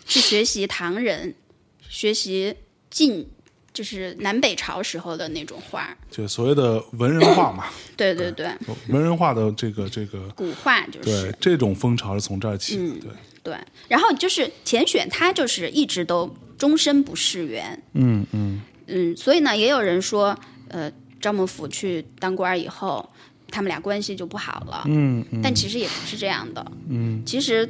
Speaker 1: 去学习唐人，学习近就是南北朝时候的那种画，
Speaker 2: 就所谓的文人画嘛， (coughs)
Speaker 1: 对对对，
Speaker 2: 文人画的这个这个，
Speaker 1: 古画就
Speaker 2: 对
Speaker 1: 是嗯
Speaker 2: 这种风潮是从这儿起的，对，
Speaker 1: 对。然后就是钱选，他就是一直都终身不世缘，
Speaker 3: 嗯嗯，
Speaker 1: 嗯，所以呢，也有人说，呃，张幕府去当官儿以后，他们俩关系就不好了。
Speaker 3: 嗯嗯，
Speaker 1: 但其实也不是这样的。嗯，其实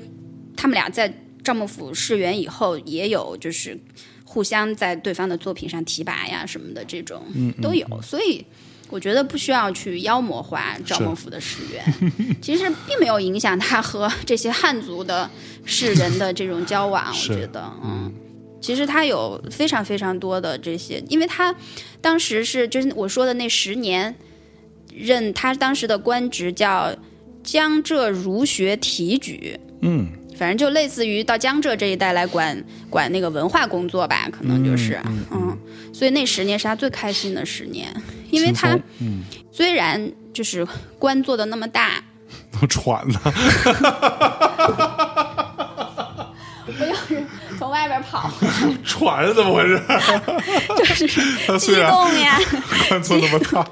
Speaker 1: 他们俩在张幕府世缘以后，也有就是互相在对方的作品上提拔呀什么的，这种都有。所以我觉得不需要去妖魔化赵幕府的世缘，其实并没有影响他和这些汉族的世人的这种交往。我
Speaker 2: 是
Speaker 1: 觉得，嗯。其实他有非常非常多的这些，因为他当时是就是我说的那十年，任他当时的官职叫江浙儒学提举，
Speaker 3: 嗯，
Speaker 1: 反正就类似于到江浙这一带来管管那个文化工作吧，可能就是嗯所以那十年是他最开心的十年，因为他
Speaker 3: 轻
Speaker 1: 虽然就是官做的那么大，
Speaker 2: 都 (laughs) 喘了，
Speaker 1: 从外边 (laughs) 跑
Speaker 2: 喘是怎么回事？
Speaker 1: (laughs) 就是
Speaker 2: (laughs) 他
Speaker 1: 激
Speaker 2: 虽然
Speaker 1: 动呀，
Speaker 2: 看错那么大，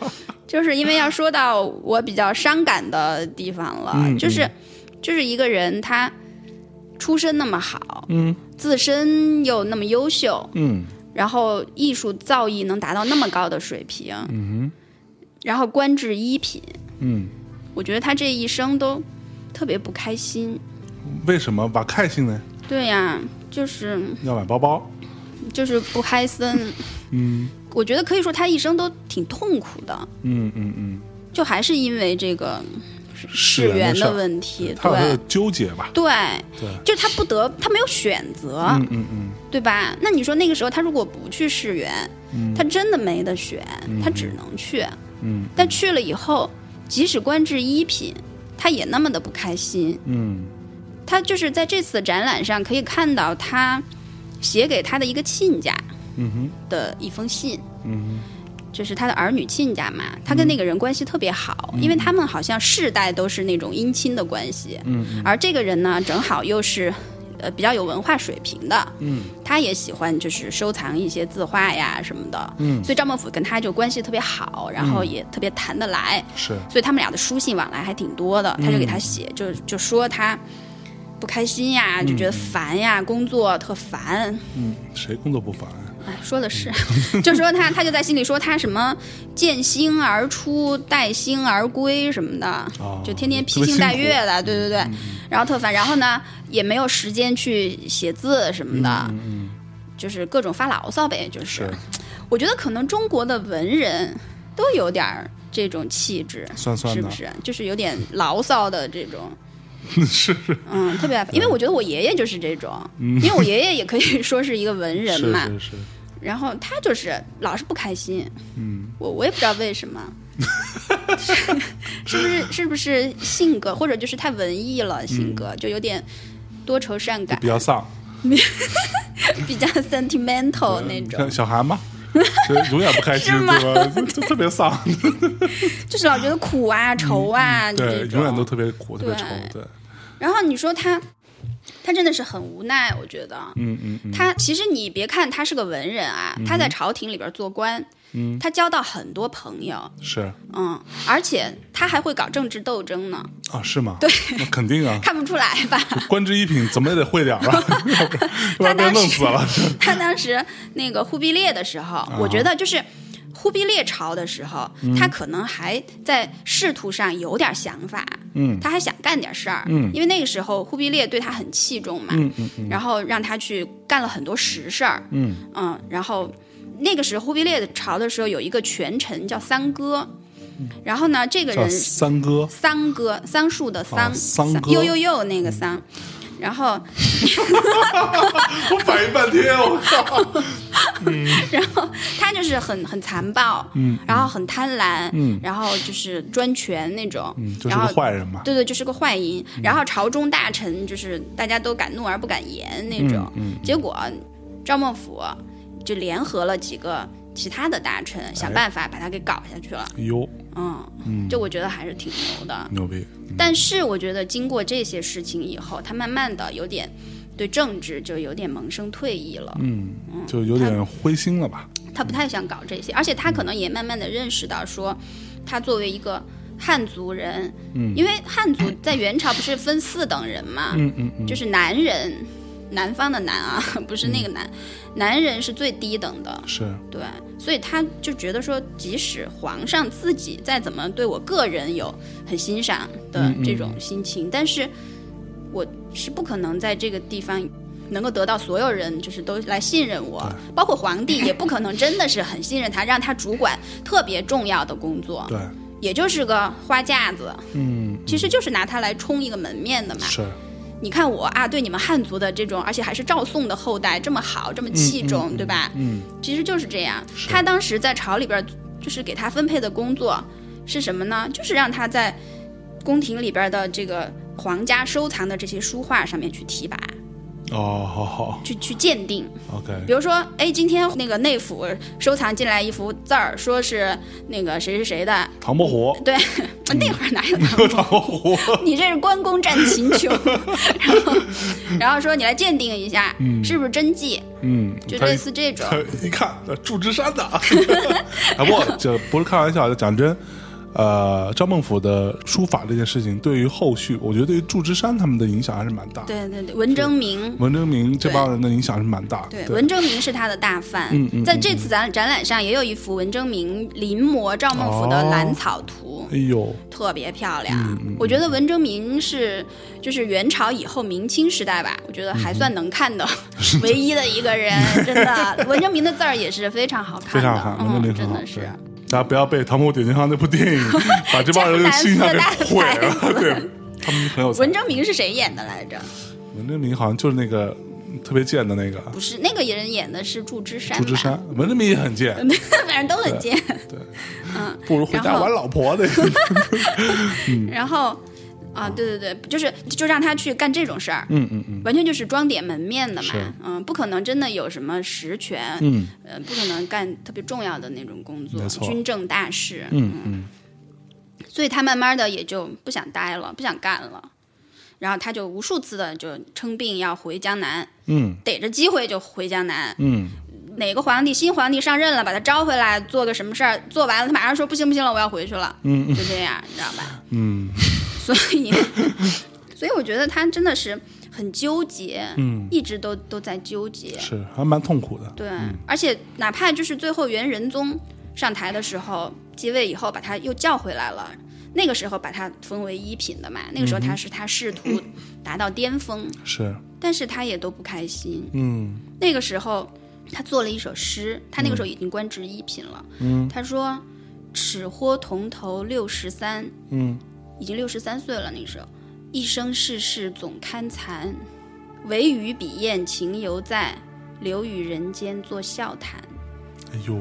Speaker 1: 就是因为要说到我比较伤感的地方了，就是就是一个人他出身那么好，嗯，自身又那么优秀，
Speaker 3: (laughs) 嗯，
Speaker 1: 然后艺术造诣能达到那么高的水平，嗯然后官至一品，
Speaker 3: 嗯，
Speaker 1: 我觉得他这一生都特别不开心。
Speaker 2: 嗯为什么把开心呢？
Speaker 1: 对呀，就是
Speaker 2: 要买包包，
Speaker 1: 就是不开心，嗯，我觉得可以说他一生都挺痛苦的，
Speaker 3: 嗯嗯嗯，
Speaker 1: 就还是因为这个
Speaker 2: 世缘
Speaker 1: 源
Speaker 2: 事儿
Speaker 1: 的问题，
Speaker 2: 他有他的
Speaker 1: 对。
Speaker 2: 纠结吧？
Speaker 1: 对，
Speaker 2: 对
Speaker 1: 就是他不得，他没有选择，
Speaker 3: 嗯嗯嗯，
Speaker 1: 对吧？那你说那个时候他如果不去世园，他真的没得选，他只能去。
Speaker 3: 嗯，
Speaker 1: 但去了以后，即使官至一品，他也那么的不开心。
Speaker 3: 嗯，
Speaker 1: 他就是在这次展览上可以看到他写给他的一个亲家
Speaker 3: 嗯哼，
Speaker 1: 的一封信，
Speaker 3: 嗯
Speaker 1: 就是他的儿女亲家嘛。他跟那个人关系特别好，
Speaker 3: 嗯
Speaker 1: 因为他们好像世代都是那种姻亲的关系。
Speaker 3: 嗯
Speaker 1: 而这个人呢，正好又是呃比较有文化水平的，
Speaker 3: 嗯，
Speaker 1: 他也喜欢就是收藏一些字画呀什么的，
Speaker 3: 嗯
Speaker 1: 所以赵孟俯跟他就关系特别好，然后也特别谈得来，
Speaker 2: 是
Speaker 1: 所以他们俩的书信往来还挺多的。
Speaker 3: 嗯
Speaker 1: 他就给他写，就就说他不开心呀，就
Speaker 3: 嗯
Speaker 1: 觉得烦呀，工作特烦，
Speaker 2: 谁工作不烦？啊
Speaker 1: 哎，说的是， (laughs) 就说他，他就在心里说他什么见星而出，待星而归什么的，
Speaker 2: 哦
Speaker 1: 就天天披
Speaker 2: 特别
Speaker 1: 星
Speaker 2: 辛
Speaker 1: 戴
Speaker 2: 苦嗯
Speaker 1: 月的，对对对，然后特烦，然后呢也没有时间去写字什么的，
Speaker 2: 嗯
Speaker 1: 就是各种发牢骚呗，就是。我觉得可能中国的文人都有点儿这种气质，
Speaker 2: 酸酸的
Speaker 1: 是不是？就是有点牢骚的这种。
Speaker 2: (laughs) 是是
Speaker 1: 嗯，特别爱烦，因为我觉得我爷爷就是这种，因为我爷爷也可以说是一个文人嘛，
Speaker 2: 嗯 (laughs) 是是，
Speaker 1: 然后他就是老是不开心，嗯，我我也不知道为什 (laughs) 么，是是不是是不是性格或者就是太文艺了，性格、就有点多愁善感
Speaker 2: 比，较丧。
Speaker 1: (laughs) 比较 sentimental 那
Speaker 2: 像
Speaker 1: 种，
Speaker 2: 小韩嘛， (laughs) 就永远不开心，
Speaker 1: 是吗
Speaker 2: 对吧？就就特别 (laughs) 丧，
Speaker 1: 就是老觉得苦啊、愁啊、就
Speaker 2: 对
Speaker 1: 这，种
Speaker 2: 永远都特别苦，特别愁，对，
Speaker 1: 然后你说他，他真的是很无奈，我觉得。嗯嗯他其实你别看他是个文人啊，他在朝廷里边做官，嗯，他交到很多朋友，
Speaker 2: 是
Speaker 1: 嗯，而且他还会搞政治斗争呢，
Speaker 2: 啊，是吗？对，那肯定啊，
Speaker 1: 看不出来
Speaker 2: (laughs)
Speaker 1: 吧？
Speaker 2: 官至一品怎么也得会点儿 (laughs) 吧，要不然要不然被弄死了。
Speaker 1: (laughs)
Speaker 2: 啊
Speaker 1: 他当时那个忽必烈的时候，我觉得就是忽必烈朝的时候，
Speaker 2: 嗯
Speaker 1: 他可能还在仕途上有点想法，嗯，他还想干点事儿，嗯，因为那个时候忽必烈对他很器重嘛，嗯嗯然后让他去干了很多实事儿，嗯然后那个时候忽必烈朝的时候有一个权臣叫三哥，然后呢，这个
Speaker 2: 嗯叫
Speaker 1: 人
Speaker 2: 三哥，
Speaker 1: 桑哥，桑树的桑，
Speaker 2: 哦桑哥嗯
Speaker 1: 呦呦呦那个桑，然后
Speaker 2: (laughs) 我反应半天，我靠，
Speaker 1: 然后他就是很很残暴，嗯，然后很贪婪，嗯，然后就是专权那种，
Speaker 2: 嗯就是
Speaker 1: 然后
Speaker 2: 个坏人嘛。嗯
Speaker 1: 对对，就是个坏淫。然后朝中大臣就是大家都敢怒而不敢言
Speaker 2: 嗯
Speaker 1: 那种，结果赵孟俯就联合了几个其他的大臣，
Speaker 2: 哎
Speaker 1: 想办法把他给搞下去了，
Speaker 2: 哟，
Speaker 1: 嗯，就我觉得还是挺牛的，
Speaker 2: 嗯牛逼！
Speaker 1: 但是我觉得经过这些事情以后，他慢慢的有点对政治就有点萌生退役了。
Speaker 3: 嗯，
Speaker 2: 就有点灰心了吧？
Speaker 1: 他不太想搞这些，而且他可能也慢慢的认识到说，他作为一个汉族人，
Speaker 3: 嗯
Speaker 1: 因为汉族在元朝不是分四等人嘛，
Speaker 3: 嗯嗯嗯，
Speaker 1: 就是男人，南方的男啊，不是那个
Speaker 3: 嗯
Speaker 1: 男，男人是最低等的，
Speaker 2: 是，
Speaker 1: 对，所以他就觉得说，即使皇上自己再怎么对我个人有很欣赏的
Speaker 3: 嗯嗯
Speaker 1: 这种心情，但是我是不可能在这个地方能够得到所有人就是都来信任我，包括皇帝也不可能真的是很信任他，让他主管特别重要的工作，
Speaker 2: 对，
Speaker 1: 也就是个花架子，
Speaker 3: 嗯，
Speaker 1: 其实就是拿他来冲一个门面的嘛。
Speaker 2: 是，
Speaker 1: 你看我啊，对你们汉族的这种，而且还是赵宋的后代这么好，这么器重，对吧？
Speaker 3: 嗯，
Speaker 1: 其实就是这样。他当时在朝里边儿，就是给他分配的工作是什么呢？就是让他在宫廷里边儿的这个皇家收藏的这些书画上面去提拔，
Speaker 2: 哦，好好
Speaker 1: 去去鉴定。
Speaker 2: ，OK，
Speaker 1: 比如说，哎，今天那个内府收藏进来一幅字儿，说是那个谁谁谁的，
Speaker 3: 唐伯虎，
Speaker 2: (laughs)
Speaker 1: 对，
Speaker 2: 嗯
Speaker 1: 那会儿哪有唐
Speaker 3: 唐伯虎，
Speaker 1: 你这是关公战秦
Speaker 2: (laughs)
Speaker 1: 琼，然后然后说你来鉴定一下，是不是真迹，
Speaker 3: 嗯，
Speaker 1: 就
Speaker 2: 他
Speaker 1: 类似这种。
Speaker 2: 他 (laughs) 一看，呃祝枝山的， (laughs) 啊，不，这不是开玩笑，讲真，呃，张孟甫的书法这件事情，对于后续，我觉得对于祝枝山他们的影响还是蛮大的。
Speaker 1: 对对对，文征明，
Speaker 2: 文征明这
Speaker 1: 对
Speaker 2: 帮人的影响是蛮大的。
Speaker 1: 对
Speaker 2: 对，
Speaker 1: 文征明是他的大范。
Speaker 3: 嗯嗯
Speaker 1: 在这次展展览上也有一幅文征明临摹赵孟頫的
Speaker 2: 哦嗯
Speaker 1: 兰草图。
Speaker 2: 哎呦，
Speaker 1: 特别漂亮，我觉得文征明是就是元朝以后明清时代吧，我觉得还算能
Speaker 2: (laughs)
Speaker 1: 看的唯一的一个人，真的。文征明的字儿也是非常好看的，
Speaker 2: 非常好，文征明很
Speaker 1: 嗯、真
Speaker 2: 好
Speaker 1: 的。是
Speaker 2: 对。大家不要被《唐伯虎点秋香》那部电
Speaker 1: (laughs)
Speaker 2: 影把这帮人的形象给毁了。 (laughs) 对，他们很有才
Speaker 1: 文。征明是谁演的来着？
Speaker 2: 文征明好像就是那个特别贱的那个
Speaker 1: 不是那个人演的是祝枝山，
Speaker 2: 祝枝，山，文征明也很贱，
Speaker 1: (laughs) 反正都很贱。
Speaker 2: 不如回家
Speaker 1: 嗯然后
Speaker 2: 玩老婆的。
Speaker 1: (laughs) 然后啊，对对对，就是就让他去干这种事儿，
Speaker 3: 哦嗯嗯嗯
Speaker 1: 完全就是装点门面的嘛
Speaker 2: 是。
Speaker 1: 嗯，不可能真的有什么实权，
Speaker 3: 嗯
Speaker 1: 呃，不可能干特别重要的那种工作
Speaker 2: 没，错
Speaker 1: 军政大事。
Speaker 3: 嗯嗯，
Speaker 1: 所以他慢慢的也就不想待了，不想干了。然后他就无数次的就称病要回江南，
Speaker 3: 嗯
Speaker 1: 逮着机会就回江南。
Speaker 3: 嗯
Speaker 1: 哪个皇帝新皇帝上任了，把他招回来做个什么事儿，做完了他马上说不行不行了，我要回去了，
Speaker 3: 嗯
Speaker 1: 就这样，你知道吧？
Speaker 2: 嗯，
Speaker 1: 所以， (laughs) 所以我觉得他真的是很纠结，嗯，一直都都在纠结，
Speaker 2: 是还蛮痛苦的。
Speaker 1: 对，而且哪怕就是最后元仁宗上台的时候继位以后，把他又叫回来了。那个时候把他封为一品的嘛，那个时候他是他仕途达到巅峰，
Speaker 2: 是，
Speaker 1: 但是他也都不开心，
Speaker 2: 嗯，
Speaker 1: 那个时候，他做了一首诗，他那个时候已经官职一品了。
Speaker 2: 嗯，
Speaker 1: 他说：“齿豁铜头六十三，
Speaker 2: 嗯，
Speaker 1: 已经六十三岁了。那时候，一生世事总堪残，惟余笔砚情犹在，留与人间作笑谈。
Speaker 2: 哎呦，”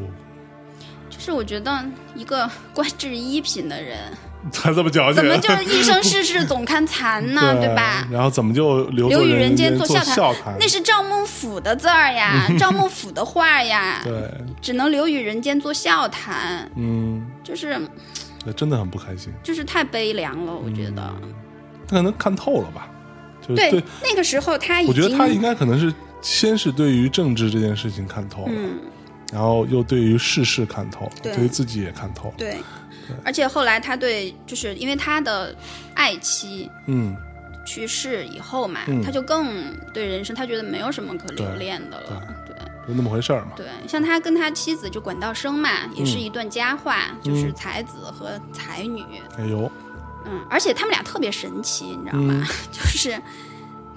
Speaker 2: (laughs)
Speaker 1: 就是我觉得一个 (laughs) 官至一品的人，
Speaker 2: (laughs) 他这么矫情
Speaker 1: 怎，么就是一生世事总堪残呢？对吧？
Speaker 2: 然后怎么就留
Speaker 1: 留
Speaker 2: 作
Speaker 1: 与人
Speaker 2: 间
Speaker 1: 间作
Speaker 2: 做
Speaker 1: 笑谈
Speaker 2: 笑谈
Speaker 1: 那？是赵孟俯的字
Speaker 2: (laughs)
Speaker 1: 儿呀，赵孟俯的画呀，
Speaker 2: 对，
Speaker 1: 只能留与人间作笑谈。
Speaker 2: 嗯，
Speaker 1: 就是
Speaker 2: 那真的很不开心。
Speaker 1: 就是太悲凉了，我觉得。
Speaker 2: 嗯他可能看透了吧，就是
Speaker 1: 对
Speaker 2: 对，
Speaker 1: 那个时候他已经，
Speaker 2: 我觉得他应该可能是先是对于政治这件事情看透了，
Speaker 1: 嗯，
Speaker 2: 然后又对于世事看透了，
Speaker 1: 对
Speaker 2: 对于自己也看透了。
Speaker 1: 对。而且后来他对，就是因为他的爱妻
Speaker 2: 嗯，
Speaker 1: 去世以后嘛，
Speaker 2: 嗯
Speaker 1: 他就更对人生，他觉得没有什么可留恋的了。对
Speaker 2: 就那么回事儿嘛。
Speaker 1: 对像他跟他妻子就管道生嘛，
Speaker 2: 嗯
Speaker 1: 也是一段佳话，就是才子和才女。
Speaker 2: 哎呦，
Speaker 1: 嗯，而且他们俩特别神奇，你知道吗？
Speaker 2: 嗯
Speaker 1: (laughs) 就是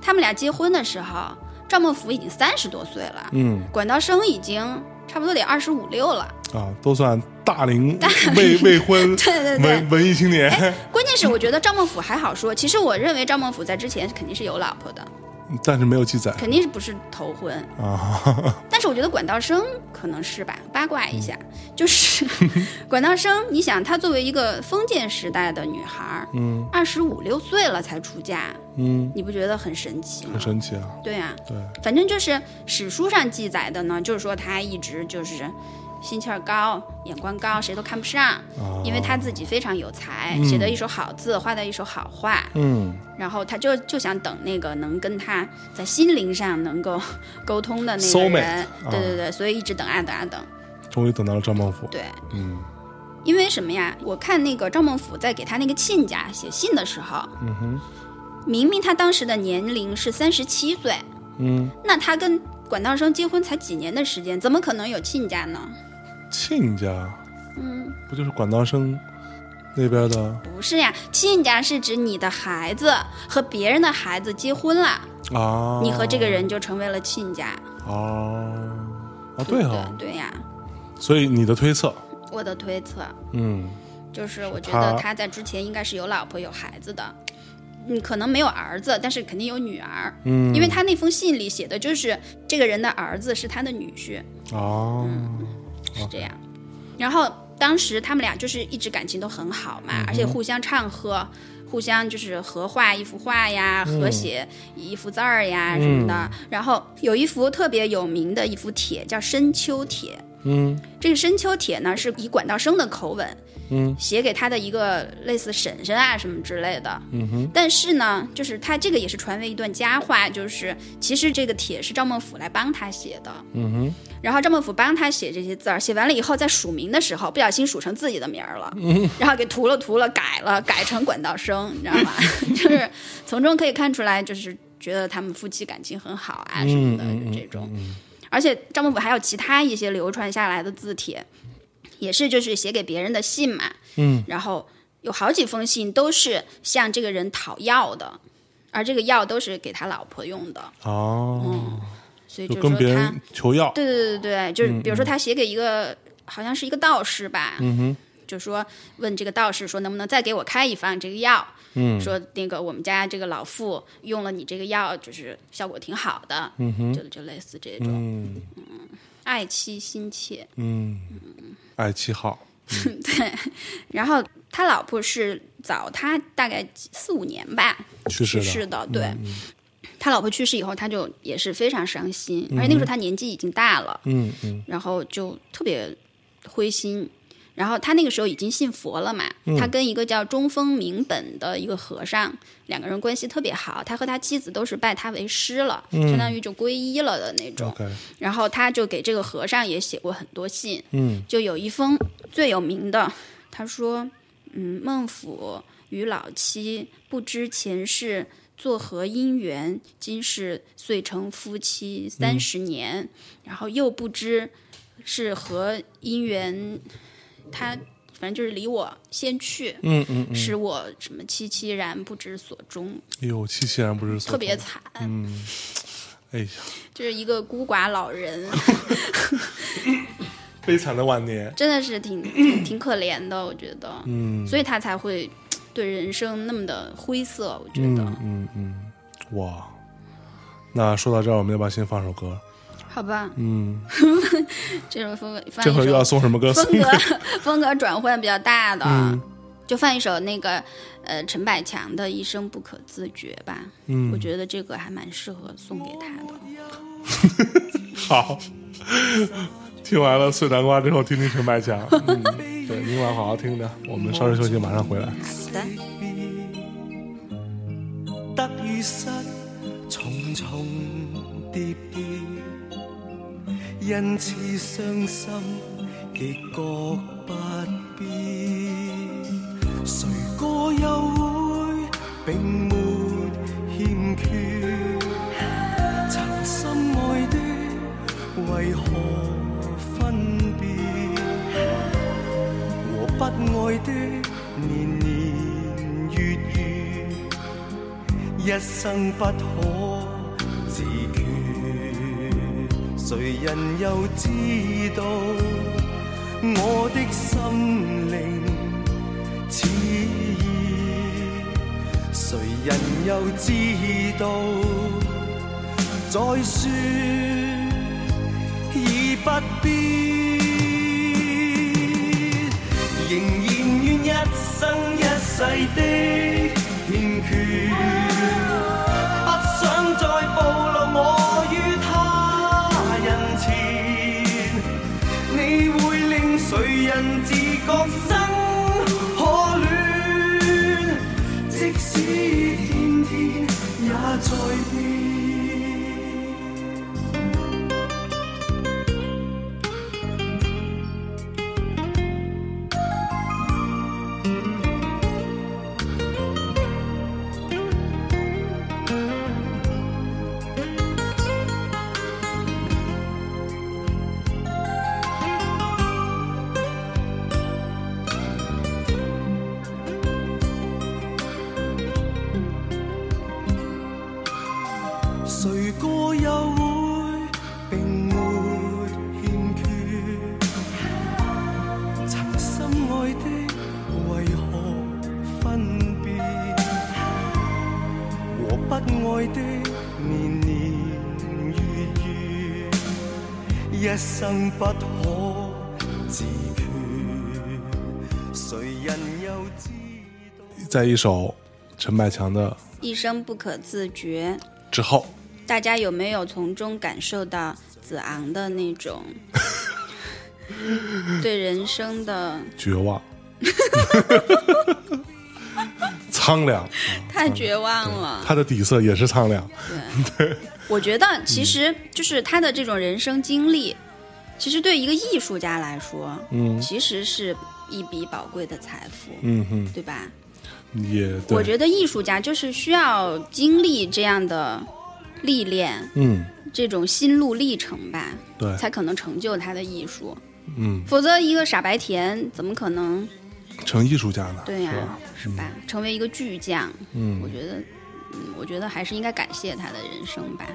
Speaker 1: 他们俩结婚的时候，赵孟頫已经三十多岁了，
Speaker 2: 嗯
Speaker 1: 管道生已经差不多得二十五六了。
Speaker 2: 啊，都算大龄未未婚
Speaker 1: (laughs) 对对哎对
Speaker 2: 文文艺青年，
Speaker 1: 关键是我觉得赵孟頫还好说，其实我认为赵孟頫在之前肯定是有老婆的，
Speaker 2: 但是没有记载
Speaker 1: 肯定是不是头婚。
Speaker 2: 啊。 (laughs)
Speaker 1: 但是我觉得管道生可能是吧，八卦一下，
Speaker 2: 嗯
Speaker 1: 就是 (laughs) 管道生，你想她作为一个封建时代的女孩，
Speaker 2: 嗯
Speaker 1: 二十五六岁了才出嫁，
Speaker 2: 嗯，
Speaker 1: 你不觉得很神奇吗
Speaker 2: 很？神奇啊。
Speaker 1: 对啊，
Speaker 2: 对，
Speaker 1: 反正就是史书上记载的呢，就是说她一直就是心气儿高、眼光高，谁都看不上，
Speaker 2: 啊
Speaker 1: 因为他自己非常有才，
Speaker 2: 嗯
Speaker 1: 写的一手好字，画的一手好画，
Speaker 3: 嗯，
Speaker 1: 然后他就就想等那个能跟他在心灵上能够 (laughs) 沟通的那个
Speaker 2: Soulmate，
Speaker 1: 人，对对对，所以一直等啊等啊等，
Speaker 2: 终于等到了张孟頫，
Speaker 1: 对，
Speaker 2: 嗯
Speaker 1: 因为什么呀？我看那个赵孟俯在给他那个亲家写信的时候，
Speaker 2: 嗯哼，
Speaker 1: 明明他当时的年龄是三十七岁，
Speaker 2: 嗯，
Speaker 1: 那他跟管道生结婚才几年的时间，怎么可能有亲家呢？
Speaker 2: 亲家，嗯，不就是管道生那边的
Speaker 1: 不是呀，亲家是指你的孩子和别人的孩子结婚了，
Speaker 2: 啊？
Speaker 1: 你和这个人就成为了亲家。
Speaker 2: 哦，啊，
Speaker 1: 对
Speaker 2: 对哈，
Speaker 1: 对呀，
Speaker 2: 所以你的推测，
Speaker 1: 我的推测
Speaker 2: 嗯，
Speaker 1: 就是，我觉
Speaker 2: 他
Speaker 1: 得他在之前应该是有老婆有孩子的。嗯，可能没有儿子，但是肯定有女儿。
Speaker 2: 嗯，
Speaker 1: 因为他那封信里写的就是这个人的儿子是他的女婿，
Speaker 2: 啊，
Speaker 1: 嗯是
Speaker 2: 哦
Speaker 1: 这样。然后当时他们俩就是一直感情都很好
Speaker 2: 嗯
Speaker 1: 嘛，而且互相唱和，互相就是合画一幅画呀，
Speaker 2: 嗯
Speaker 1: 合写一幅字儿呀、什么的。然后有一幅特别有名的一幅帖叫《深秋帖》。
Speaker 2: 嗯
Speaker 1: 这个《深秋帖》呢，是以管道生的口吻
Speaker 2: 嗯
Speaker 1: 写给他的一个类似婶婶啊什么之类的。
Speaker 2: 嗯哼，
Speaker 1: 但是呢，就是他这个也是传为一段佳话，就是其实这个帖是赵孟俯来帮他写的。
Speaker 2: 嗯哼，
Speaker 1: 然后赵孟俯帮他写这些字儿，写完了以后，在署名的时候不小心署成自己的名儿了，
Speaker 2: 嗯
Speaker 1: 然后给涂了涂了，改了改成管道生，你知道吗？就是从中可以看出来，就是觉得他们夫妻感情很好啊
Speaker 2: 嗯
Speaker 1: 什么的，就这种。而且赵孟俯还有其他一些流传下来的字帖，也是就是写给别人的信嘛，
Speaker 2: 嗯，
Speaker 1: 然后有好几封信都是向这个人讨药的，而这个药都是给他老婆用的，
Speaker 2: 哦，
Speaker 1: 所以
Speaker 2: 就
Speaker 1: 嗯就是
Speaker 2: 跟
Speaker 1: 说
Speaker 2: 别
Speaker 1: 他
Speaker 2: 人嗯求药，
Speaker 1: 对对对对，就是比如说他写给一个、好像是一个道士吧，
Speaker 2: 嗯
Speaker 1: 就说问这个道士说能不能再给我开一方这个药，
Speaker 2: 嗯
Speaker 1: 说那个我们家这个老妇用了你这个药，就是效果挺好的，就就类似这种、
Speaker 2: 嗯
Speaker 1: 爱妻心切。
Speaker 2: 嗯，爱七号，
Speaker 1: 然后他老婆是早他大概几四五年吧
Speaker 2: 去世
Speaker 1: 去
Speaker 2: 的嗯
Speaker 1: 世的，对。他老婆去世以后，他就也是非常伤心，而且那个时候他年纪已经大了，
Speaker 2: 嗯嗯
Speaker 1: 然后就特别灰心。然后他那个时候已经信佛了嘛，
Speaker 2: 嗯
Speaker 1: 他跟一个叫中峰明本的一个和尚，两个人关系特别好，他和他妻子都是拜他为师了，相当于就皈依了的那
Speaker 2: 嗯
Speaker 1: 种。
Speaker 2: ，OK，
Speaker 1: 然后他就给这个和尚也写过很多信，
Speaker 2: 嗯
Speaker 1: 就有一封最有名的，他说：“嗯，孟府与老妻不知前世作何因缘，今世遂成夫妻三十年，
Speaker 2: 嗯
Speaker 1: 然后又不知是何因缘，他反正就是离我先去，
Speaker 2: 嗯嗯，
Speaker 1: 使我什么凄凄然不知所终，
Speaker 2: 哎呦，七七然不是所
Speaker 1: 特别
Speaker 2: 痛，
Speaker 1: 惨。
Speaker 2: 哎呀，
Speaker 1: 就是一个孤寡老人， (laughs)
Speaker 2: 悲惨的晚年，
Speaker 1: 真的是挺挺挺可怜的，我觉得。
Speaker 2: 嗯，
Speaker 1: 所以他才会对人生那么的灰色。我觉得，
Speaker 2: 嗯嗯嗯，哇，那说到这儿，我们要不要先放首歌？
Speaker 1: 好吧，
Speaker 2: 嗯，
Speaker 1: (laughs) 这种风格放
Speaker 2: 这
Speaker 1: 一
Speaker 2: 会儿又要
Speaker 1: 首
Speaker 2: 送什么歌？
Speaker 1: 风格 (laughs) 风格转换比较大的，
Speaker 2: 嗯
Speaker 1: 就放一首那个呃陈百强的《一生不可自觉》吧。
Speaker 2: 嗯
Speaker 1: 我觉得这个还蛮适合送给他的。
Speaker 2: (laughs) 好， (laughs) 听完了碎南瓜之后，听听陈百强。嗯，对，今晚好好听着。我们稍事休息，马上回来。
Speaker 1: 好的。
Speaker 4: 得与失，重重叠叠，因此伤心亦觉不必。谁歌又会并没欠缺，曾深爱的為何分別？和不愛的年年月月，一生不可自決。誰人又知道我的心靈似熱？誰人又知道再説已不必？仍然願一生一世的欠缺，不想再暴露我於他人前。你會人自覺生可戀，即使天天也在變。谁歌又會並沒欠缺？曾深愛的為何分別？和不愛的年年月月，一生不可自決。誰人又知道？
Speaker 2: 在一首陈百强的
Speaker 1: 一生不可自觉，
Speaker 2: 之后，
Speaker 1: 大家有没有从中感受到子昂的那种 (laughs) 对人生的
Speaker 2: 绝
Speaker 1: (laughs)
Speaker 2: 望，苍凉，
Speaker 1: 太绝望了？
Speaker 2: 他的底色也是苍凉。
Speaker 1: 我觉得其实就是他的这种人生经历，其实对一个艺术家来说，
Speaker 2: 嗯
Speaker 1: 其实是一笔宝贵的财富，
Speaker 2: 嗯哼，
Speaker 1: 对吧？
Speaker 2: 也对，
Speaker 1: 我觉得艺术家就是需要经历这样的历练，
Speaker 2: 嗯，
Speaker 1: 这种心路历程吧，
Speaker 2: 对，
Speaker 1: 才可能成就他的艺术。
Speaker 2: 嗯，
Speaker 1: 否则一个傻白甜怎么可能？
Speaker 2: 成艺术家呢，
Speaker 1: 对呀、
Speaker 2: 是吧？
Speaker 1: 是吧？成为一个巨匠，我
Speaker 2: 嗯，
Speaker 1: 觉得，嗯，我觉得还是应该感谢他的人生吧。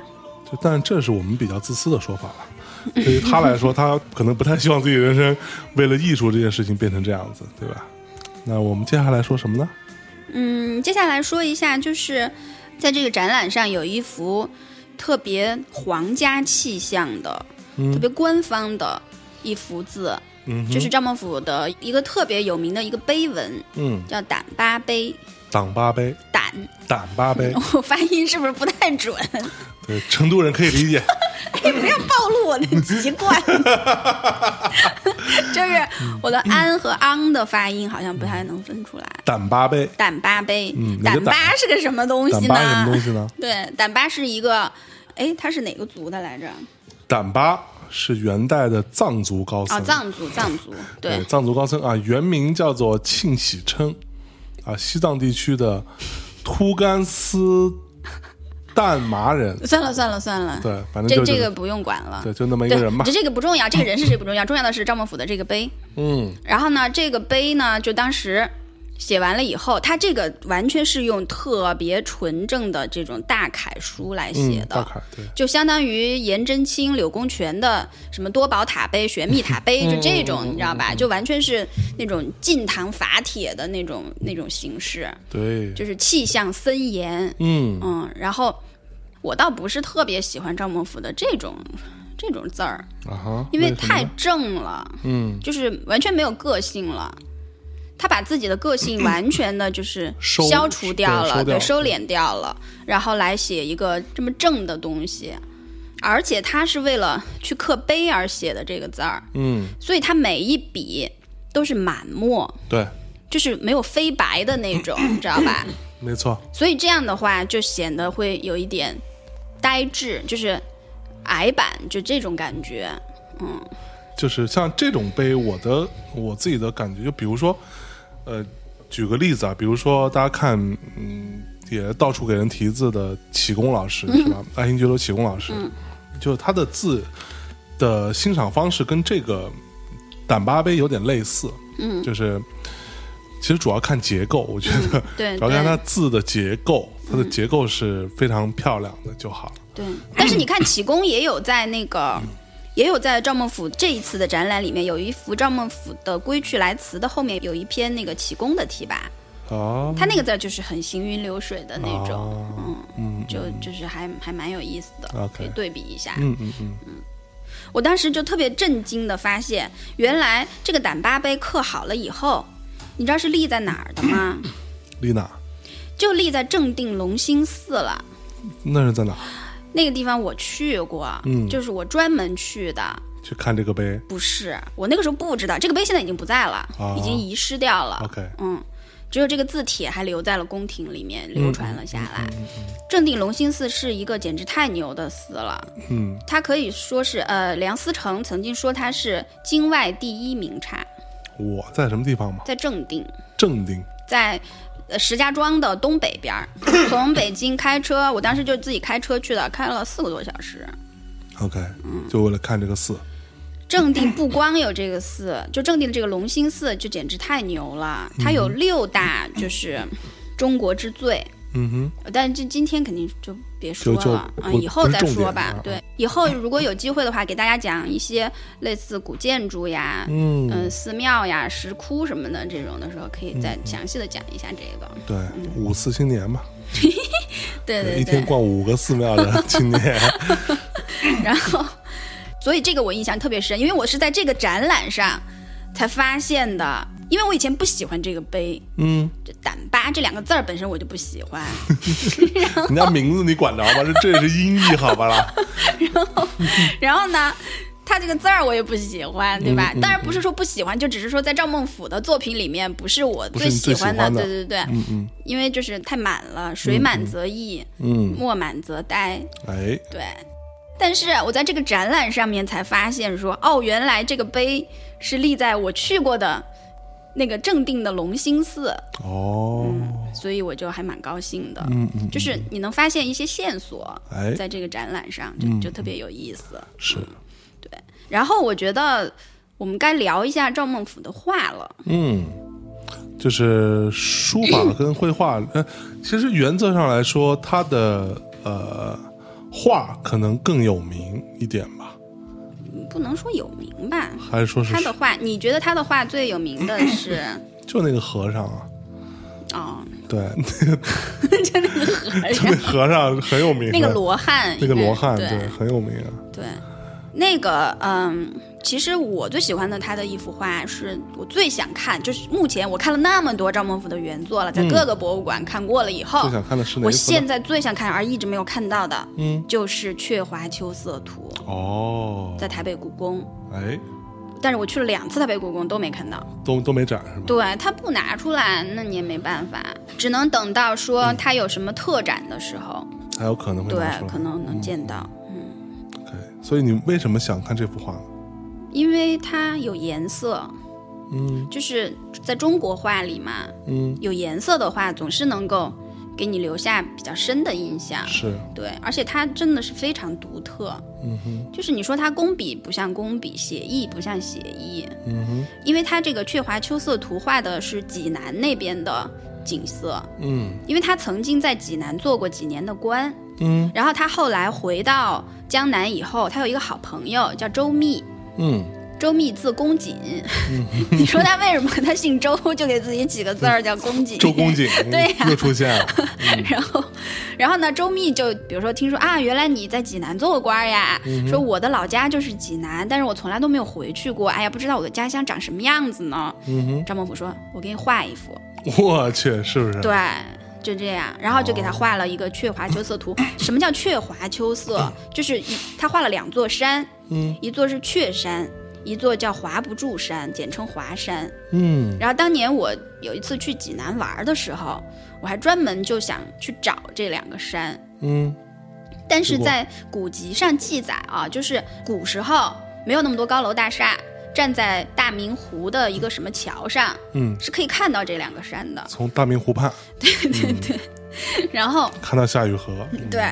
Speaker 2: 就但这是我们比较自私的说法了。对于他来
Speaker 1: (laughs)
Speaker 2: 说，他可能不太希望自己人生为了艺术这件事情变成这样子，对吧？那我们接下来说什么呢？
Speaker 1: 嗯，接下来说一下，就是在这个展览上有一幅特别皇家气象的、特别官方的一幅字，
Speaker 2: 嗯哼，
Speaker 1: 就是赵孟俯的一个特别有名的一个碑文，
Speaker 2: 嗯，
Speaker 1: 叫《胆巴碑》。
Speaker 2: 党八杯，
Speaker 1: 胆，
Speaker 2: 胆八 (laughs) 杯，
Speaker 1: 我发音是不是不太准？
Speaker 2: 对，成都人可以理解。
Speaker 1: 你不要暴露我的籍
Speaker 2: (laughs)
Speaker 1: 贯，就是我的
Speaker 2: 嗯
Speaker 1: 安和昂的发音好像不太能分出来。
Speaker 2: 胆八杯，
Speaker 1: 胆巴杯，
Speaker 2: 嗯哪个
Speaker 1: 胆
Speaker 2: 胆
Speaker 1: 巴是个什么东
Speaker 2: 胆
Speaker 1: 西
Speaker 2: 巴是什么东
Speaker 1: 呢？
Speaker 2: 西呢？
Speaker 1: (laughs) 对，胆巴是一个，哎，他是哪个族的来着？
Speaker 2: 胆巴是元代的藏族高僧
Speaker 1: 哦，藏族，藏族，对
Speaker 2: 对，藏族高僧啊，原名叫做庆喜琛，啊，西藏地区的突干斯旦麻人，
Speaker 1: 算了算了算了，
Speaker 2: 对，反正
Speaker 1: 这
Speaker 2: 就
Speaker 1: 这
Speaker 2: 是
Speaker 1: 个不用管了。
Speaker 2: 对，就那么一个人吧
Speaker 1: 这，这个不
Speaker 2: (laughs)
Speaker 1: 重要，这个人是谁不重要，重要的是赵孟俯的这个碑。
Speaker 2: 嗯，
Speaker 1: 然后呢，这个碑呢，就当时写完了以后，他这个完全是用特别纯正的这种大楷书来写
Speaker 2: 嗯，
Speaker 1: 的。
Speaker 2: 大凯，对，
Speaker 1: 就相当于颜真卿、柳公权的什么多宝塔碑、玄秘塔
Speaker 2: 嗯
Speaker 1: 碑，就这种，你知道吧？就完全是那种晋唐法帖的那种那种形式，
Speaker 2: 对，
Speaker 1: 就是气象森严。
Speaker 2: 嗯，
Speaker 1: 嗯，然后我倒不是特别喜欢赵孟俯的这种这种字儿，
Speaker 2: 啊哈，
Speaker 1: 因为
Speaker 2: 什么
Speaker 1: 太
Speaker 2: 呢，
Speaker 1: 正了。
Speaker 2: 嗯，
Speaker 1: 就是完全没有个性了。他把自己的个性
Speaker 2: (clears throat)
Speaker 1: 完全的就是
Speaker 2: 收
Speaker 1: 消除掉了，
Speaker 2: 对
Speaker 1: 对，
Speaker 2: 收掉
Speaker 1: 收敛掉了，然后来写一个这么正的东西，而且他是为了去刻碑而写的这个字儿，
Speaker 2: 嗯，
Speaker 1: 所以他每一笔都是满墨，
Speaker 2: 对，
Speaker 1: 就是没有飞白的那种，你知道
Speaker 2: (clears throat)
Speaker 1: 吧？
Speaker 2: 没错，
Speaker 1: 所以这样的话就显得会有一点呆滞，就是矮板，就这种感觉。
Speaker 2: 就是像这种碑，我的我自己的感觉，就比如说，呃，举个例子啊，比如说大家看，嗯，也到处给人题字的启功老
Speaker 1: 嗯
Speaker 2: 师、是吧？爱新觉罗启功老师，就是他的字的欣赏方式跟这个胆巴碑有点类似，嗯，就是其实主要看结构，我觉得、(laughs)
Speaker 1: 对
Speaker 2: 主要看
Speaker 1: 嗯对
Speaker 2: 它字的结构，它的结构是非常漂亮的就好了。
Speaker 1: 对，但是你看，启功也有在那个，
Speaker 2: 嗯
Speaker 1: 也有在赵孟俯这一次的展览里面有一幅赵孟俯的《归去来辞》的后面有一篇那个启功的题跋，
Speaker 2: 啊，
Speaker 1: 他那个字儿就是很行云流水的那种，
Speaker 2: 啊
Speaker 1: 嗯，
Speaker 2: 嗯
Speaker 1: 就就是还还蛮有意思的
Speaker 2: OK
Speaker 1: 可以对比一下。
Speaker 2: 嗯嗯嗯，
Speaker 1: 我当时就特别震惊的发现，原来这个胆巴碑刻好了以后，你知道是立在哪儿的
Speaker 2: (coughs)
Speaker 1: 吗？
Speaker 2: 丽娜，
Speaker 1: 就立在正定隆兴寺了。
Speaker 2: 那是在哪？
Speaker 1: 那个地方我去过，
Speaker 2: 嗯
Speaker 1: 就是我专门去的。
Speaker 2: 去看这个碑
Speaker 1: 不是，我那个时候不知道，这个碑现在已经不在了，
Speaker 2: 啊
Speaker 1: 已经遗失掉了。
Speaker 2: OK
Speaker 1: 嗯，只有这个字帖还留在了宫廷里面流传了下来。
Speaker 2: 嗯
Speaker 1: 正定隆兴寺是一个简直太牛的寺了，
Speaker 2: 嗯，
Speaker 1: 它可以说是呃，梁思成曾经说它是京外第一名刹，
Speaker 2: 我在什么地方嘛？
Speaker 1: 在正定，
Speaker 2: 正定，
Speaker 1: 在。呃，石家庄的东北
Speaker 2: (coughs)
Speaker 1: 边儿，从北京开车，我当时就自己开车去的，开了四个多小时。
Speaker 2: OK，就为了看这个寺，
Speaker 1: 正定不光有这个寺，就正定的这个隆兴寺，就简直太牛了。它有六大，就是中国之最。
Speaker 2: 嗯哼，
Speaker 1: 但是这今天肯定就别说
Speaker 2: 就就
Speaker 1: 了，
Speaker 2: 不
Speaker 1: 嗯，以后再
Speaker 2: 不是重
Speaker 1: 说
Speaker 2: 点
Speaker 1: 吧
Speaker 2: 啊。
Speaker 1: 对，嗯以后如果有机会的话，给大家讲一些类似古建筑呀、嗯、
Speaker 2: 嗯，
Speaker 1: 寺庙呀、石窟什么的这种的时候，可以再详细的讲一下这个。
Speaker 2: 对，五四青年嘛，
Speaker 1: 对
Speaker 2: 一
Speaker 1: 对
Speaker 2: 天
Speaker 1: 对，
Speaker 2: 逛五个寺庙的青年，
Speaker 1: 然后， (laughs) 所以这个我印象特别深，因为我是在这个展览上才发现的，因为我以前不喜欢这个碑。
Speaker 2: (laughs) 嗯，
Speaker 1: 这“胆巴”这两个字儿本身我就不喜欢， (laughs)
Speaker 2: 人家名字你管着吗？这这是音译好吧
Speaker 1: (laughs)
Speaker 2: 啦？
Speaker 1: 然后呢，他这个字儿我也不喜欢，对
Speaker 2: 嗯
Speaker 1: 吧？当然不是说不喜欢，就只是说在赵孟俯的作品里面，不是我
Speaker 2: 不是你最
Speaker 1: 喜
Speaker 2: 喜
Speaker 1: 欢
Speaker 2: 欢的
Speaker 1: 对对对，
Speaker 2: 嗯嗯
Speaker 1: 因为就是太满了，水满则溢，
Speaker 2: 嗯，
Speaker 1: 墨满则呆，
Speaker 2: 哎，
Speaker 1: 对。但是啊我在这个展览上面才发现说，哦，原来这个碑是立在我去过的那个正定的隆兴寺，
Speaker 2: 哦，
Speaker 1: 所以我就还蛮高兴的。
Speaker 2: 嗯嗯，
Speaker 1: 就是你能发现一些线索，
Speaker 2: 哎嗯
Speaker 1: 在这个展览上就就特别有意思。
Speaker 2: 是，
Speaker 1: 然后我觉得我们该聊一下赵孟俯的画了。
Speaker 2: 嗯，就是书法跟绘画，
Speaker 1: (laughs)
Speaker 2: 呃，其实原则上来说，他的呃画可能更有名一点吧，
Speaker 1: 不能说有名吧，
Speaker 2: 还是说是
Speaker 1: 他的画，你觉得他的画最有名的是？
Speaker 2: (clears throat) 就那个和尚啊？
Speaker 1: 哦，
Speaker 2: 对，那个
Speaker 1: (laughs) 就那个
Speaker 2: (laughs)
Speaker 1: 和尚，
Speaker 2: 和尚很有名啊，
Speaker 1: 那个罗汉，
Speaker 2: 那个罗汉，
Speaker 1: 对
Speaker 2: 对，很有名啊。
Speaker 1: 对那个嗯。其实我最喜欢的他的一幅画，是我最想看，就是目前我看了那么多赵孟俯的原作了，在各个博物馆看过了以后，
Speaker 2: 嗯最想看的是哪一幅呢
Speaker 1: 我现在最想看而一直没有看到的，
Speaker 2: 嗯，
Speaker 1: 就是《鹊华秋色图》，
Speaker 2: 哦，
Speaker 1: 在台北故宫，
Speaker 2: 哎，
Speaker 1: 但是我去了两次台北故宫都没看到。
Speaker 2: 都都没展是吧？
Speaker 1: 对他不拿出来，那你也没办法，只能等到说他有什么特展的时候，
Speaker 2: 还有可能嗯会
Speaker 1: 对
Speaker 2: 拿出，来嗯
Speaker 1: 可能能见到。
Speaker 2: OK，所以你为什么想看这幅画呢？
Speaker 1: 因为它有颜色，
Speaker 2: 嗯
Speaker 1: 就是在中国画里嘛，
Speaker 2: 嗯，
Speaker 1: 有颜色的画总是能够给你留下比较深的印象。
Speaker 2: 是，
Speaker 1: 对，而且它真的是非常独特。
Speaker 2: 嗯哼，
Speaker 1: 就是你说它工笔不像工笔，写意不像写意，
Speaker 2: 嗯哼，
Speaker 1: 因为它这个《鹊华秋色图》画的是济南那边的景色，
Speaker 2: 嗯
Speaker 1: 因为他曾经在济南做过几年的官，
Speaker 2: 嗯
Speaker 1: 然后他后来回到江南以后，他有一个好朋友叫周密， (laughs)
Speaker 2: 嗯，
Speaker 1: 周密字公瑾。 (laughs) 你说他为什么他姓周，就给自己起个字儿叫公瑾？
Speaker 2: (laughs) 周公瑾
Speaker 1: 对呀
Speaker 2: 又出现了，
Speaker 1: 然后，然后呢，周密就比如说听说啊，原来你在济南做过官儿呀，
Speaker 2: 嗯
Speaker 1: 说我的老家就是济南，但是我从来都没有回去过，哎呀，不知道我的家乡长什么样子呢。
Speaker 2: 嗯嗯哼，
Speaker 1: 张孟甫说，我给你画一幅，
Speaker 2: 我去，是不是？
Speaker 1: 对，就这样，然后就给
Speaker 2: 哦
Speaker 1: 他画了一个鹊华秋色图。什么叫鹊华秋色？就是一他画了两座山，
Speaker 2: 嗯
Speaker 1: 一座是雀山，一座叫华不注山，简称华山。
Speaker 2: 嗯
Speaker 1: 然后当年我有一次去济南玩的时候，我还专门就想去找这两个山，
Speaker 2: 嗯
Speaker 1: 但是在古籍上记载啊，就是古时候没有那么多高楼大厦，站在大明湖的一个什么桥上，
Speaker 2: 嗯，
Speaker 1: 是可以看到这两个山
Speaker 2: (laughs)
Speaker 1: 的。
Speaker 2: 从大明湖畔
Speaker 1: 然后
Speaker 2: 看到夏雨荷，
Speaker 1: 嗯对，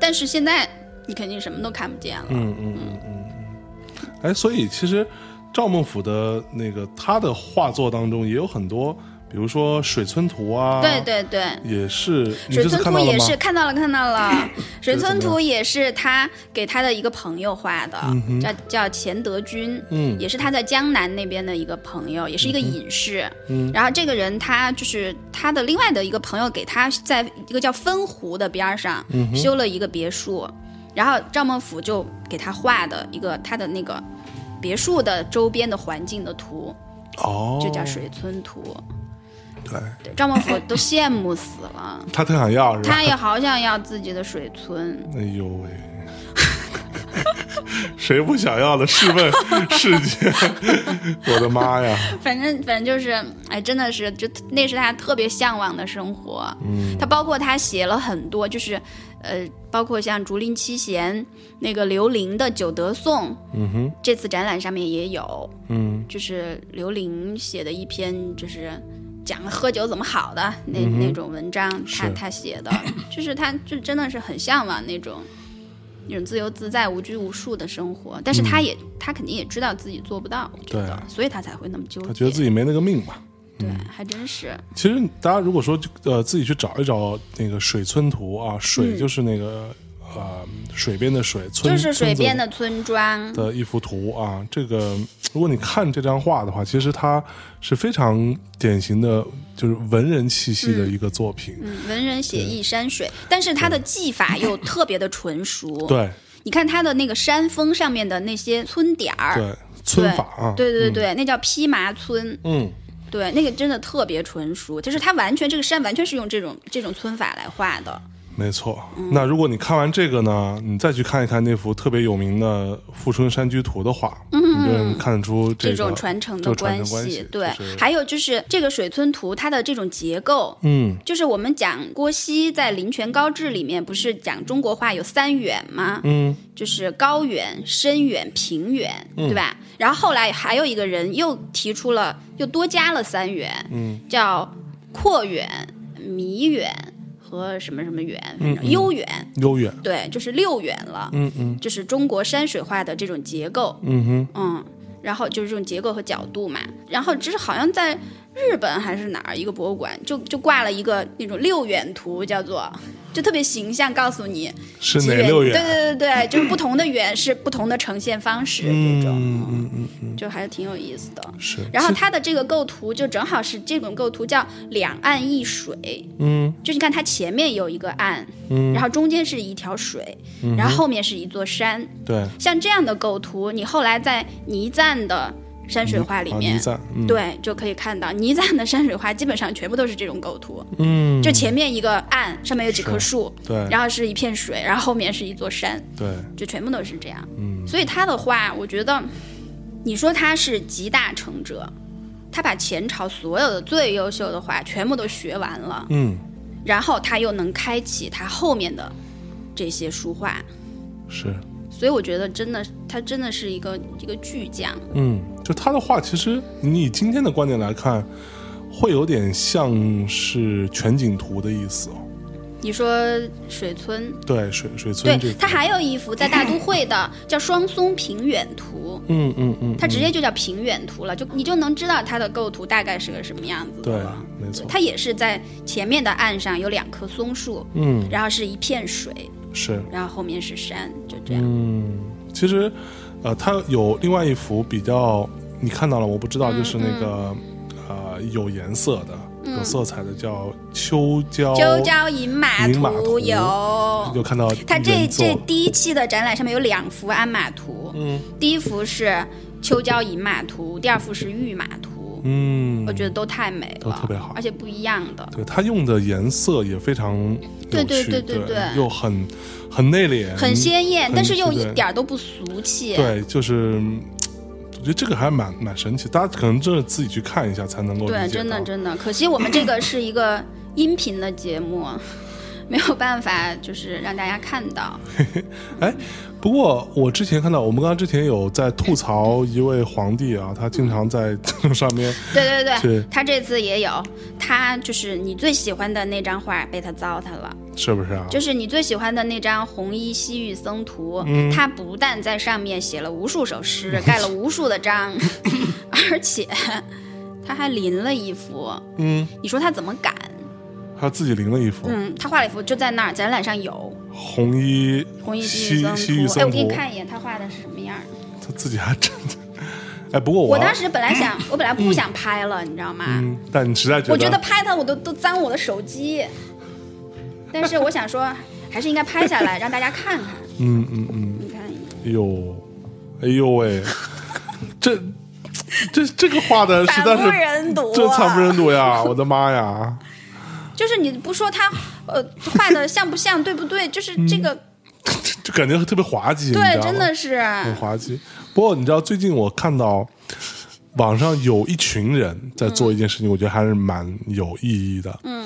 Speaker 1: 但是现在你肯定什么都看不见了。
Speaker 2: 嗯嗯嗯嗯嗯，哎，所以其实赵孟俯的那个他的画作当中也有很多，比如说《水村图》啊，
Speaker 1: 对，对对，
Speaker 2: 也是，你
Speaker 1: 水
Speaker 2: 这次
Speaker 1: 村
Speaker 2: 看
Speaker 1: 图
Speaker 2: 到了
Speaker 1: 也
Speaker 2: 吗
Speaker 1: 是？看到了看到
Speaker 2: (coughs)
Speaker 1: 了，水
Speaker 2: 怎
Speaker 1: 村
Speaker 2: 么样
Speaker 1: 图也是他给他的一个朋友画的，叫叫钱德军，
Speaker 2: 嗯
Speaker 1: 也是他在江南那边的一个朋友，也是一个隐士。
Speaker 2: 嗯
Speaker 1: 然后这个人他就是他的另外的一个朋友给他在一个叫分湖的边儿上
Speaker 2: 嗯
Speaker 1: 修了一个别墅，然后赵孟俯就给他画的一个他的那个别墅的周边的环境的图，
Speaker 2: 哦，
Speaker 1: 就叫水村图。
Speaker 2: 对，
Speaker 1: 对，赵孟俯都羡慕死了，
Speaker 2: 他特想要是吧？
Speaker 1: 他也好想要自己的水村。
Speaker 2: 哎呦喂！ (laughs) 谁不想要的？试问世界， (laughs) 我的妈呀！
Speaker 1: 反正反正就是，哎，真的是，就那是他特别向往的生活。嗯，他包括他写了很多，就是呃，包括像竹林七贤那个刘伶的《九德颂》，
Speaker 2: 嗯哼，
Speaker 1: 这次展览上面也有，
Speaker 2: 嗯
Speaker 1: 就是刘伶写的一篇，就是讲喝酒怎么好的那、那种文章，他
Speaker 2: 嗯是
Speaker 1: 他写的，就是他就真的是很向往那种。那种自由自在、无拘无束的生活，但是
Speaker 2: 嗯
Speaker 1: 他也、他肯定也知道自己做不到，我觉
Speaker 2: 对
Speaker 1: 得
Speaker 2: 啊
Speaker 1: 所以他才会那么纠结。
Speaker 2: 他觉得自己嗯没那个命吧？
Speaker 1: 对，还真是。
Speaker 2: 其实大家如果说呃自己去找一找那个水村图啊，水就是那个、呃水边的水，村
Speaker 1: 就是水边
Speaker 2: 村子
Speaker 1: 的村庄，
Speaker 2: 的一幅图啊。这个如果你看这张画的话，其实它是非常典型的，就是文人气息的一个作品。
Speaker 1: 嗯，文人写意山水，但是它的技法又特别的纯熟。，
Speaker 2: 对
Speaker 1: 你看它的那个山峰上面的那些村点儿，
Speaker 2: 对，村法啊，
Speaker 1: 嗯对对对对，那叫披麻村，
Speaker 2: 嗯，
Speaker 1: 对，那个真的特别纯熟，就是它完全这个山完全是用这种这种村法来画的。
Speaker 2: 没错。
Speaker 1: 嗯
Speaker 2: 那如果你看完这个呢，你再去看一看那幅特别有名的《富春山居图》的画，嗯，你就能看得出
Speaker 1: 这
Speaker 2: 个
Speaker 1: 种传承
Speaker 2: 这
Speaker 1: 的
Speaker 2: 个传承关
Speaker 1: 系，对，
Speaker 2: 就是
Speaker 1: 还有就是这个水村图它的这种结构，
Speaker 2: 嗯，
Speaker 1: 就是我们讲郭熙在《林泉高志》里面不是讲中国画有三远吗？
Speaker 2: 嗯，
Speaker 1: 就是高远、深远、平远，对吧？然后后来还有一个人又提出了，又多加了三远，嗯，叫阔远、弥远和什么什么远，反正悠远，
Speaker 2: 悠远，
Speaker 1: 对，就是六远了，
Speaker 2: 嗯嗯
Speaker 1: 就是中国山水画的这种结构，
Speaker 2: 嗯哼。
Speaker 1: 嗯，然后就是这种结构和角度嘛。然后这是好像在日本还是哪儿一个博物馆，就就挂了一个那种六远图，叫做就特别形象，告诉你
Speaker 2: 是
Speaker 1: 几
Speaker 2: 哪
Speaker 1: 远
Speaker 2: 六
Speaker 1: 对
Speaker 2: 远？
Speaker 1: 对对
Speaker 2: (coughs)
Speaker 1: 对，就是不同的远是不同的呈现方式，这种、
Speaker 2: 嗯嗯嗯，
Speaker 1: 就还是挺有意思的。
Speaker 2: 是。
Speaker 1: 然后
Speaker 2: 是
Speaker 1: 它的这个构图就正好是这种构图叫两岸一水，
Speaker 2: 嗯
Speaker 1: 就是你看它前面有一个岸，
Speaker 2: 嗯
Speaker 1: 然后中间是一条水，然后后面是一座山，
Speaker 2: 对，
Speaker 1: 像这样的构图，你后来在倪瓒的山水画里
Speaker 2: 啊
Speaker 1: 面，
Speaker 2: 倪瓒嗯
Speaker 1: 对，就可以看到倪瓒的山水画基本上全部都是这种构图，
Speaker 2: 嗯
Speaker 1: 就前面一个岸，上面有几棵树，
Speaker 2: 对
Speaker 1: 然后是一片水，然后后面是一座山，
Speaker 2: 对，
Speaker 1: 就全部都是这样。
Speaker 2: 嗯
Speaker 1: 所以他的画，我觉得，你说他是集大成者，他把前朝所有的最优秀的画全部都学完了，
Speaker 2: 嗯
Speaker 1: 然后他又能开启他后面的这些书画，
Speaker 2: 是，
Speaker 1: 所以我觉得真的，他真的是一个一个巨匠。
Speaker 2: 嗯，就他的话，其实你以今天的观点来看，会有点像是全景图的意思哦。
Speaker 1: 你说水村，
Speaker 2: 对，水水村这
Speaker 1: 对
Speaker 2: 个，
Speaker 1: 他还有一幅在大都会
Speaker 2: (laughs)
Speaker 1: 的叫《双松平远图》，
Speaker 2: 嗯嗯嗯，
Speaker 1: 它直接就叫平远图了，就你就能知道它的构图大概是个什么样子的
Speaker 2: 对
Speaker 1: 了。，
Speaker 2: 没错，
Speaker 1: 它也是在前面的岸上有两棵松树，
Speaker 2: 嗯
Speaker 1: 然后是一片水，
Speaker 2: 是，
Speaker 1: 然后后面是山，就这样。
Speaker 2: 嗯，其实，呃，他有另外一幅比较你看到了，我不
Speaker 1: 嗯
Speaker 2: 知道，就是那个呃有颜色的、有色彩的，叫秋郊
Speaker 1: 嗯秋郊饮马
Speaker 2: 饮马哦图
Speaker 1: 有，
Speaker 2: 有看到
Speaker 1: 它这
Speaker 2: 人做
Speaker 1: 这第一期的展览上面有两幅鞍马图，
Speaker 2: 嗯
Speaker 1: 第一幅是秋郊饮马图，第二幅是御马图，
Speaker 2: 嗯，
Speaker 1: 我觉得都太美了，
Speaker 2: 都特别好
Speaker 1: 而且不一样的。
Speaker 2: 对他用的颜色也非常有趣，
Speaker 1: 对对对对
Speaker 2: 对
Speaker 1: 对
Speaker 2: 又很很内敛，
Speaker 1: 很鲜艳，
Speaker 2: 很
Speaker 1: 但是又一
Speaker 2: 对
Speaker 1: 点儿都不俗气。
Speaker 2: 对，就是嗯我觉得这个还蛮蛮神奇，大家可能真的自己去看一下才能够理解
Speaker 1: 对，真的
Speaker 2: 到
Speaker 1: 真的，可惜我们这个是一个音频的节目， (laughs) 没有办法就是让大家看到。
Speaker 2: 哎，不过我之前看到，我们刚刚之前有在吐槽一位皇帝啊，他经常在上面，
Speaker 1: 对对对
Speaker 2: 是，
Speaker 1: 他这次也有，他就是你最喜欢的那张画被他糟蹋了，
Speaker 2: 是不是啊？
Speaker 1: 就是你最喜欢的那张《红衣西域僧图》
Speaker 2: 嗯
Speaker 1: 他不但在上面写了无数首诗，盖了无数的章， (laughs) 而且他还临了一幅，
Speaker 2: 嗯，
Speaker 1: 你说他怎么敢？
Speaker 2: 他自己临了一幅
Speaker 1: 嗯，他画了一幅，就在那儿展览上有
Speaker 2: 红衣
Speaker 1: 《红衣
Speaker 2: 西
Speaker 1: 西域僧图
Speaker 2: 西域》。
Speaker 1: 哎，
Speaker 2: 僧
Speaker 1: 我给
Speaker 2: 图
Speaker 1: 你，看一眼，他画的是什么样儿？
Speaker 2: 他自己还真的。 (laughs) 哎，不过
Speaker 1: 我
Speaker 2: 要
Speaker 1: 当时本
Speaker 2: (clears throat)
Speaker 1: 来想，我本来不想拍了，你知道吗？
Speaker 2: 嗯，但你实在觉得，
Speaker 1: 我觉得拍它我都都脏我的手机，但是我想说，还是应该拍下来让大家看看。
Speaker 2: 嗯嗯嗯，
Speaker 1: 你看
Speaker 2: (laughs)
Speaker 1: 一眼，
Speaker 2: 哎呦，哎呦
Speaker 1: (laughs)
Speaker 2: 喂，这这这个画的实在
Speaker 1: 惨不
Speaker 2: 是
Speaker 1: 忍睹、啊，
Speaker 2: 这惨不忍睹呀！我的妈呀！
Speaker 1: 就是你不说他，呃，画的像不像，对不对？就是这个，
Speaker 2: 就感觉特别滑稽，嗯你知
Speaker 1: 对，
Speaker 2: 道嗯
Speaker 1: 真
Speaker 2: 吗
Speaker 1: 的是，
Speaker 2: 很滑稽。不过你知道，最近我看到网上有一群人在做一件事情，我觉得还是蛮有意义的。嗯，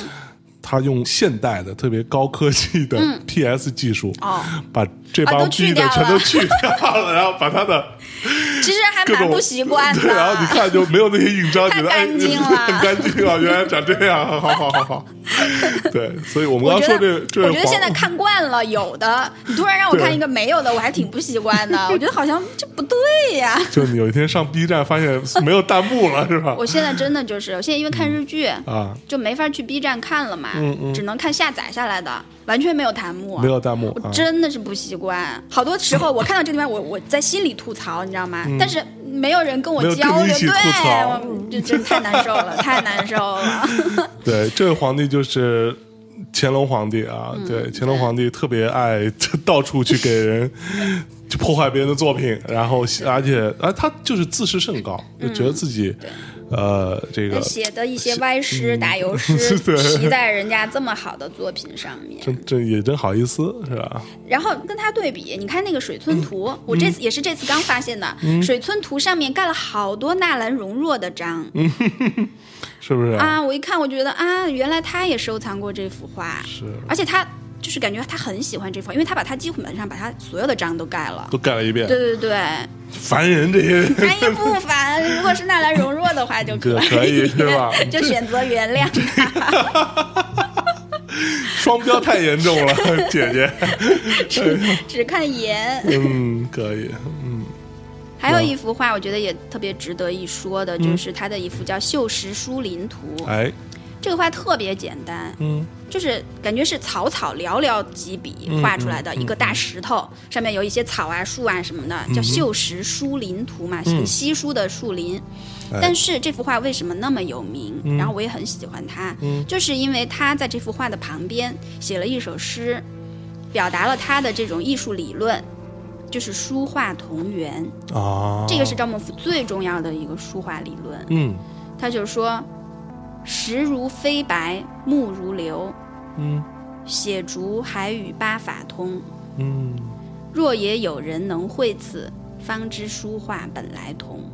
Speaker 2: 他用现代的、特别高科技的 PS 技术，
Speaker 1: 嗯哦
Speaker 2: 把这
Speaker 1: 啊
Speaker 2: 帮
Speaker 1: 都去
Speaker 2: 逼
Speaker 1: 掉
Speaker 2: 的
Speaker 1: 了
Speaker 2: 全都去掉了，然后把他
Speaker 1: (laughs)
Speaker 2: 的
Speaker 1: 其实还
Speaker 2: 各
Speaker 1: 蛮
Speaker 2: 种
Speaker 1: 不习惯
Speaker 2: 对，然后你
Speaker 1: 的。
Speaker 2: 看就没有那些印章，
Speaker 1: 太
Speaker 2: 觉得哎，
Speaker 1: 干净
Speaker 2: (laughs)
Speaker 1: 了
Speaker 2: 很干净啊，原来长这样，好好好好。对，所以我们
Speaker 1: 我
Speaker 2: 刚刚
Speaker 1: 觉
Speaker 2: 说
Speaker 1: 得
Speaker 2: 这，这
Speaker 1: 我觉得
Speaker 2: 黄
Speaker 1: 现在看惯了有的，你突然让我
Speaker 2: 对
Speaker 1: 看一个没有的，我还挺不习
Speaker 2: (laughs)
Speaker 1: 惯的。我觉得好像这不对呀。
Speaker 2: 就你有一天上 B 站发现没有弹幕了，是吧？
Speaker 1: 我现在真的就是，我现在因为看日剧，
Speaker 2: 啊，
Speaker 1: 就没法去 B 站看了嘛，只能看下载下来的，完全没有弹幕，
Speaker 2: 嗯没有弹幕
Speaker 1: 我
Speaker 2: 啊
Speaker 1: 真的是不习惯。好多时候我看到这地方，我我在心里吐槽，你知道吗？但是没有人跟我
Speaker 2: 嗯没有跟
Speaker 1: 交
Speaker 2: 你
Speaker 1: 流，
Speaker 2: 一起
Speaker 1: 对，
Speaker 2: 吐槽
Speaker 1: 我这真太难受
Speaker 2: (laughs)
Speaker 1: 了，太难受了。
Speaker 2: 对，这位皇帝就是乾隆皇帝啊，
Speaker 1: 嗯
Speaker 2: 对，乾隆皇帝特别爱到处去给人就破坏别人的作品，然后而且啊，他就是自视甚高，
Speaker 1: 嗯
Speaker 2: 就觉得自己、呃这个嗯
Speaker 1: 写的一些歪诗、打油诗
Speaker 2: (laughs) 对
Speaker 1: 骑在人家这么好的作品上面，
Speaker 2: 真真也真好意思是
Speaker 1: (laughs)
Speaker 2: 吧？
Speaker 1: 然后跟它对比，你看那个水村图，
Speaker 2: 嗯
Speaker 1: 我这次也是这次刚发现的，水村图上面盖了好多纳兰容若的章、
Speaker 2: 是不是？
Speaker 1: 啊！我一看，我觉得啊，原来他也收藏过这幅画，
Speaker 2: 是
Speaker 1: 而且他就是感觉他很喜欢这幅画，因为他把他几乎本上把他所有的章都盖了。
Speaker 2: 都盖了一遍，
Speaker 1: 对对对，
Speaker 2: 烦人这些人。
Speaker 1: 翻译不烦。如果是纳兰容若的话，就可以，
Speaker 2: 可以是吧
Speaker 1: (laughs) 就选择原谅他。
Speaker 2: 双标太严重
Speaker 1: (laughs)
Speaker 2: 了，姐姐。
Speaker 1: 只看颜。
Speaker 2: 嗯，可以，嗯，嗯
Speaker 1: 还有一幅画，我觉得也特别值得一说的，就是他的一幅叫《绣石书林图》。
Speaker 2: 哎，
Speaker 1: 这个画特别简单，
Speaker 2: 嗯，
Speaker 1: 就是感觉是草草寥寥几笔画出来
Speaker 2: 嗯
Speaker 1: 的一个大石头，上面有一些草啊、树啊什么的，叫
Speaker 2: 嗯
Speaker 1: 绣石疏林图嘛，很稀疏的树林。
Speaker 2: 哎嗯
Speaker 1: 但是这幅画为什么那么有名？然后我也很喜欢它，就是因为他在这幅画的旁边写了一首诗，表达了他的这种艺术理论，就是书画同源。
Speaker 2: 啊，
Speaker 1: 这个是赵孟頫最重要的一个书画理论。
Speaker 2: 嗯
Speaker 1: 他就说：“石如飞白，木如流，
Speaker 2: 嗯
Speaker 1: 写竹还与八法通。
Speaker 2: 嗯，
Speaker 1: 若也有人能会此，方知书画本来同。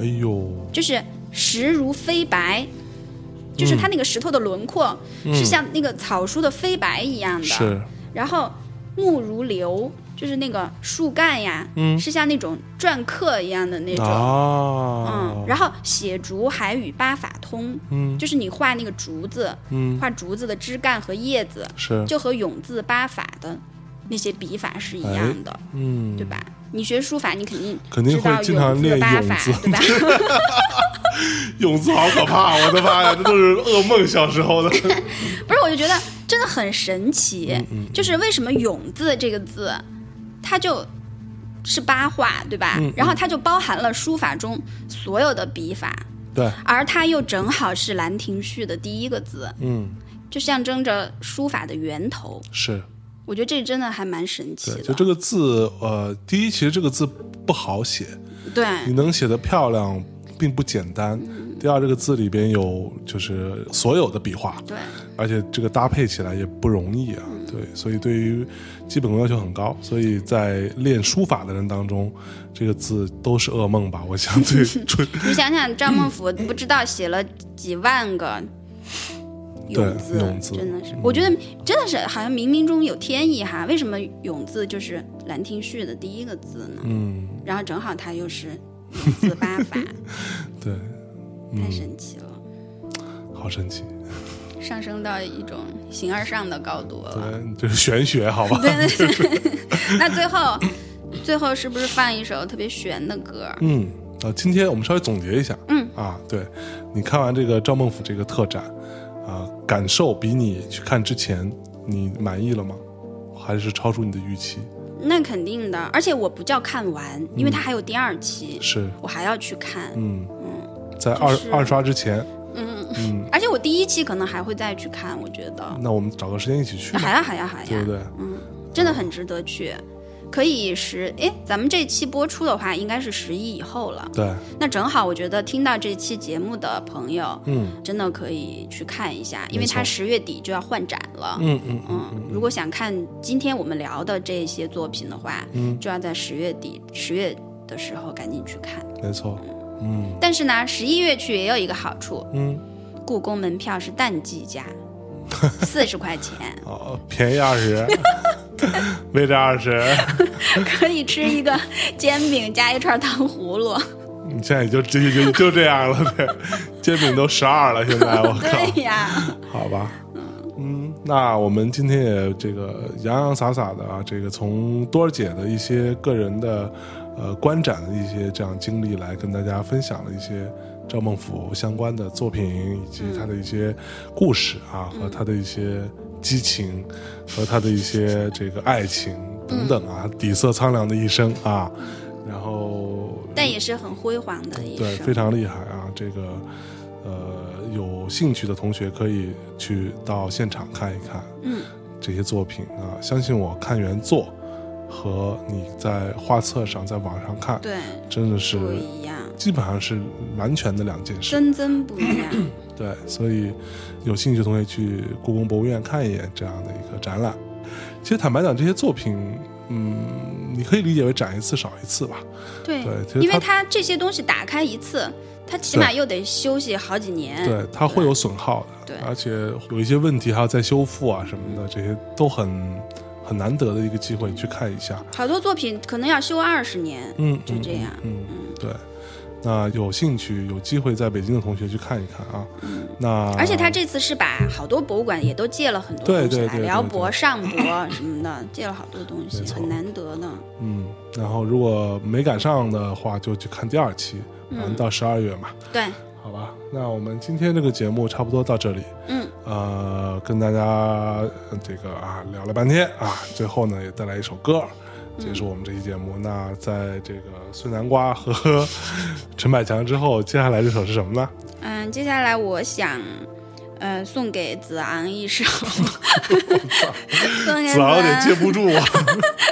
Speaker 2: 哎呦”，
Speaker 1: 就是石如飞白，
Speaker 2: 嗯
Speaker 1: 就是它那个石头的轮廓、是像那个草书的飞白一样的。
Speaker 2: 是，
Speaker 1: 然后木如流，就是那个树干呀，
Speaker 2: 嗯
Speaker 1: 是像那种篆刻一样的那种。
Speaker 2: 啊，
Speaker 1: 嗯，然后写竹还与八法通，
Speaker 2: 嗯
Speaker 1: 就是你画那个竹子，
Speaker 2: 嗯
Speaker 1: 画竹子的枝干和叶子，
Speaker 2: 是，
Speaker 1: 就和永字八法的那些笔法是一样的，
Speaker 2: 嗯，
Speaker 1: 对吧？你学书法，你肯定
Speaker 2: 肯定
Speaker 1: 知道
Speaker 2: 会经常
Speaker 1: 永字
Speaker 2: 练
Speaker 1: 八
Speaker 2: 永
Speaker 1: 法
Speaker 2: 字，
Speaker 1: 对吧？ (laughs)
Speaker 2: 泳字好可怕，我的妈呀，这都是噩梦，小时
Speaker 1: (laughs)
Speaker 2: 候的。
Speaker 1: 不是，我就觉得真的很神
Speaker 2: (laughs)
Speaker 1: 奇，
Speaker 2: 嗯
Speaker 1: 就是为什么“永”字这个字，它就是八画，对
Speaker 2: 嗯
Speaker 1: 吧？然后它就包含了书法中所有的笔法，
Speaker 2: 对，
Speaker 1: 而它又正好是《兰亭序》的第一个字，
Speaker 2: 嗯，
Speaker 1: 就象征着书法的源头。
Speaker 2: 是
Speaker 1: 我觉得这真的还蛮神奇
Speaker 2: 对，
Speaker 1: 的。
Speaker 2: 就这个字，呃，第一，其实这个字不好写，
Speaker 1: 对
Speaker 2: 你能写的漂亮并不简单。第二，这个字里边有就是所有的笔画，
Speaker 1: 对嗯
Speaker 2: 而且这个搭配起来也不容易啊，对，所以对于基本功要求很高，所以在练书法的人当中，这个字都是噩梦吧？我想
Speaker 1: (laughs)
Speaker 2: 最准
Speaker 1: 你想想，赵孟頫不知道写了几万个永字，
Speaker 2: 对永字嗯
Speaker 1: 真的是，我觉得真的是好像冥冥中有天意哈。为什么永字就是《兰亭序》的第一个字呢？
Speaker 2: 嗯，
Speaker 1: 然后正好它又是永字八
Speaker 2: (laughs)
Speaker 1: 法，
Speaker 2: 对，
Speaker 1: 太神奇了，
Speaker 2: 好神奇，
Speaker 1: 上升到一种形而上的高度了。
Speaker 2: 对，就是玄学，好吧？
Speaker 1: 对对对， (laughs) 那最后。最后是不是放一首特别悬的歌？
Speaker 2: (laughs) 嗯，呃，今天我们稍微总结一下，
Speaker 1: 嗯
Speaker 2: 啊，对你看完这个赵孟頫这个特展，啊，感受比你去看之前，你满意了吗？还是超出你的预期？
Speaker 1: 那肯定的，而且我不叫看完，因为它还有第二期，
Speaker 2: 是，
Speaker 1: 我还要去看。
Speaker 2: 嗯，在二
Speaker 1: 就是
Speaker 2: 二刷之前，嗯
Speaker 1: 而且我第一期可能还会再去看，我觉得
Speaker 2: 那我们找个时间一起去吧，
Speaker 1: 啊还要还要还
Speaker 2: 对不
Speaker 1: 要，
Speaker 2: 对？
Speaker 1: 真的很值得去。可以十哎，咱们这期播出的话，应该是十一以后了。
Speaker 2: 对，
Speaker 1: 那正好，我觉得听到这期节目的朋友，
Speaker 2: 嗯
Speaker 1: 真的可以去看一下，因为
Speaker 2: 没错
Speaker 1: 它十月底就要换展了。
Speaker 2: 嗯嗯嗯，
Speaker 1: 嗯，如果想看今天我们聊的这些作品的话，
Speaker 2: 嗯
Speaker 1: 就要在十月底、十月的时候赶紧去看。
Speaker 2: 没错，嗯
Speaker 1: 但是呢，十一月去也有一个好处，
Speaker 2: 嗯，
Speaker 1: 故宫门票是淡季价，四十块钱，
Speaker 2: 哦，便宜二
Speaker 1: (laughs)
Speaker 2: 十，位置二十， (laughs)
Speaker 1: 可以吃一个煎饼加一串糖葫芦。
Speaker 2: 你现在也就就就就这样了，对，煎饼都十二了，现在我 (laughs) 靠，
Speaker 1: 对呀，
Speaker 2: 好吧，嗯，那我们今天也这个洋洋洒洒的啊，这个从多儿姐的一些个人的呃观展的一些这样经历来跟大家分享了一些赵孟俯相关的作品以及他的一些故事啊、和他的一些激情和他的一些这个爱情等等啊，底色苍凉的一生啊，然后
Speaker 1: 但也是很辉煌的一
Speaker 2: 对，
Speaker 1: 生。
Speaker 2: 非常厉害啊！这个呃，有兴趣的同学可以去到现场看一看
Speaker 1: 嗯，
Speaker 2: 这些作品啊。相信我，看原作和你在画册上、在网上看，
Speaker 1: 对，
Speaker 2: 真的是
Speaker 1: 不一样，
Speaker 2: 基本上是完全的两件事。
Speaker 1: 真真不一
Speaker 2: (clears throat)
Speaker 1: 样。
Speaker 2: 对，所以有兴趣的同学去故宫博物院看一眼这样的一个展览。其实坦白讲，这些作品，嗯，你可以理解为展一次少一次吧。
Speaker 1: 对
Speaker 2: 对其实
Speaker 1: 因为
Speaker 2: 它
Speaker 1: 它这些东西打开一次，它起码又得休息好几年。
Speaker 2: 对，它会有损耗的，
Speaker 1: 嗯对
Speaker 2: 而且有一些问题还要再修复啊什么的，这些都很很难得的一个机会，你去看一下。
Speaker 1: 好多作品可能要修二十年。
Speaker 2: 嗯，
Speaker 1: 就这样
Speaker 2: 嗯，嗯对。那有兴趣、有机会在北京的同学去看一看啊。那
Speaker 1: 嗯而且他这次是把好多博物馆也都借了很多
Speaker 2: 对
Speaker 1: 东西
Speaker 2: 对
Speaker 1: 来，
Speaker 2: 对对
Speaker 1: 辽
Speaker 2: 对
Speaker 1: 博、上
Speaker 2: (laughs)
Speaker 1: 博什么的，借了好多东西
Speaker 2: 没，错
Speaker 1: 很难得呢。
Speaker 2: 嗯，然后如果没赶上的话，就去看第二期，反
Speaker 1: 嗯
Speaker 2: 正到十二月嘛，
Speaker 1: 对，
Speaker 2: 好吧。那我们今天这个节目差不多到这里。
Speaker 1: 嗯，
Speaker 2: 呃，跟大家呃这个啊聊了半天啊，最后呢也带来一首歌，结束我们这期节目。那在这个孙南瓜和陈百强之后，接下来这首是什
Speaker 1: (laughs)
Speaker 2: 么呢？
Speaker 1: 嗯，接下来我想，呃，送给子昂
Speaker 2: (laughs)
Speaker 1: 一首，送给
Speaker 2: 子昂有点接
Speaker 1: 昂，
Speaker 2: 不住啊，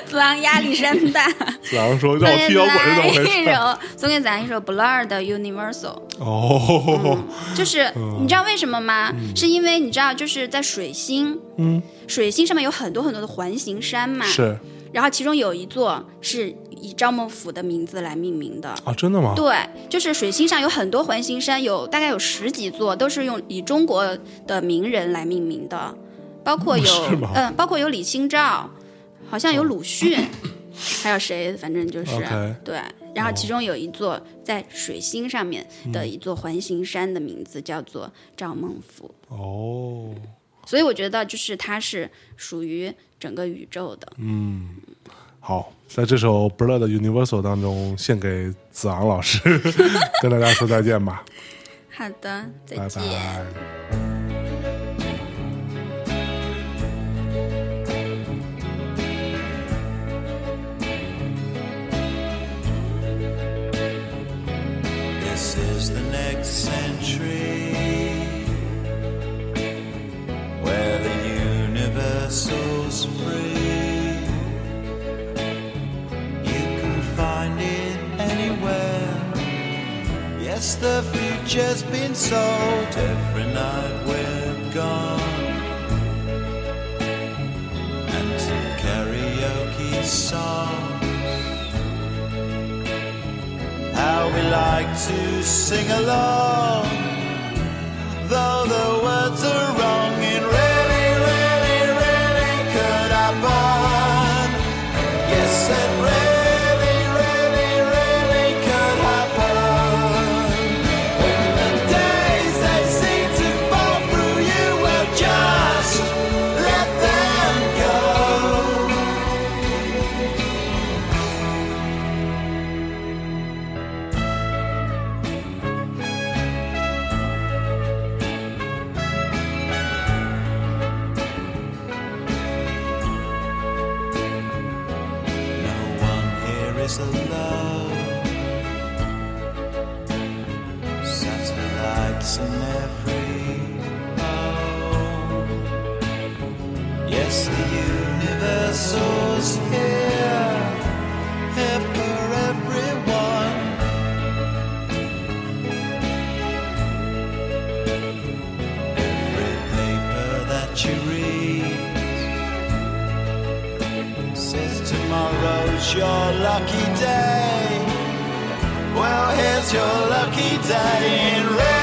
Speaker 1: 子昂压力山大，
Speaker 2: 子昂说 (laughs)
Speaker 1: 送
Speaker 2: 让我
Speaker 1: 给
Speaker 2: 踢
Speaker 1: 子
Speaker 2: 摇滚是怎
Speaker 1: 昂
Speaker 2: 么回
Speaker 1: 一
Speaker 2: 事？
Speaker 1: 首， (laughs) 送给子昂一首 Blur 的 Universal。
Speaker 2: 哦，
Speaker 1: 就是你知道为什么吗？是因为你知道，就是在水星，
Speaker 2: (laughs) 嗯，
Speaker 1: 水星上面有很多很多的环形山嘛，
Speaker 2: 是
Speaker 1: 然后其中有一座是以赵孟俯的名字来命名的。
Speaker 2: 啊，真的吗？
Speaker 1: 对，就是水星上有很多环形山，有大概有十几座，都是用以中国的名人来命名的，包括有
Speaker 2: 哦是吗哦
Speaker 1: 嗯，包括有李清照，好像有鲁迅，还有谁，反正就是
Speaker 2: OK
Speaker 1: 对。然后其中有一座在水星上面的一座环形山的名字叫做赵孟俯，
Speaker 2: 哦，
Speaker 1: 所以我觉得就是它是属于整个宇宙的。
Speaker 2: 嗯，好，在这首 Blur 的 Universal 当中，献给子昂老师， (laughs) 跟大家说再见吧，
Speaker 1: 好的，再
Speaker 2: 拜
Speaker 1: 见。
Speaker 2: 拜。
Speaker 4: This is the next century where the universal's free. You can find it anywhere. Yes, the future's been sold. Every night we're gone. And to karaoke songs. how we like to sing along. Though the words are wrong, it really, really, really could happen. Yes, it really, really, really could happen. When the days they seem to fall through, you will just let them go. No one here is alone. Satellites in every home. Yes, the universal's here. centuries. Since tomorrow's your lucky day, well, here's your lucky day in red.